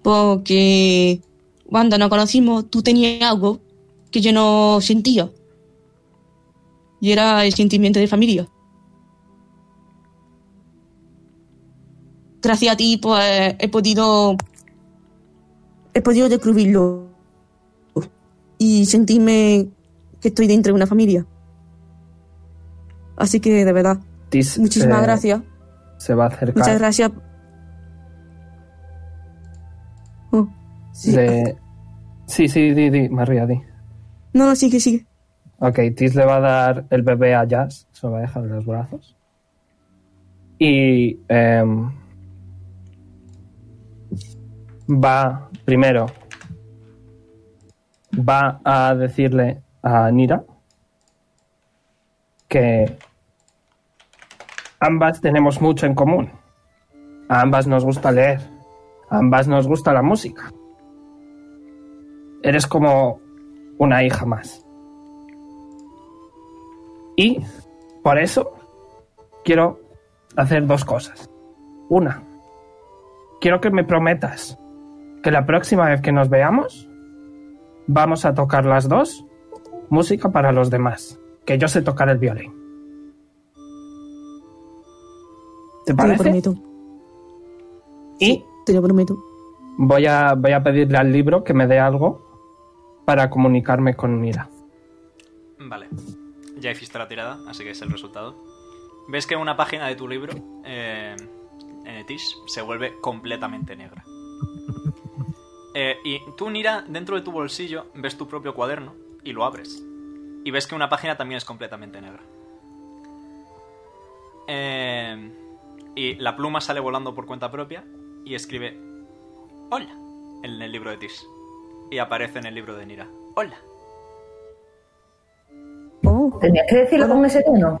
S12: Porque cuando nos conocimos tú tenías algo que yo no sentía. Y era el sentimiento de familia. Gracias a ti pues he podido he podido descubrirlo y sentirme que estoy dentro de una familia. Así que de verdad
S2: Tis,
S12: Muchísimas
S2: eh,
S12: gracias.
S2: Se va a acercar.
S12: Muchas gracias. Oh, sí.
S2: de- Sí, sí, di, di, María, di.
S12: No, no, sigue, sigue.
S2: Ok, Tis le va a dar el bebé a Jazz, se lo va a dejar en los brazos. Y em, va, primero, va a decirle a Nira que ambas tenemos mucho en común. A ambas nos gusta leer. A ambas nos gusta la música. Eres como una hija más. Y por eso quiero hacer dos cosas. Una, quiero que me prometas que la próxima vez que nos veamos vamos a tocar las dos música para los demás. Que yo sé tocar el violín. ¿Te
S12: Te lo
S2: parece?
S12: prometo.
S2: Y
S12: Te lo prometo.
S2: voy a, voy a pedirle al libro que me dé algo para comunicarme con Mira.
S4: Vale. Ya hiciste la tirada, así que es el resultado. Ves que una página de tu libro, eh, en Tish, se vuelve completamente negra. Eh, y tú, Nira, dentro de tu bolsillo ves tu propio cuaderno y lo abres. Y ves que una página también es completamente negra. Eh, y la pluma sale volando por cuenta propia y escribe Hola en el libro de Tish. Y aparece en el libro de Nira. Hola.
S12: Oh.
S9: Tenías que decirlo con ese tono.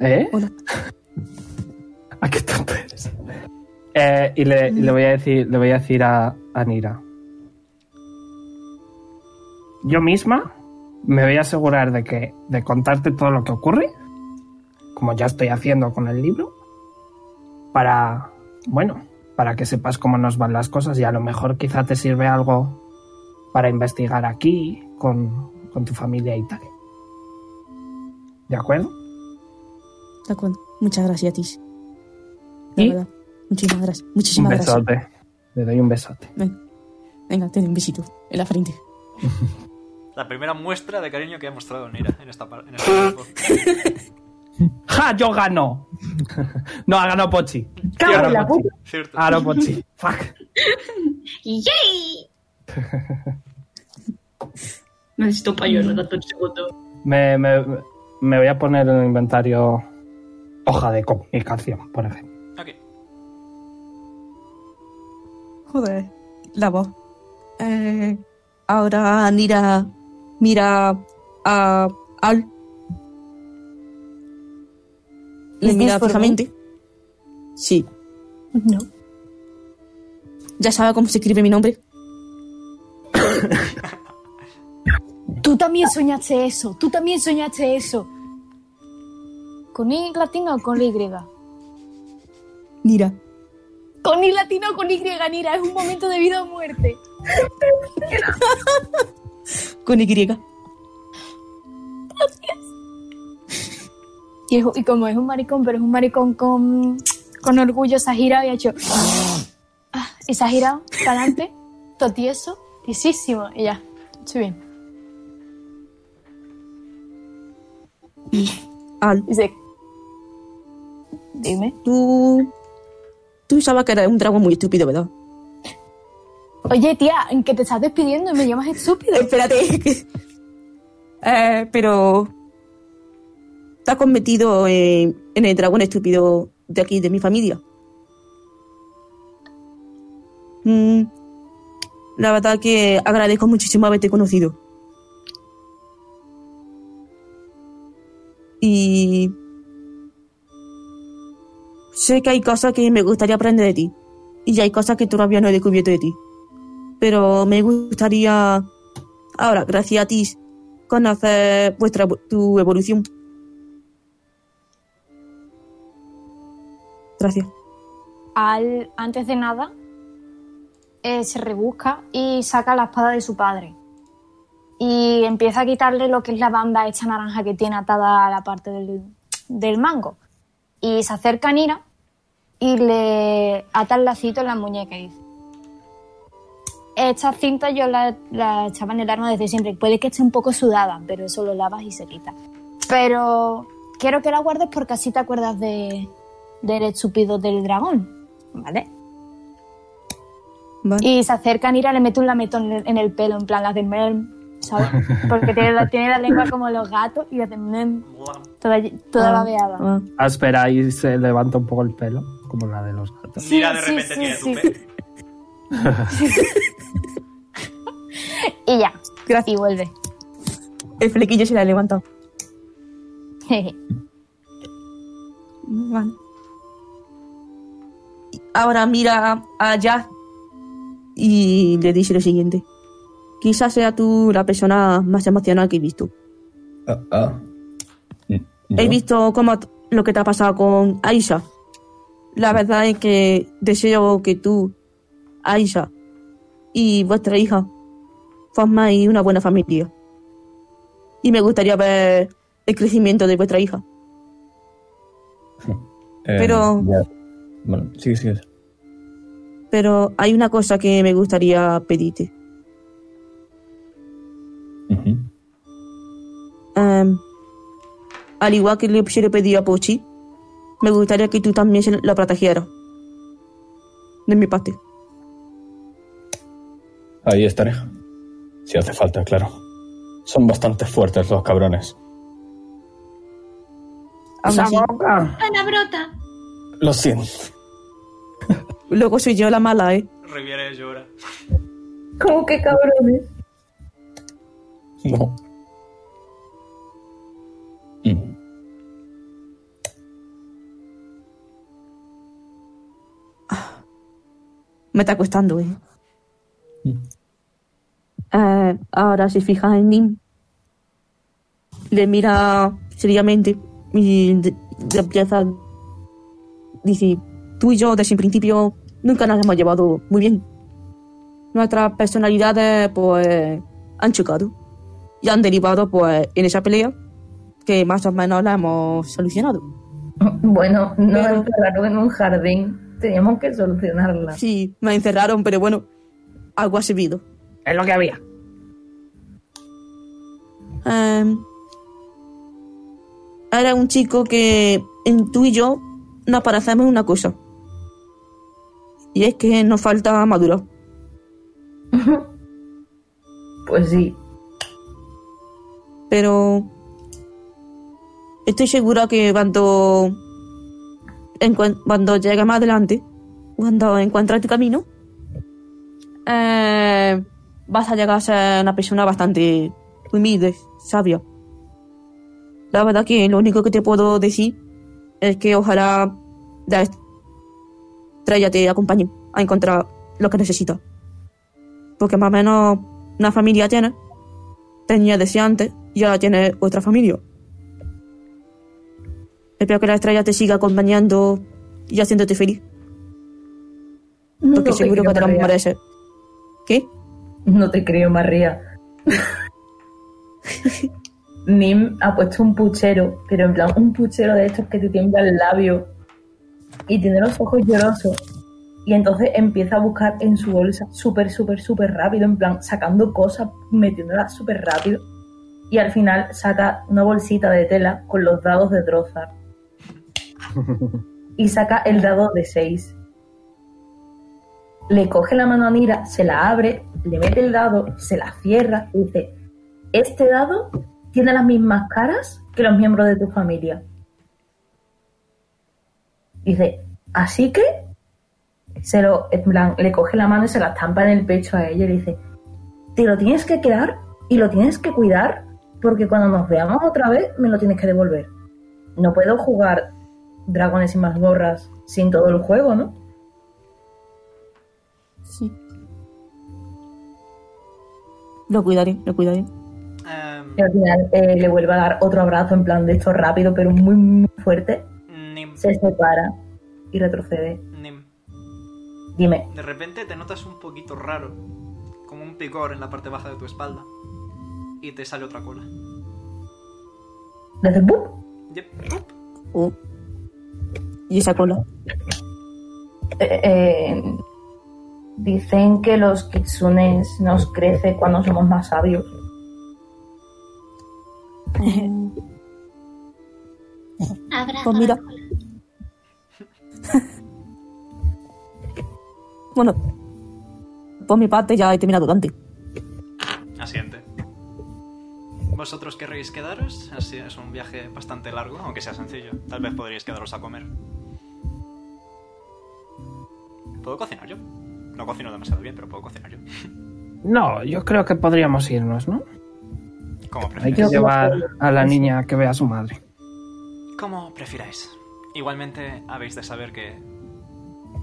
S2: ¿Eh? ¿A qué tonto eres? Eh, y le, y le voy a decir, le voy a, decir a, a Nira. Yo misma me voy a asegurar de que de contarte todo lo que ocurre, como ya estoy haciendo con el libro, para bueno, para que sepas cómo nos van las cosas y a lo mejor quizá te sirve algo para investigar aquí con, con tu familia y tal. ¿De acuerdo?
S12: De acuerdo. Muchas gracias, Tis. De verdad. Muchísimas gracias.
S2: Un
S12: Muchísimas gracias.
S2: besote. Le doy un besote.
S12: Ven. Venga, te doy un besito en la frente.
S4: La primera muestra de cariño que ha mostrado Nira en esta par- en este tiempo.
S2: ¡Ja! ¡Yo gano! no, ha ganado Pochi.
S4: Cago en la
S2: Ahora Pochi.
S4: puta. Cierto.
S2: Ahora Pochi. Fuck.
S7: ¡Yay! Necesito payola, date un segundo.
S2: Me, me, me voy a poner en el inventario hoja de comunicación, por ejemplo.
S12: Joder, la voz. Eh, ahora Nira mira a Al. Le
S8: ¿Es
S12: mira pues,
S8: disforme?
S12: fijamente. Sí.
S8: No.
S12: ¿Ya sabe cómo se escribe mi nombre?
S23: Tú también soñaste eso, tú también soñaste eso.
S8: ¿Con I latina o con Y?
S12: Nira.
S23: Con I latino o con Y, Nira, es un momento de vida o muerte.
S12: Con Y.
S8: Y, es- y como es un maricón, pero es un maricón con, con orgullo, se ha girado y ha hecho. Ah, y se ha girado para adelante, totieso, tiesísimo, y ya. Estoy bien.
S12: Al.
S8: Dime.
S12: Tú. Tú sabes que eres un dragón muy estúpido, ¿verdad?
S8: Oye, tía, en que te estás despidiendo y me llamas estúpido.
S12: Espérate. Eh, pero. Te has convertido en, en el dragón estúpido de aquí, de mi familia. Mm, la verdad que agradezco muchísimo haberte conocido. Y. Sé que hay cosas que me gustaría aprender de ti. Y hay cosas que todavía no he descubierto de ti. Pero me gustaría Ahora, gracias a ti, conoces vuestra, tu evolución. Gracias.
S8: Al, antes de nada, eh, se rebusca y saca la espada de su padre. Y empieza a quitarle lo que es la banda esta naranja que tiene atada a la parte del, del mango. Y se acerca a Nira y le ata el lacito en la muñeca y dice... Esta cinta yo la, la echaba en el arma desde siempre. Puede que esté un poco sudada, pero eso lo lavas y se quita. Pero quiero que la guardes porque así te acuerdas de, del estúpido del dragón. ¿Vale? Y se acerca Nira, le mete un lametón en el- en el pelo, en plan las de Mem, ¿sabes? Porque tiene la, tiene la lengua como los gatos y las de Mem, toda, toda babeada.
S2: Ah, espera, ahí se levanta un poco el pelo, como la de los gatos.
S4: Nira de repente tiene tu pe-
S8: Y ya, y vuelve.
S12: El flequillo se la he levantado. Vale. Ahora mira a Jazz y le dice lo siguiente. Quizás sea tú la persona más emocional que he visto.
S11: Ah, ah.
S12: He visto cómo t- lo que te ha pasado con Aisha. La verdad es que deseo que tú, Aisha y vuestra hija formáis una buena familia. Y me gustaría ver el crecimiento de vuestra hija.
S11: Eh,
S12: Pero-
S11: ya. Bueno, sigue, sigue.
S12: Pero hay una cosa que me gustaría pedirte. Em, al igual que le, se lo pedí a Pochi, me gustaría que tú también se lo protegieras. De mi parte.
S11: Ahí estaré. Si hace falta, claro. Son bastante fuertes los cabrones.
S12: Aún así,
S14: Ana brota.
S11: Lo siento.
S12: luego soy yo la mala, ¿eh?
S4: Riviera llora.
S9: ¿Cómo que cabrones?
S11: No. Mm.
S12: Me está costando, ¿eh? Eh, ahora se fija en Nim. Le mira seriamente y de- de- empieza. Dice: Tú y yo, desde el principio, nunca nos hemos llevado muy bien. Nuestras personalidades, pues, han chocado y han derivado, pues, en esa pelea que más o menos la hemos solucionado.
S9: Bueno, nos encerraron en un jardín. Teníamos que solucionarla.
S12: Sí, me encerraron, pero bueno, algo ha servido.
S22: Es lo que había.
S12: Em, era un chico que en tú y yo nos parecemos una cosa. Y es que nos falta maduro.
S9: Pues sí.
S12: Pero estoy segura que cuando, encuen- cuando llegue más adelante, cuando encuentres tu camino, eh, vas a llegar a ser una persona bastante humilde, sabia. La verdad que lo único que te puedo decir es que ojalá la estrella te acompañe a encontrar lo que necesitas. Porque más o menos una familia tiene tenía desde antes y ahora tiene otra familia. Espero que la estrella te siga acompañando y haciéndote feliz,
S9: No
S12: porque seguro que te
S9: creo,
S12: lo
S9: María.
S12: mereces. ¿Qué?
S9: No te creo, María. Nim ha puesto un puchero, pero en plan, un puchero de estos que te tiembla el labio y tiene los ojos llorosos. Y entonces empieza a buscar en su bolsa súper, súper, súper rápido, en plan, sacando cosas, metiéndolas súper rápido. Y al final saca una bolsita de tela con los dados de Drozar y saca el dado de 6. Le coge la mano a Nira, se la abre, le mete el dado, se la cierra y dice, este dado tiene las mismas caras que los miembros de tu familia. Dice, así que se lo, en plan, le coge la mano y se la estampa en el pecho a ella y le dice, te lo tienes que quedar y lo tienes que cuidar porque cuando nos veamos otra vez me lo tienes que devolver. No puedo jugar dragones y mazmorras sin todo el juego, ¿no?
S12: Sí. Lo cuidaré, lo cuidaré.
S9: Y al final eh, le vuelve a dar otro abrazo en plan de esto rápido, pero muy, muy fuerte. Se separa y retrocede.
S4: Nim,
S9: Dime,
S4: de repente te notas un poquito raro, como un picor en la parte baja de tu espalda, y te sale otra cola.
S9: desde ¡bup!
S4: Yep.
S12: Oh. Y esa cola.
S9: Eh, eh, dicen que los kitsunes nos crece cuando somos más sabios.
S12: Pues mira. bueno, por mi parte ya he terminado antes.
S4: Asiente. ¿Vosotros querréis quedaros? Así es un viaje bastante largo, aunque sea sencillo. Tal vez podríais quedaros a comer. ¿Puedo cocinar yo? No cocino demasiado bien, pero puedo cocinar yo.
S2: No, yo creo que podríamos irnos, ¿no?
S4: Como
S2: Hay que
S4: preferáis.
S2: llevar a la niña que vea a su madre.
S4: Como prefiráis. Igualmente habéis de saber que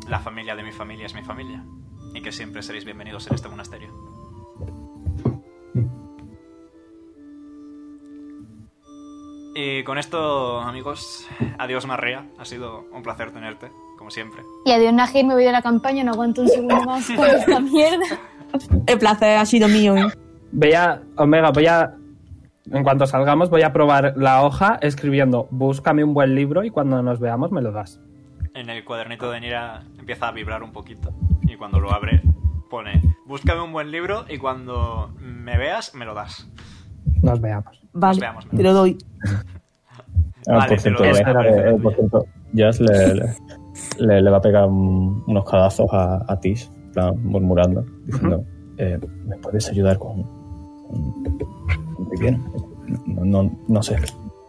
S4: la familia de mi familia es mi familia. Y que siempre seréis bienvenidos en este monasterio. Y con esto, amigos, adiós Marrea. Ha sido un placer tenerte, como siempre.
S19: Y adiós, Najir, me voy de la campaña, no aguanto un segundo más con esta mierda.
S12: El placer ha sido mío. ¿eh?
S2: Voy a, Omega, voy a. En cuanto salgamos, voy a probar la hoja escribiendo: búscame un buen libro y cuando nos veamos me lo das.
S4: En el cuadernito de Nira empieza a vibrar un poquito. Y cuando lo abre, pone: Búscame un buen libro y cuando me veas, me lo das.
S2: Nos veamos.
S12: Vale,
S4: veamos,
S12: te lo doy.
S11: Ah,
S4: Vale, te
S11: por cierto,
S4: lo
S11: eh,
S4: doy.
S11: eh, eh, por cierto, Jazz le, le- le- le va a pegar un- unos cadazos a, a Tish, en plan, murmurando, diciendo, eh, ¿me puedes ayudar con, con- con te quiero? No, no, no sé.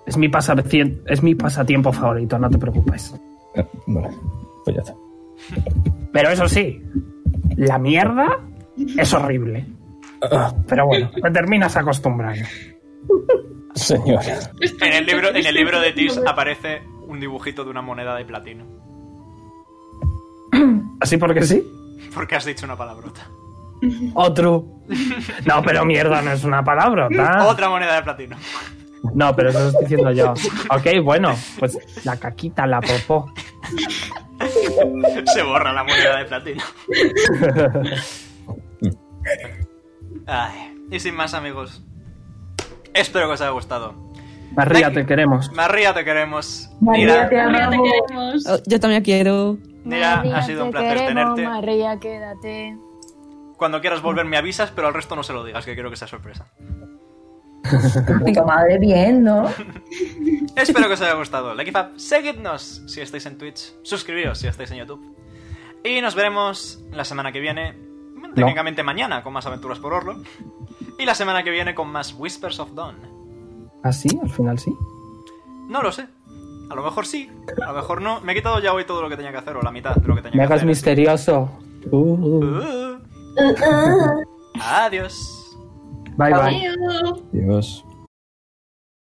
S2: Es mi, pasacien- es mi pasatiempo favorito, no te preocupes.
S11: Eh, Vale, pues ya está.
S2: Pero eso sí, la mierda es horrible. Pero bueno, te terminas acostumbrando.
S11: Señor.
S4: En el libro, en el libro de Tis aparece un dibujito de una moneda de platino.
S2: ¿Así porque sí?
S4: Porque has dicho una palabrota.
S2: Otro. No, pero mierda no es una palabra, ¿tá?
S4: Otra moneda de platino.
S2: No, pero eso lo estoy diciendo yo. Ok, bueno, pues la caquita, la popó.
S4: Se borra la moneda de platino. Ay, y sin más, amigos. Espero que os haya gustado.
S2: Barría, te queremos.
S4: María, te queremos.
S12: María,
S4: Mira,
S12: te amamos. Oh, Yo también quiero.
S4: Mira, ha sido un placer tenerte.
S19: María, quédate.
S4: Cuando quieras volver me avisas, pero al resto no se lo digas, que quiero que sea sorpresa.
S9: Puta madre, bien, ¿no?
S4: Espero que os haya gustado. Like if up, seguidnos si estáis en Twitch, suscribiros si estáis en YouTube. Y nos veremos la semana que viene, bueno, técnicamente mañana, con más aventuras por Orlo. Y la semana que viene con más Whispers of Dawn.
S2: ¿Ah, sí? Al final sí.
S4: No lo sé. A lo mejor sí, a lo mejor no. Me he quitado ya hoy todo lo que tenía que hacer, o la mitad de lo que tenía
S2: Me
S4: que
S2: hagas
S4: hacer.
S2: misterioso. Uh, uh.
S4: Uh, Adiós.
S2: Bye, bye.
S11: Dios.